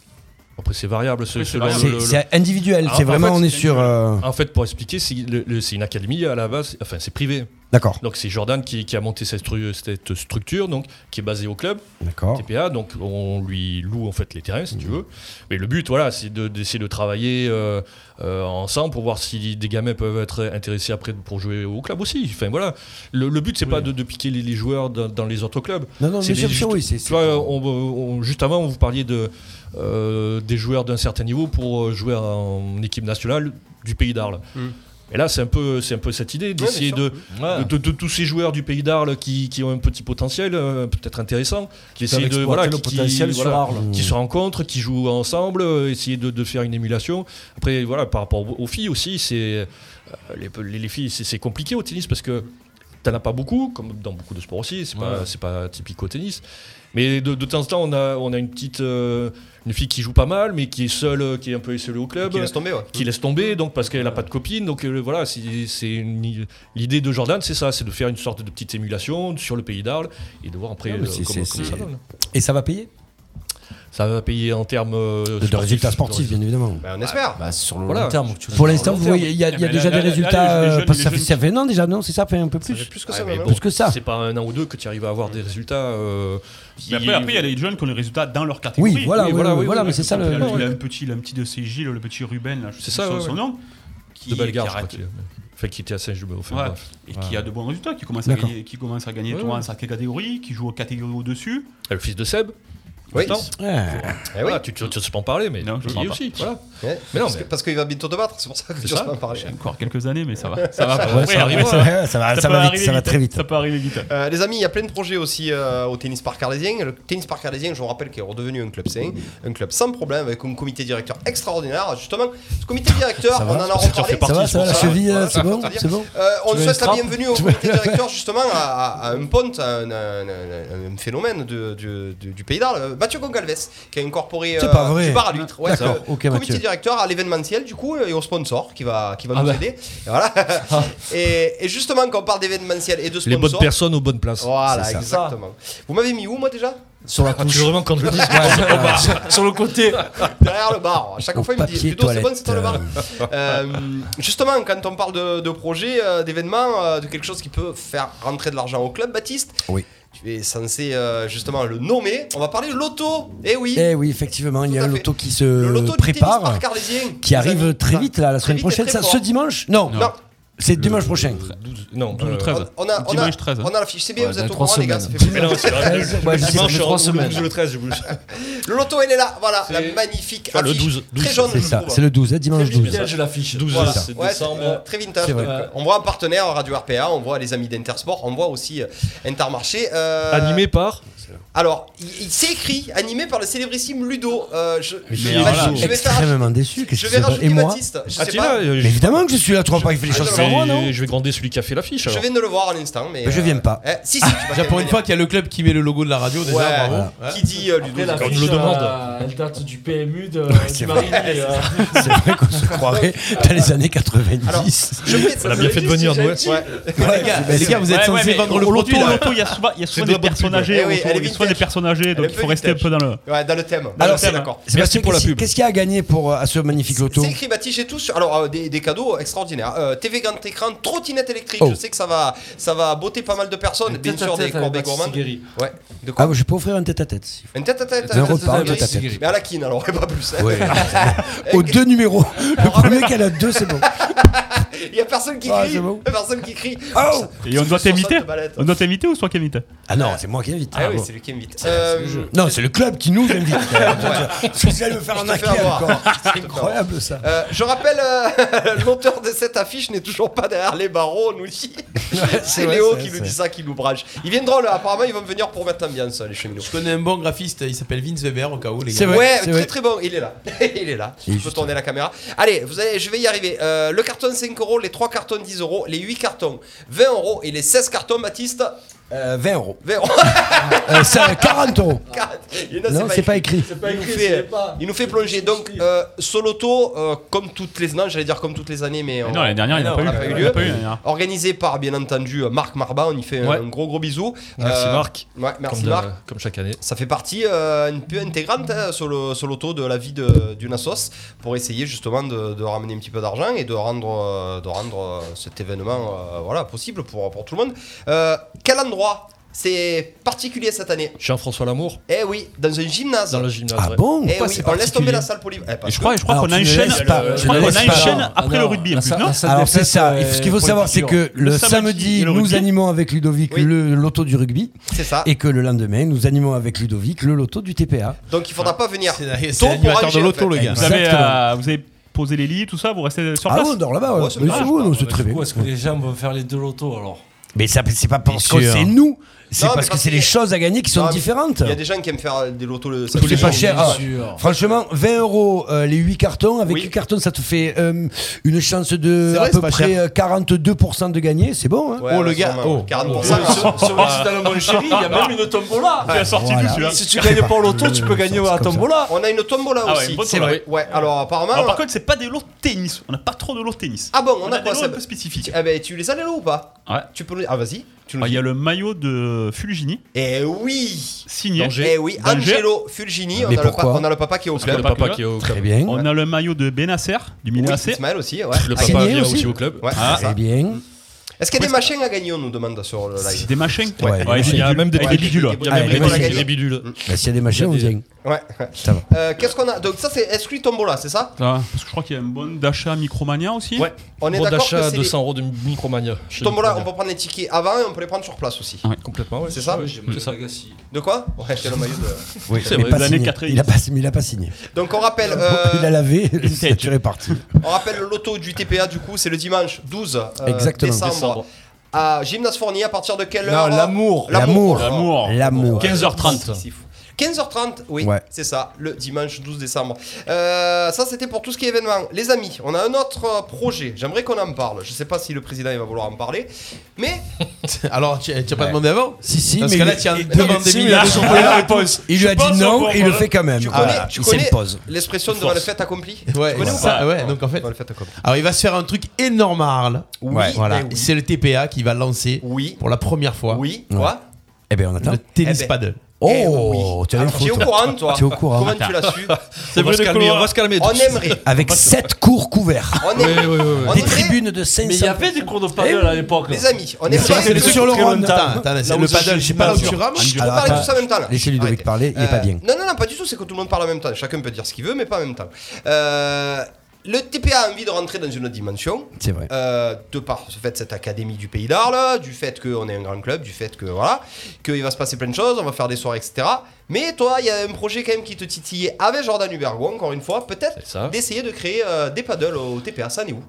Après, c'est variable. ce- Oui, c'est selon variable. Bah, le- C'est le- c'est individuel, Ah, c'est en vraiment, fait, on est c'est sur. euh, En fait, pour expliquer, c'est le- le- c'est une académie à la base, enfin c'est privé. D'accord, Donc c'est Jordan qui, qui a monté cette, stru- cette structure, donc qui est basée au club d'accord. TPA, donc on lui loue en fait les terrains si tu veux. Mais le but, voilà, c'est de- d'essayer de, travailler euh, euh, ensemble pour voir si des gamins peuvent être intéressés après pour jouer au club aussi. Enfin voilà, le, le but c'est pas de, de piquer les, les joueurs dans, dans les autres clubs. Non, non, C'est mais des- bien sûr, juste- oui, c'est. Tu vois, on- on- juste avant, vous parliez de, euh, des joueurs d'un certain niveau pour euh, jouer en équipe nationale du pays d'Arles. Hmm. Et là, c'est un, peu- c'est un peu cette idée d'essayer de, de, de- de tous ces joueurs du pays d'Arles qui, qui ont un petit potentiel, euh, peut-être intéressant, d'essayer de. exploiter le qui- qui- potentiel sur voilà, Arles. qui se rencontrent, qui jouent ensemble, euh, essayer de, de faire une émulation. Après, voilà, par rapport aux aux filles aussi, c'est euh, les, les- les filles, c'est c'est compliqué au tennis parce que t'en as pas beaucoup, comme dans beaucoup de sports aussi. C'est pas, c'est pas typique au tennis. Mais de, de temps en temps, on a, on a une petite, euh, une fille qui joue pas mal, mais qui est seule, euh, qui est un peu isolée au club Qui laisse tomber, ouais. qui laisse tomber donc parce qu'elle n'a pas de copine donc euh, voilà c'est c'est une- l'idée de Jordan c'est ça c'est de faire une sorte de petite émulation sur le pays d'Arles et de voir après Non, mais euh, c'est- comment, c'est- comment ça c'est- donne Et ça va payer ça va payer en termes euh, De, de sportifs, résultats sportifs, bien évidemment. Ben, On espère. Bah, c'est sur le Voilà. long terme que tu le Pour fais. l'instant, vous terme. voyez, il y a, il y a Mais déjà là, des là, là, résultats. les euh, jeunes- parce que les ça fait, jeunes- ça fait un an déjà, non C'est ça, fait un peu plus Plus que ça, Ouais, Ah, mais même. bon, Plus que ça. c'est pas un an ou deux que tu arrives à avoir des résultats euh, Mais qui- après, après, il y a des jeunes qui ont les résultats dans leur catégorie. Oui, voilà, oui, voilà, oui, oui, voilà, oui, mais c'est ça Il y a le. le- il y a un petit, le petit de CJ, le, le petit Ruben, là, je C'est ça, sais pas son, ouais, son ouais. nom, qui, de Bellegarde qui je crois arrête- qu'il est. enfin qui était à Saint-Germain enfin, Ouais. bref. et qui a de bons résultats, qui commence à D'accord. gagner, qui commence à gagner Ouais, tout en ouais. sa catégorie, qui joue aux catégories au-dessus. le fils de Seb Eh Oui. Constant. Ouais. Eh oui. Voilà, tu tu- tu sais pas en parler mais Non, je il sais y est pas. aussi voilà Ouais. Mais non, Parce que- mais- Parce qu'il va bientôt te battre, c'est pour ça que tu C'est n'oses ça. pas en parler. Encore quelques années, mais ça va. Ça va. Ouais, Après, ça après, arrive, ça- ouais. Ouais, ça va, ça peut va vite, arriver ça va très vite. Ça peut arriver vite. Euh, les amis, il y a plein de projets aussi euh, au tennis parc carlésien. Le tennis parc carlésien, je vous rappelle, qui est redevenu un club sain, un club sans problème, avec un comité directeur extraordinaire. Justement, ce comité directeur, on en a reparlé. Ça va, ça va, la cheville, euh, c'est bon, Voilà. c'est bon. Euh, on Tu veux souhaite une la frappe bienvenue au comité directeur justement à, à- à un ponte, à un, un- un- un phénomène de- de- de- du pays d'Arles, Euh, Mathieu Gongalves, qui a incorporé euh, C'est pas vrai. du bar à l'huître. Ouais, D'accord, c'est le ok, comité Mathieu. directeur à l'événementiel du coup et au sponsor qui va, qui va Ah nous bah. aider. Et Voilà. et, et justement quand on parle d'événementiel et de les bonnes sponsor, personnes aux bonnes places voilà C'est ça. exactement. Vous m'avez mis où moi déjà Sur la touche. vraiment qu'on le dise sur le côté. Derrière le bar. À chaque Au fois il me dit papier plutôt c'est bon toilette, c'est dans le bar. Euh, justement, quand on parle de, de projet, euh, d'événement, euh, de quelque chose qui peut faire rentrer de l'argent au club, Baptiste, Oui. tu es censé euh, justement le nommer. On va parler de l'auto. Eh oui, Eh oui, effectivement, il y a à un fait. loto qui le loto du se tennis par prépare, carlésien. qui Les arrive amis. très vite là, la Très semaine vite et prochaine. très Ça, fort. ce dimanche Non, Non, c'est dimanche prochain. 12 non D'où le euh, 13. on a, on a, Dimanche 13. on a la fiche. C'est bien, Ouais, vous dans êtes au trois courant, les gars. Ça semaines. fait plaisir. mais non, c'est vrai, le- Ouais, je sais, dimanche, dans trois on- le semaines. 12 le 13 je vous- le loto, elle est là. Voilà, la C'est- magnifique Ah, le affiche. 12, très jaune, C'est je ça, trouve. c'est le 12, hein, dimanche 12. Je l'affiche. 12 Voilà. c'est Ouais, décembre. c'est, euh, très vintage. C'est vrai. Donc, on voit un partenaire euh, Radio RPA, on voit les amis d'Intersport, on voit aussi euh, Intermarché. euh, animé par Alors, il, il s'est écrit, animé par le célébrissime Ludo. Euh, je, je- alors je là, vais, Extrêmement déçu, je qu'est-ce vais que c'est rajouter Et moi Baptiste. Je sais Attila pas. euh, Mais évidemment que je suis là, tu vois pas, il fait les choses Ah, sans moi, non non je vais gronder celui qui a fait l'affiche. Je alors. viens de le voir à l'instant, mais. Mais je euh, viens pas. eh, si, si, tu vas quand Déjà même pour une venir. fois qu'il y a le club qui met le logo de la radio, déjà, Ouais. bravo. Ouais. Qui dit euh, Après, Ludo la c'est- fiche, euh, elle date du PMU de c'est vrai. C'est vrai qu'on se croirait dans les années 90. Alors, je vais- On a bien fait de venir, nous. ouais. Les gars, les gars, vous êtes Ouais, ouais, censés mais vendre le au loto, produit au là. loto, il y a souvent, il y a souvent de des la bonne pub, personnes ouais. âgées, Eh oui, autour, elle est il y a souvent des vintage. personnes âgées, donc est il un faut peu rester un vintage. peu dans le. Ouais, dans le thème. Alors, c'est c'est- d'accord. Merci pour la qu'est-ce- pub. Qu'est-ce qu'il y a à gagner pour, euh, à ce magnifique loto C'est écrit Baptiste et tout sur alors euh, des, des cadeaux extraordinaires. Euh, TV grand écran, trottinette électrique. Oh. Je sais que ça va ça va botter pas mal de personnes, bien sûr des corbeilles gourmandes. Ouais. De quoi Ah, je peux offrir un tête à tête. Une tête à tête. Un repas, un Guéri. tête à tête. Mais à la kin alors, et pas plus. hein. Aux deux numéros. Le premier qu'elle a deux, c'est bon. Il y a personne qui Ah, crie. c'est bon. Il y a personne qui crie. Oh Et on doit 60 t'inviter ballettes. On doit t'inviter ou c'est toi qui invite Ah non, c'est moi qui invite. Ah oui, bon. c'est lui qui invite. Euh, Non, c'est le club qui nous invite. Parce que vous allez me faire Je te arnaquer fais avoir. encore. Je te fais C'est incroyable ça. euh, je rappelle, euh, l'auteur de cette affiche n'est toujours pas derrière les barreaux, nous dit. c'est vrai, Léo c'est qui nous vrai. dit ça, qui nous brage. Ils viendront là, apparemment, ils vont venir pour mettre l'ambiance, les cheminots. Je connais un bon graphiste, il s'appelle Vince Weber au cas où les C'est gars. Ouais, vrai, très vrai. très bon, il est là. il est là. Il est Je peux juste tourner la caméra. Allez, vous allez, je vais y arriver. Euh, le carton 5 euros, les 3 cartons 10 euros, les 8 cartons 20 euros et les 16 cartons, Baptiste, Euh, 20 euros. 20 euros. Euh, ça, 40 euros. Il y en a, Non, c'est pas écrit. Il nous, fait, il nous fait plonger. Donc, euh, Soloto, euh, comme toutes les années, j'allais dire comme toutes les années, mais on- Non, l'année dernière, il n'y en on a l'a pas eu. pas eu Il lieu. n'y en a pas eu. l'année dernière. organisé par bien entendu euh, Marc Marbat, on y fait un- Ouais. un gros gros bisou. Merci, Euh, Marc. Ouais, merci Comme de- Marc. Comme chaque année. Ça fait partie euh, un peu intégrante hein, sur, le, sur l'auto de la vie de, du Nassos pour essayer justement de, de ramener un petit peu d'argent et de rendre, euh, de rendre euh, cet événement euh, voilà, possible pour, pour tout le monde. Euh, quel endroit c'est particulier cette année Jean-François Lamour, Eh oui, dans un gymnase. dans le gymnase. Ah ouais. bon eh Pourquoi oui, c'est on laisse tomber particulier la salle pour les- eh, Et parce je crois, je crois Alors, qu'on a tu une ne chaîne. laisses pas, Je tu crois ne qu'on laisses a une pas. chaîne après le rugby en plus, non Alors c'est euh, ça, Il faut- ce qu'il faut savoir c'est que le Le samedi, samedi, le nous rugby. animons avec Ludovic Oui. Ah. le loto du rugby que c'est ça. et que le lendemain nous animons avec Ludovic le loto du TPA. Donc il faudra pas venir. C'est Tôt c'est pour l'animateur de Angers, en l'auto fait. le gars. Vous avez, Exactement. euh, vous avez posé les lits, tout ça, vous restez sur Ah place on dort là-bas, ouais. Ouais, ça me Mais dérange c'est bon, pas, non, ouais, c'est très bien. est-ce que les gens vont faire les deux lotos alors Mais ça c'est pas parce Bien que sûr. c'est nous, c'est Non, mais parce que parce c'est qu'il y les a- choses à gagner qui Non, sont mais différentes. Il y a des gens qui aiment faire euh, des lotos le Tout samedi. est pas cher. Bien Ah, sûr. Franchement, 20 euros euh, les 8 cartons. Avec Oui. 8 cartons, ça te fait euh, une chance de C'est à vrai, peu c'est pas près euh, 42% de gagner. C'est bon. Hein Ouais, Oh, le ouais, gars, sûrement, oh. 40%. chéri, il y a même une tombola. Il a sorti Voilà. d'où celui-là Ah, Si tu gagnes pas au loto, tu peux gagner à la tombola. On a une tombola Ah ouais, aussi. une bonne tombola. vrai. Ouais, alors apparemment. Alors, par contre, c'est pas des lots de tennis. On n'a pas trop de lots de tennis. Ah bon, on, a, des quoi lots ça un peu spécifiques. Eh ben, tu les as les lots ou pas Ouais. Tu peux nous- Ah, vas-y. Tu nous Ah, Il y dis. a le maillot de Fulgini, Eh oui signé. Eh oui, D'Angers. Angelo Fulgini, on a, Mais le pa- pourquoi on a le papa qui est au Le club. papa qui est au Très club. bien. On a le maillot de Benasser, du Oui, Milan AC. Ismaël aussi, ouais. Le Ah, papa gagné vient aussi. aussi au club. Ouais, Ah. c'est ça. Très bien. Est-ce qu'il y a des machins à gagner, on nous demande sur le live. Des machins. Ouais, Ouais, il y a même des Ouais, des bidules. des- Il y a Ah, même il y les a bidules, des- il y a des bidules. Bah, S'il y a des machins, on Il y a des- vient. Ouais. Ça va. Euh, Qu'est-ce qu'on a Donc, ça, c'est exclu tombola, c'est ça Ah, Parce que je crois qu'il y a un bon d'achat Micromania aussi. Ouais. On est Bon d'accord que d'achat c'est. 200 euros de Micromania. les- Tombola, on peut prendre les tickets avant et on peut les prendre sur place aussi. Complètement, ouais. Ah C'est ça C'est ça. De quoi Ouais, j'ai le maillot de. Oui, c'est mais vrai, pas les signé. années 90. Il a pas, mais il a pas signé. Donc, on rappelle. euh, Il a lavé, le signature est parti. On rappelle le loto du TPA du coup, c'est le dimanche 12 euh, Exactement. décembre, Décembre. à Gymnase Fournier à partir de quelle heure l'amour. L'amour. L'amour. L'amour. 15h30. C'est fou. 15h30, oui, Ouais. c'est ça, le dimanche 12 décembre. Euh, ça, c'était pour tout ce qui est événement. Les amis, on a un autre euh, projet. J'aimerais qu'on en parle. Je sais pas si le président il va vouloir en parler, mais Alors, tu tu as pas demandé avant Si, si, Parce mais que il- là, tiens, il- devant il- des si, il milliards a de répondu. chocolats. Il lui a dit non et il le fait quand même. tu connais, Ah, tu Il connais s'impose. l'expression devant le fait accompli. Ouais, tu connais ou ça, pas ouais, donc en fait. Devant le fait accompli. Alors, il va se faire un truc énorme à Arles. Oui, Voilà. eh oui. C'est le TPA qui va lancer Oui, pour la première fois oui, Ouais. quoi Eh bien, on attend. le tennis Eh ben. paddle. Eh Oh, oui. tu as une Alors, T'es au photo. courant, toi T'es au courant. Comment tu l'as su On va se calmer, on va se calmer. On aimerait. Avec 7 cours couverts. On aimerait. Oui, oui, oui. On Des aimerait- tribunes de 500. Mais il y avait des cours de paddle à l'époque. Les amis, on Mais aimerait. c'est- truc sur le très rond. longtemps. Attends, c'est Là où le ça paddle, je sais pas là où tu rames. Je peux Alors, parler attends, tout ça en même temps là. laissez Ludovic Arrêtez. parler, il est pas bien. Non, non, non, pas du tout, c'est que tout le monde parle en même temps. Chacun peut dire ce qu'il veut, mais pas en même temps. Euh, le TPA a envie de rentrer dans une autre dimension. C'est vrai. Euh, de par ce fait cette académie du Pays d'Arles, du fait qu'on est un grand club, du fait que voilà, qu'il va se passer plein de choses, on va faire des soirées, etc. Mais toi, il y a un projet quand même qui te titillait avec Jordan Hubergo, encore une fois, peut-être C'est ça. d'essayer de créer euh, des paddles au TPA. Ça, on est où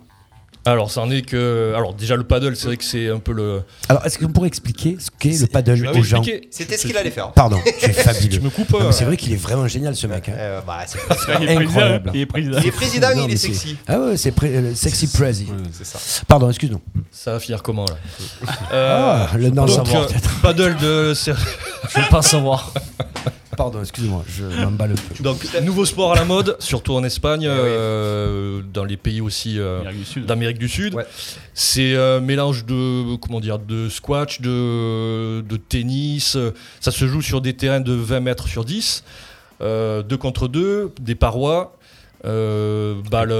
Alors, ça en est que. Alors, déjà, le paddle, c'est vrai que c'est un peu le. Alors, est-ce que vous pourriez expliquer ce qu'est le paddle Ah oui, aux Ah gens expliquez. C'était ce qu'il allait faire. Pardon, tu es fabuleux. Tu me coupes, Non, mais euh, C'est vrai qu'il est vraiment génial ce mec. hein. Euh, bah, c'est- Il est Incroyable. président. Il est président. il est président, Non, il est mais c'est- sexy. Ah ouais, c'est pré- euh, sexy Prezi. C'est ça. Pardon, excuse-nous. Ça va finir comment, là Ah, le nom donc, savoir euh, peut-être. paddle de. c'est- Je veux pas savoir. Pardon, excuse-moi, je m'emballe le peu. Donc, nouveau sport à la mode, surtout en Eh Espagne, euh, dans les pays aussi euh, Amérique du Sud. d'Amérique du Sud. Ouais. C'est un mélange de comment dire de squash, de, de tennis. Ça se joue sur des terrains de 20 mètres sur 10, 2 contre 2, des parois. Euh, balle,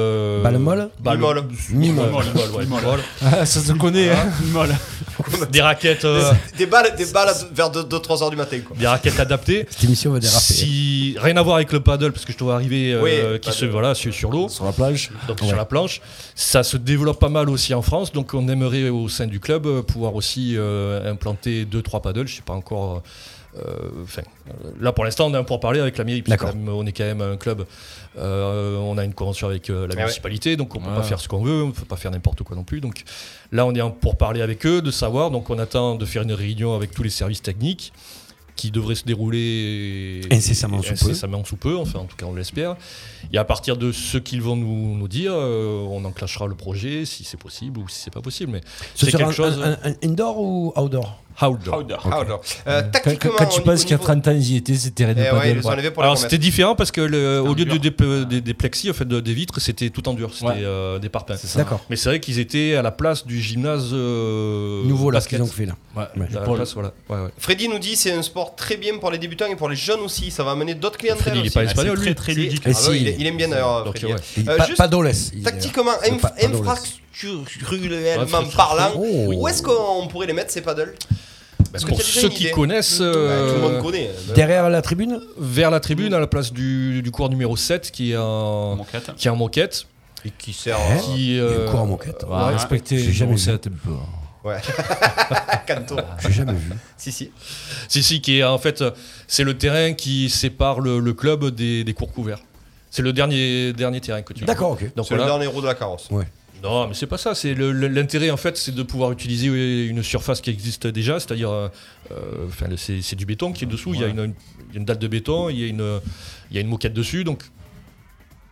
Balle molle balle Mi-molle. Mi-molle, Mi-molle. mi-molle, ouais, Mi-molle. mi-molle. ça se connaît. hein. Voilà. des raquettes euh, Des balles, des balles à- vers 2-3 heures du matin, quoi. des raquettes adaptées Cette émission va déraper. si rien à voir avec le paddle parce que je te vois arriver euh, Oui, qui se paddle. voilà sur, sur l'eau Sur la plage. donc sur la planche. Ça se développe pas mal aussi en France, donc on aimerait au sein du club euh, pouvoir aussi euh, implanter deux trois paddles. Je sais pas encore. euh, enfin, euh, là pour l'instant on a pour parler avec la mairie. puisque D'accord. quand même, on est quand même un club. euh, on a une convention avec euh, la ouais. municipalité, donc on peut Ouais. Ah. pas faire ce qu'on veut, on peut pas faire n'importe quoi non plus. Donc là on est en pour parler avec eux, de savoir. Donc on attend de faire une réunion avec tous les services techniques qui devrait se dérouler Incessamment sous peu. incessamment sous peu, enfin en tout cas on l'espère. Et à partir de ce qu'ils vont nous, nous dire, euh, on enclenchera le projet si c'est possible ou si c'est pas possible. Mais Ce c'est sera quelque un, chose. hein. un- un- un indoor ou outdoor Outdoor. Ah, alors. Euh, Quand, tactiquement, quand tu au- penses au qu'il y a niveau- 30 ans, ils y étaient, ces terrains de Eh ouais, ils paddle. les ont enlevés pour les Alors remettre. c'était différent parce que le- au lieu dur. de des, pe- des, des plexis, en fait, de- des vitres, c'était tout en dur, c'était Ouais. euh, des parpaings. D'accord. Mais c'est vrai qu'ils étaient à la place du gymnase euh, Nouveau là, ce basket. qu'ils ont fait là. Ouais. À la Paul. place, voilà. Ouais, ouais. Freddy nous dit c'est un sport très bien pour les débutants et pour les jeunes aussi. Ça va amener d'autres clientèles. Freddy, il est aussi. pas Ah, espagnol, c'est lui. très très ludique. Ah Et bah oui, si, il, est- il aime bien d'ailleurs, Donc, Freddy. ouais. il- Euh, pas- juste- pas d'Oles, il- Tactiquement, Le pa- paddle. infrastructurellement Ouais, parlant, Oh. où est-ce qu'on pourrait les mettre ces paddles Parce que Bah, Pour t'as déjà ceux une qui idée. connaissent, Ouais, Tout le euh, monde connaît. hein. Derrière la tribune vers la tribune à la place du, du cours numéro 7 qui est en, Mon quatre. qui est en moquette. Et qui sert à Hein Qui, Il y a euh, une cour en moquette. On va Ouais. respecter J'ai jamais les vu. recettes un peu. hein. canto. J'ai jamais vu. si, si. si, si, qui est en fait, euh, c'est le terrain qui sépare le, le club des, des cours couverts. C'est le dernier, dernier terrain que tu as. D'accord, ok. Donc C'est le voilà. dernier roue de la carrosse. Non, mais c'est pas ça. C'est le- le- l'intérêt en fait, c'est de pouvoir utiliser euh, une surface qui existe déjà, c'est-à-dire, euh, euh, enfin, le- c'est c'est du béton qui est dessous. Il y a une, une- il y a une dalle de béton, il y a une, il y a une moquette dessus, donc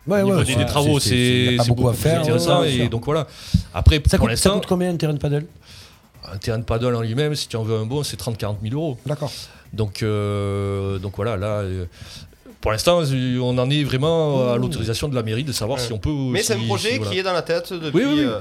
Ouais, au niveau ouais, des, ouais, des travaux, il y c'est a pas c'est beaucoup à plus faire. intéressant. ouais, ouais, et ouais. donc voilà. Après, ça pour coûte, ça l'instant, coûte combien un terrain de paddle un terrain de paddle en lui-même, si tu en veux un bon, c'est 30-40 000 euros. D'accord. Donc, euh, donc voilà, là. euh, pour l'instant, euh, on en est vraiment à l'autorisation de la mairie de savoir Ouais. si on peut. Mais c'est si- un projet si, voilà. qui est dans la tête depuis. Oui, oui, oui. euh,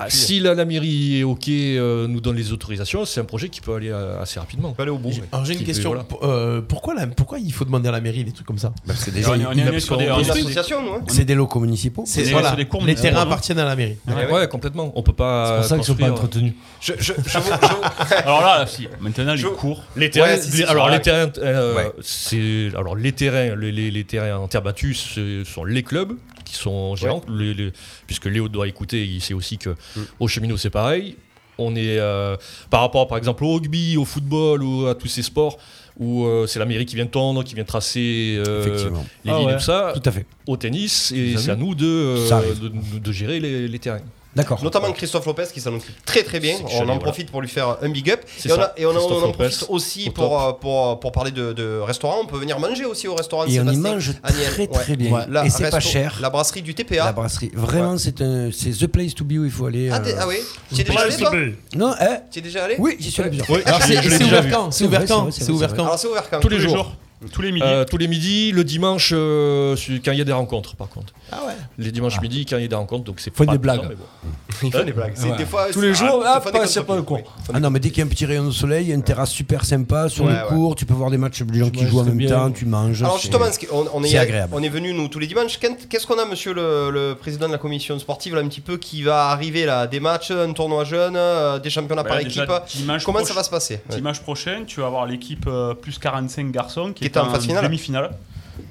Ah, depuis- si la, la mairie est OK, euh, nous donne les autorisations, c'est un projet qui peut aller euh, assez rapidement. On peut aller au bout. J'ai- Alors j'ai une Qui- question. voilà. P- euh, pourquoi, la- pourquoi il faut demander à la mairie des trucs comme ça Parce que Et déjà, On est- il- on est- on est sur des- On est on est une sur des- association, nous. hein. c'est des locaux municipaux. C'est- on est voilà, sur des cours Les municipaux, terrains hein. appartiennent à la mairie. Ouais, ouais. complètement. On peut pas. C'est pour ça qu'ils sont pas Euh, construire- entretenus. Je, je, je vous- je- Alors là, là, si. Maintenant, les Je- cours. Les terrains, Ouais, si, si, les- si, alors ouais. les terrains, euh, Ouais. c'est alors les terrains, les, les- les terrains en terre battue, ce sont les clubs qui sont gérants. Les- les- puisque Léo doit écouter, il sait aussi que Mm. au cheminot c'est pareil. On est euh, par rapport par exemple au rugby, au football ou à tous ces sports où euh, c'est la mairie qui vient tendre, qui vient tracer euh, Effectivement. les Ah lignes ouais. et tout ça. Tout à fait. Au tennis et Jamais. c'est à nous de, euh, Ça arrive. de, de- de gérer les, les terrains. D'accord. Notamment Christophe Lopez qui s'en occupe très très bien. C'est que je On en l'ai, profite pour lui faire un big up. C'est Et on, ça, a- et on a- on Christophe en Lopez, profite aussi au pour, euh, pour, pour parler de, de restaurant. On peut venir manger aussi au restaurant. de Et on y Sébastien, mange Aniel. très Ouais. très bien. La Et c'est pas resto- cher. La brasserie du TPA. La brasserie. Vraiment, c'est un- c'est the place to be où il faut aller. ah, euh. t'es- ah oui Tu es déjà allé toi Non, eh Tu es déjà allé Oui, j'y suis allé plusieurs Oui, fois. alors c'est je l'ai c'est déjà ouvert vu. quand C'est C'est vrai, ouvert c'est quand vrai, c'est C'est vrai, ouvert c'est quand Alors c'est ouvert quand Tous les Tous les jours. jours. Tous les midis. Euh, tous les midis, le dimanche euh, su- quand il y a des rencontres par contre. Ah ouais. Les dimanches midi, quand il y a des rencontres, donc c'est Faut pas des tout blagues. le temps, mais bon. Il fait des blagues. C'est Ouais. des fois, Tous les c'est- jours, ah, ah, faut des pas, comme c'est ça. pas le coin. Oui, faut des Ah non, mais dès qu'il y a un petit rayon de soleil, il y a une terrasse super sympa sur Ouais, le ouais. cours, tu peux voir des matchs de gens qui manges jouent en très même bien. temps, tu manges. Alors c'est- justement, ce qui- on, on est, c'est agréable. on est venu nous tous les dimanches. Qu'est- Qu'est-ce qu'on a, monsieur le, le président de la commission sportive, là, un petit peu, qui va arriver là Des matchs, un tournoi jeune, euh, des championnats par Voilà, équipe. Bah, déjà, dimanche Comment ça proche- va se passer Ouais. Dimanche prochain, tu vas avoir l'équipe euh, plus 45 garçons qui Qui est, était en phase finale. demi-finale.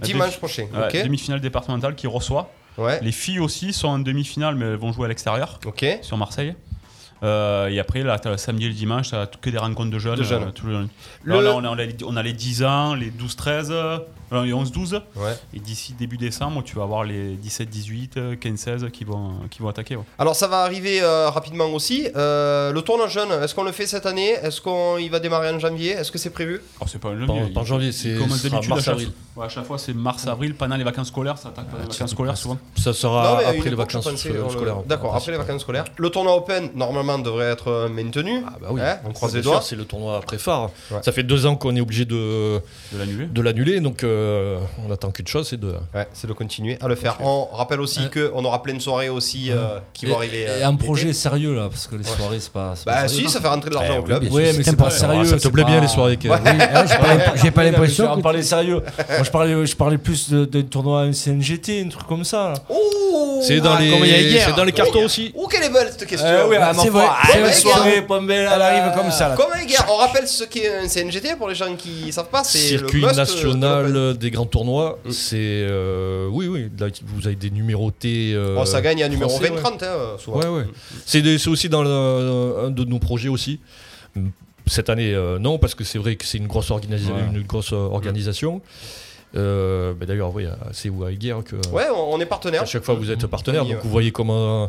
Dimanche Défi- prochain, Ouais, ok. Demi-finale départementale qui reçoit. Ouais. Les filles aussi sont en demi-finale, mais elles vont jouer à l'extérieur, Ok. sur Marseille. Euh, et après, là, t'as le samedi et le dimanche, t'as que des rencontres de jeunes. De jeunes. euh, tout le- Le- Là, là, on, a, on a les- on a les 10 ans, les 12-13, euh, non, les 11-12. Ouais. Et d'ici début décembre, tu vas avoir les 17-18, 15-16 qui vont, euh, qui vont attaquer. ouais. Alors ça va arriver euh, rapidement aussi. Euh, le tournoi jeune, est-ce qu'on le fait cette année Est-ce qu'on il va démarrer en janvier Est-ce que c'est prévu Alors, c'est pas un Pas- levier, pas il- janvier, il c'est- commence ce sera d'habitude à chaque, mars-avril. ouais, à chaque fois, Ah, c'est mars-avril, pendant les vacances scolaires, ça attaque pendant les vacances scolaires souvent. Ça sera Non, mais après une les époque, je vacances pensais, euh, on le- scolaires. D'accord, après les vacances scolaires. Le tournoi open, normalement, devrait être euh, maintenu. Ah bah oui, Hein, on croise c'est les sûr, doigts. C'est le tournoi après phare. Ouais. Ça fait deux ans qu'on est obligé de, De l'annuler. de l'annuler, donc euh, on attend qu'une chose, c'est de. Ouais, c'est de continuer à le faire. On rappelle aussi qu'on aura plein de soirées aussi euh, qui Et- vont arriver. Et euh, un l'été. projet sérieux là, parce que les soirées, c'est pas. c'est pas Bah sérieux. si, ça fait rentrer de l'argent au club. Ouais, mais c'est pas sérieux. ça te c'est plaît bien pas- les soirées qui- Oui, hein, j'ai pas l'imp- j'ai pas Non, mais je l'impression vais en que parler sérieux. Moi, je parlais, je parlais plus de- d'un tournoi à CNGT, un truc comme ça. là. C'est dans, Ah, les... comme il y a hier. c'est dans les cartons aussi. Ouh, quelle est belle cette question Euh, ouais, bah, ah, mais c'est enfin, vrai, ah, c'est la vrai, soirée, Pombelle, elle arrive comme ça là. Comment les gars, on rappelle ce qu'est un CNGT pour les gens qui savent pas, c'est Circuit le must, euh, Mm. de l'Open. national des grands tournois, c'est. euh, oui, oui, là, vous avez des numérotés. euh, Oh, ça gagne à numéro français, 20-30 ouais. hein, souvent. Ouais, ouais. C'est des- c'est aussi dans le- un de nos projets aussi. Cette année, euh, non, parce que c'est vrai que c'est une grosse, organisa- Ouais. une grosse euh, organisation. Euh, bah, D'ailleurs, oui, c'est où à Guerre que. Ouais, on on est partenaire. À chaque fois, vous êtes partenaire, Oui, donc ouais. vous voyez comment euh,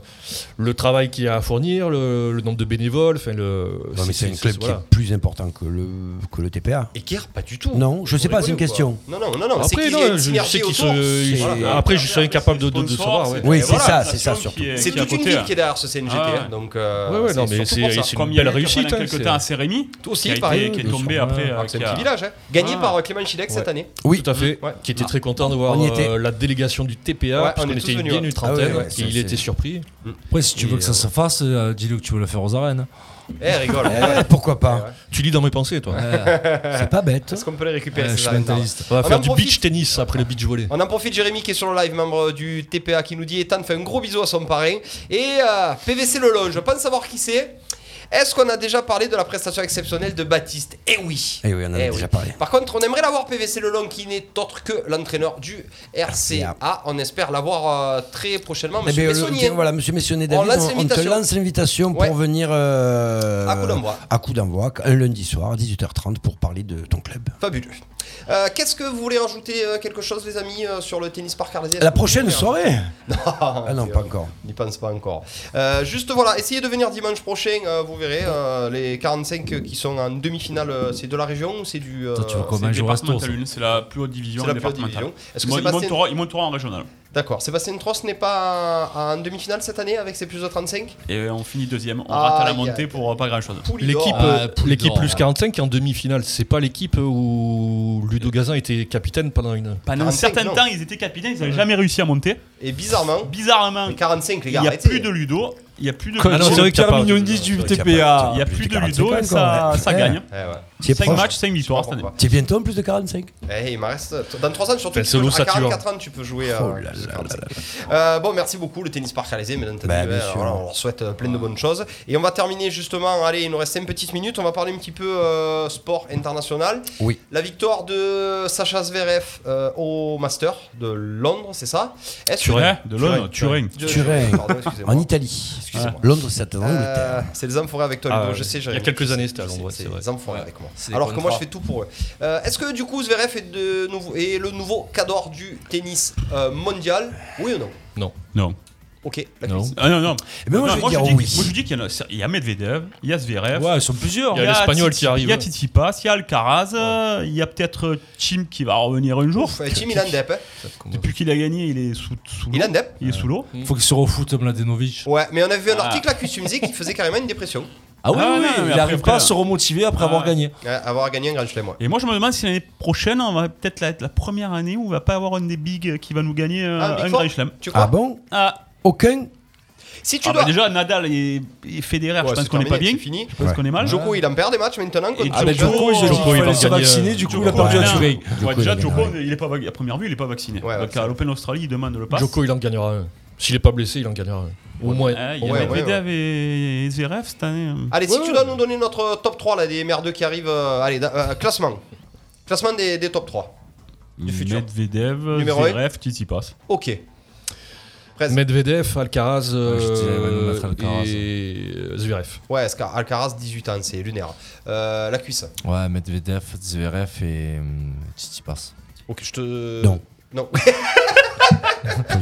le travail qu'il y a à fournir, le, le nombre de bénévoles, enfin le. Non, mais c'est un club qui est voilà. plus important que le, que le TPA. Et Kier, pas du tout. Non, je sais pas, c'est une Rigolo, question. quoi. Non, non, non, non. c'est Après, qu'il y a non, une je, je synergie sais qu'ils autour. sont. ils sont- C'est- Après, je serais incapable de, de- de Sponsor, savoir. ouais. c'est- Oui, et c'est voilà, ça, la c'est ça, station qui est- C'est qui est à toute une côté, ville hein. qui est derrière ce CNGT. Ah ouais. Donc, euh, Ouais, ouais, non, c'est mais surtout pour c'est ça. c'est Comme une il y a belle eu réussite. pendant hein, quelques c'est- temps à Sérémy, Tout aussi, qui a été- pareil. qui est bien tombé sûr. après. Ah, euh, C'est un qui petit a- village. hein. Gagné Ah. par euh, Clément Chilek cette année. Oui, Tout à fait, Ouais. qui était très content de voir On y était. euh, la délégation du TPA, Ouais, on parce est qu'on tous était une venus, bien ouais. une Ah ouais, trentaine, ouais, et ça, il c'est- était surpris. Après, si tu Et, veux que ça euh, se fasse, euh, dis-le que tu veux le faire aux arènes. Eh, rigole. Eh, pourquoi pas Tu lis dans mes pensées, toi. C'est pas bête. Est-ce qu'on peut les récupérer Je ces suis arènes-là mentaliste. On va On en faire Ah, bah, du profite. Ah, beach tennis après le beach volley. On en profite, Jérémy qui est sur le live, membre du TPA, qui nous dit Ethan fait un gros bisou à son parrain. Et euh, PVC Le Loge, je pense savoir qui c'est. Est-ce qu'on a déjà parlé de la prestation exceptionnelle de Baptiste Eh oui Eh oui, on en a Eh déjà parlé. Par contre, on aimerait l'avoir PVC Le Long, qui n'est autre que l'entraîneur du RCA. On espère l'avoir euh, très prochainement, Eh monsieur ben, le- Messonnier. tiens, voilà, monsieur Messonnier On David, lance on, on te l'invitation. lance l'invitation Ouais. pour venir euh, À coup d'envoi. à coup d'envoi, un lundi soir à 18h30 pour parler de ton club. Fabuleux. Euh, Qu'est-ce que vous voulez rajouter euh, quelque chose, les amis, euh, sur le tennis par Carlesias La prochaine soirée Ah non, C'est pas vrai. encore. N'y pense pas encore. Euh, juste voilà, essayez de venir dimanche prochain, euh, vous verrez euh, les 45 qui sont en demi-finale, euh, c'est de la région ou c'est du. euh, Toi, tu veux qu'on C'est mange au resto départemental, ça. une, C'est la plus haute division c'est la plus haute départementale. division. Est-ce Ils que mon- ils Sébastien, monteront- ils monteront en régional. d'accord, Sébastien Tross n'est pas en en demi-finale cette année avec ses plus de 35 Et on finit deuxième. On Ah, rate à la il y a- montée pour euh, pas grand chose. Poulidor. L'équipe Ah, euh, Poulidor, l'équipe plus ouais. 45 qui est en demi-finale, c'est pas l'équipe où Ludo Gazan était capitaine pendant une. Pendant euh, un 45, certain non. temps, ils étaient capitaines, ils n'avaient jamais réussi à monter. Et bizarrement, Bizarrement, les 45 les il gars, n'y a arrêtez. plus de Ludo, il n'y a plus de Ah non, c'est Ludo, vrai qu'il y a pas- du qu'il y a TPA. il n'y a plus plus de de Ludo et 45, ça ouais. ça Ouais. gagne. Eh ouais. Tu es 5 proche matchs, 5 victoires cette année. Pourquoi Tu es bientôt en plus de 45 Eh, il m'en reste. Dans 3 ans, surtout, Ben, tu c'est peux- l'eau à sature. 44 ans, tu peux jouer. euh, Oh là là là Euh, bon, merci beaucoup, le tennis par réalisé, mesdames et Bah, messieurs. bien sûr. Voilà, on leur souhaite euh, plein de bonnes choses. Et on va terminer justement. Allez, il nous reste 5 petites minutes. On va parler un petit peu euh, sport international. Oui. La victoire de Sacha Zverev euh, au Master de Londres, c'est ça Est-ce que- Turin, de Londres, Turin. de- Turin. Pardon, En excusez-moi. Italie. Ah. Excusez-moi. Londres, c'est en Euh, Angleterre. c'est les enfoirés avec toi, Ah, Ludo, ouais. je sais. Il y a Jérémy. quelques années, c'était à Londres, C'est c'est vrai. les enfoirés avec moi. C'est des Alors que moi, je contrats. fais tout pour eux. Euh, Est-ce que du coup, Zverev est, de nouveau, est le nouveau cador du tennis euh, mondial Oui ou non Non. Ok, la Non. cuisse. Ah non, non. Mais moi, Non, je vais moi, je dire dis- oui. moi, je dis qu'il y en a- il y a Medvedev, il y a Zverev, Ouais, ils sont plusieurs. Il y a l'Espagnol qui Titi- arrive. Il y a Tsitsipas, il y a Alcaraz, euh, il y a peut-être Chim qui va revenir un jour. Ouf, euh, Tim, il en dep, hein. Depuis qu'il a gagné, il est sous, sous l'eau. Il en dep. Il est sous l'eau. Faut qu'ils se refoutent Mladenovic. Ouais, mais on a vu un Ah. article là qui tu me disais qu'il faisait carrément une dépression. Ah oui, Ah, oui, non, mais il après, arrive après, pas à là. se remotiver après Ah, avoir ouais. gagné. Ouais, euh, avoir gagné un grand chelem, ouais. Et moi, je me demande si l'année prochaine, on va peut-être être la première année où on va pas avoir un des bigs qui va nous gagner euh, Ah, Big un Four Grand Chelem. Tu crois Ah bon Ah, Aucun Si tu ah bah dois. déjà, Nadal et, et Federer, Ouais, je pense c'est qu'on n'est pas terminé, bien. c'est fini. Hein, Je pense qu'on est mal. Joko, il en perd des matchs maintenant. contre Et Ah, Djokovic. ben Djoko, ils ont dit Djoko, qu'il il fallait va se gagner, vacciner, du coup, il a Djoko, perdu à il Turin. est- Ouais, déjà, il est Joko, malade. il est pas, vac- à première vue, il est pas vacciné. Ouais, ouais, Donc, c'est à l'Open Australie, il demande le pass. Joko, il en gagnera un. S'il est pas blessé, il en gagnera un. Au moins. Ah, il au y a moins. ouais, Medvedev et Zverev cette année. Allez, si Ouais, tu ouais. dois nous donner notre top 3 là, des merdeux qui arrivent. euh, allez, da- euh, classement. Classement des, des top 3. Du futur. Medvedev, Numéro un. Zverev, Tsitsipas. Ok. Presque. Medvedev, Alcaraz, euh, Ouais, je dirais, ouais, le mettre Alcaraz. et euh, Zverev. Ouais, Scar- Alcaraz, 18 ans, c'est lunaire. Euh, la cuisse. Ouais, Medvedev, Zverev et hum, Tsitsipas. Ok, je te. Non. Non.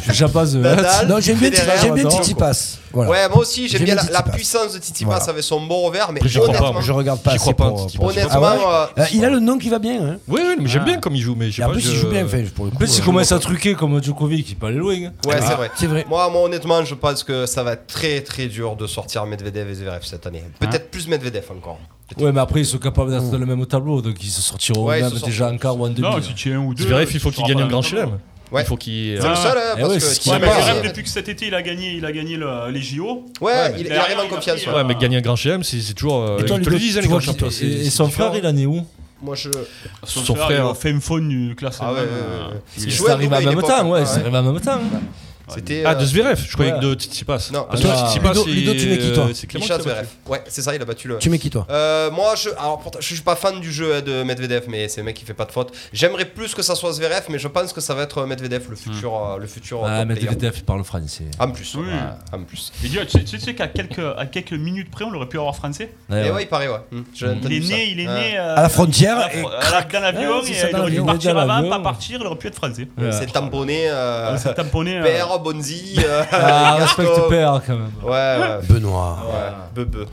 Je suis pas Nadal, euh, Non, j'aime bien, Federer, j'aime bien Nadal. Titi Pass. Voilà. Ouais, moi aussi, j'aime J'aime bien bien la, la Tsitsipas. puissance de Tsitsipas Voilà. avec son bon revers, mais Après, j'y crois honnêtement, pas, moi. Je regarde pas. J'y crois assez pas, pour- Tsitsipas. pour- honnêtement, Ah ouais euh, Euh, il a le nom qui va bien. Hein. Oui, oui, mais Ah. j'aime bien comme il joue. Mais je sais Et en pas, plus, je- il joue bien, fait, pour le coup. En plus, il euh, commence à truquer comme Djokovic, il peut aller loin. hein. ouais, c'est vrai. C'est vrai. Moi, moi, honnêtement, je pense que ça va être très très dur de sortir Medvedev et Zverev cette année. Peut-être plus Medvedev encore. Ouais, mais après, ils sont capables d'être dans le même tableau, donc ils se sortiront Ouais, ils même se sortent- déjà en quart ou en demi. Non, si tu es un ou deux. Zverev, il faut tu qu'il seras gagne pas un grand dans le tableau. chelem. Ouais. Il faut qu'il. euh, C'est le seul, hein, Eh parce ouais, que euh, c'est ce qui Ouais, Ouais, mais mais Zverev, c'est- depuis que cet été, il a gagné, il a gagné le- les JO. Ouais, il- il derrière, arrive en il a confiance. pris, ouais. euh, Ouais, mais gagner un grand chelem, c'est c'est toujours. euh, Et toi, Ils te le Ludo, disent, hein, tu les grands vois champions. qu'il- c'est- Et, et c'est son frère, différent. il en est où Moi, je. Son, Son frère, il frère. a fait une faune du euh, classement. Ah ouais, ouais, ouais. euh, Il Ils jouait à arrivent en Dubaï, même l'époque. temps, ouais, Ouais. ils arrivent en même temps. hein. C'était. Ah, euh, de Zverev Je croyais ouais. que de Tsitsipas. Non, Ah, toi, Tsitsipas, Ludo- Ludo, tu mets qui, toi euh, C'est Clément qui Misha s'est battu. Zverev. Ouais, c'est ça, il a battu le. Tu mets qui, toi Euh, moi, je, alors, pourtant, je suis pas fan du jeu hein, de Medvedev, mais c'est le mec qui fait pas de faute. J'aimerais plus que ça soit Zverev, mais je pense que ça va être Medvedev, Hmm. le futur, euh, le futur. euh, Ah, top mais player. Medvedev, il parle français. En plus, Oui. ouais, en plus. Eh Et Dieu, tu sais, tu sais qu'à quelques, à quelques minutes près, on l'aurait pu avoir français. Ouais, Et ouais. ouais, il paraît, ouais. Hmm, j'ai Il entendu est ça. Ah. né, il est Ouais. né euh, À la frontière à la et fro- à la- dans l'avion, Ouais, c'est et ça, il dans aurait dû l'avion. partir Dans avant, l'avion. pas partir, il aurait pu être français. Ouais. C'est tamponné. Euh, C'est tamponné. euh, Père, Bonzi. euh, Ah, Yaakov. respecte père quand même. Ouais, ouais. Ah. Benoît. ouais. Bebe.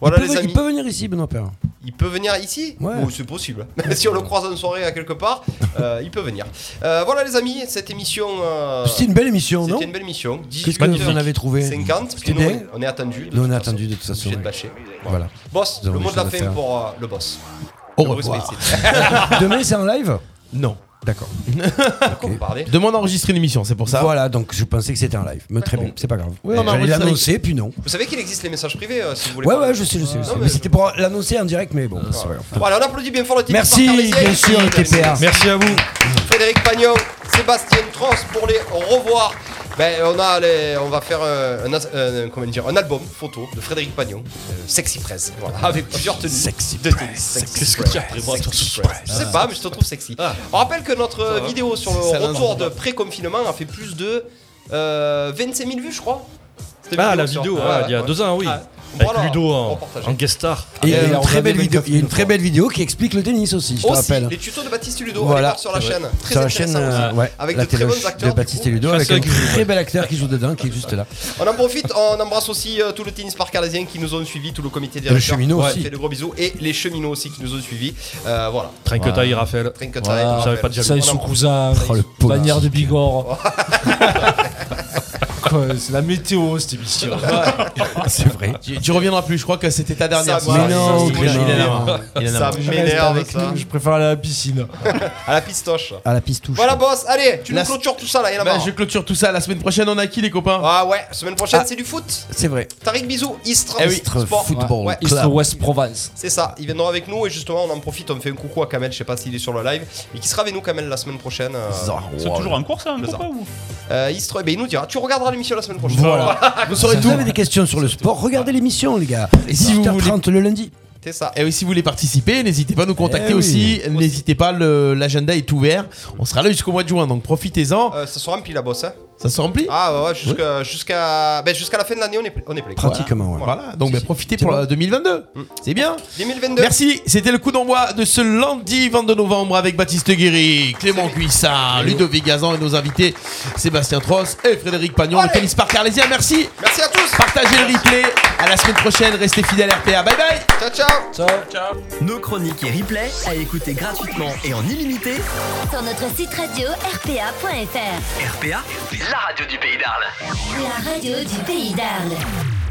Voilà, il, peut, les il amis. peut venir ici, Benoît Père. Il peut venir ici Ouais. Ou c'est possible. si on le croise en soirée à quelque part, euh, il peut venir. Euh, voilà, les amis, cette émission. euh, C'était une belle émission, non C'était une belle mission. Qu'est-ce que vous en avez trouvé 50, parce que C'était nous, bien. on est attendu. de Nous, on toute est façon. attendu de toute façon, Obligé de ouais. bâcher. Voilà. Boss, le Nous avons mot des de la choses à fin faire. pour euh, le boss. Au Le Bruce revoir. Springsteen. Demain, c'est en live Non. D'accord. De quoi vous parlez Demande à enregistrer une émission, c'est pour ça. Voilà, donc je pensais que c'était en live. Mais très bien, c'est pas grave. Ouais, on a J'allais enregistré avec- l'annoncer, puis non. Vous savez qu'il existe les messages privés euh, si vous voulez. Ouais, parler. ouais, je sais, je sais. je sais. Non, mais mais- c'était pour l'annoncer en direct, mais bon, c'est pas grave. Voilà, on applaudit bien fort le type. Merci, Marc Carlesier. bien sûr, TPA. Merci à vous. Frédéric Pagnon, Sébastien Tross pour les revoir. Ben, on, a les- on va faire euh, un, as- euh, comment dire, un album photo de Frédéric Pagnon, euh, Sexy Press, voilà, avec plusieurs tenues. Sexy Press. Qu'est-ce que tu as Je sais pas, mais je te trouve sexy. Ah. On rappelle que notre euh, vidéo sur le Ça va, retour ça va. de pré-confinement a fait plus de euh, 25 000 vues, je crois. C'était Ah, une la sur- vidéo, Ouais, ah, il y a ouais. deux ans, oui. Ouais. Avec Voilà, Ludo on en, partage. en guest star. Et il y a Ouais, une on très revient belle 24 vidéo. Il y a une minutes, très quoi. belle vidéo qui explique le tennis aussi, je te Aussi, rappelle. les tutos de Baptiste Ludo, allez Voilà. voir sur la chaîne. Très Sur la chaîne, intéressant aussi. euh, ouais, avec la de très téloche bons acteurs. de du Baptiste coup. et Ludo, avec c'est un vrai que- très bel acteur qui joue dedans, qui est juste là. On en profite, on embrasse aussi euh, tout le tennis par carlésien qui nous ont suivis, tout le comité directeur. le cheminot Ouais, aussi. Fait de gros bisous et les cheminots aussi qui nous ont suivis. Euh, voilà. Trinquetaille, Raphaël. Train cut Voilà. time, Vous savez pas Raphaël. déjà Ça, ils On sont en- cousins. Oh, le politique. Bannière de Bigorre. Quoi, C'est la météo, cette émission. C'est vrai. Tu, tu reviendras plus, je crois que c'était ta dernière. Ça soirée. va, Mais non, il, en a- il en a marre. Il en a Ça marre. m'énerve Avec ça. nous, Je préfère aller à la piscine. À la pistoche. À la pistouche. Voilà, boss, allez, tu La- nous clôtures tout ça là, il y en a Bah, marre. je clôture tout ça. La semaine prochaine, on a qui les copains Ah ouais, semaine prochaine Ah. c'est du foot. C'est vrai. Tariq Bisou, Istres Eh oui. Sport. Football. Ouais, East West Provence. C'est ça, il viendra avec nous et justement on en profite, on fait un coucou à Kamel, je sais pas s'il est sur le live, mais qui sera avec nous Kamel la semaine prochaine. euh, C'est toujours en cours, ça, un copain ou euh, Istres, eh ben, il nous dira, tu regarderas l'émission la semaine prochaine. Voilà. Vous saurez tout. vous avez des questions sur le sport, regardez l'émission, les gars. Et si vous 30 le lundi. C'est ça. Et Eh oui, si vous voulez participer, n'hésitez pas à nous contacter Eh oui. aussi. N'hésitez pas, le- l'agenda est ouvert. On sera là jusqu'au mois de juin, donc profitez-en. Euh, ça se remplit la bosse, hein. Ça se remplit Ah ouais, ouais, jusqu'à jusqu'à ben, jusqu'à la fin de l'année, on est pl- on est plein. Pratiquement, ouais. Voilà, donc ben, profitez pour la 2022. C'est bien. Mm. 2022. Merci, c'était le coup d'envoi de ce lundi 22 novembre avec Baptiste Guéry, Clément Cuissard, Ludovic Gazan et nos invités Sébastien Tross et Frédéric Pagnon, le Allez. tennis par carlésien. Merci, Merci à tous. partagez le replay. À la semaine prochaine, restez fidèles RPA. Bye bye Ciao ciao. Nos chroniques et replays à écouter gratuitement et en illimité. Sur notre site radio rpa.fr. RPA, la radio du pays d'Arles. La radio du pays d'Arles.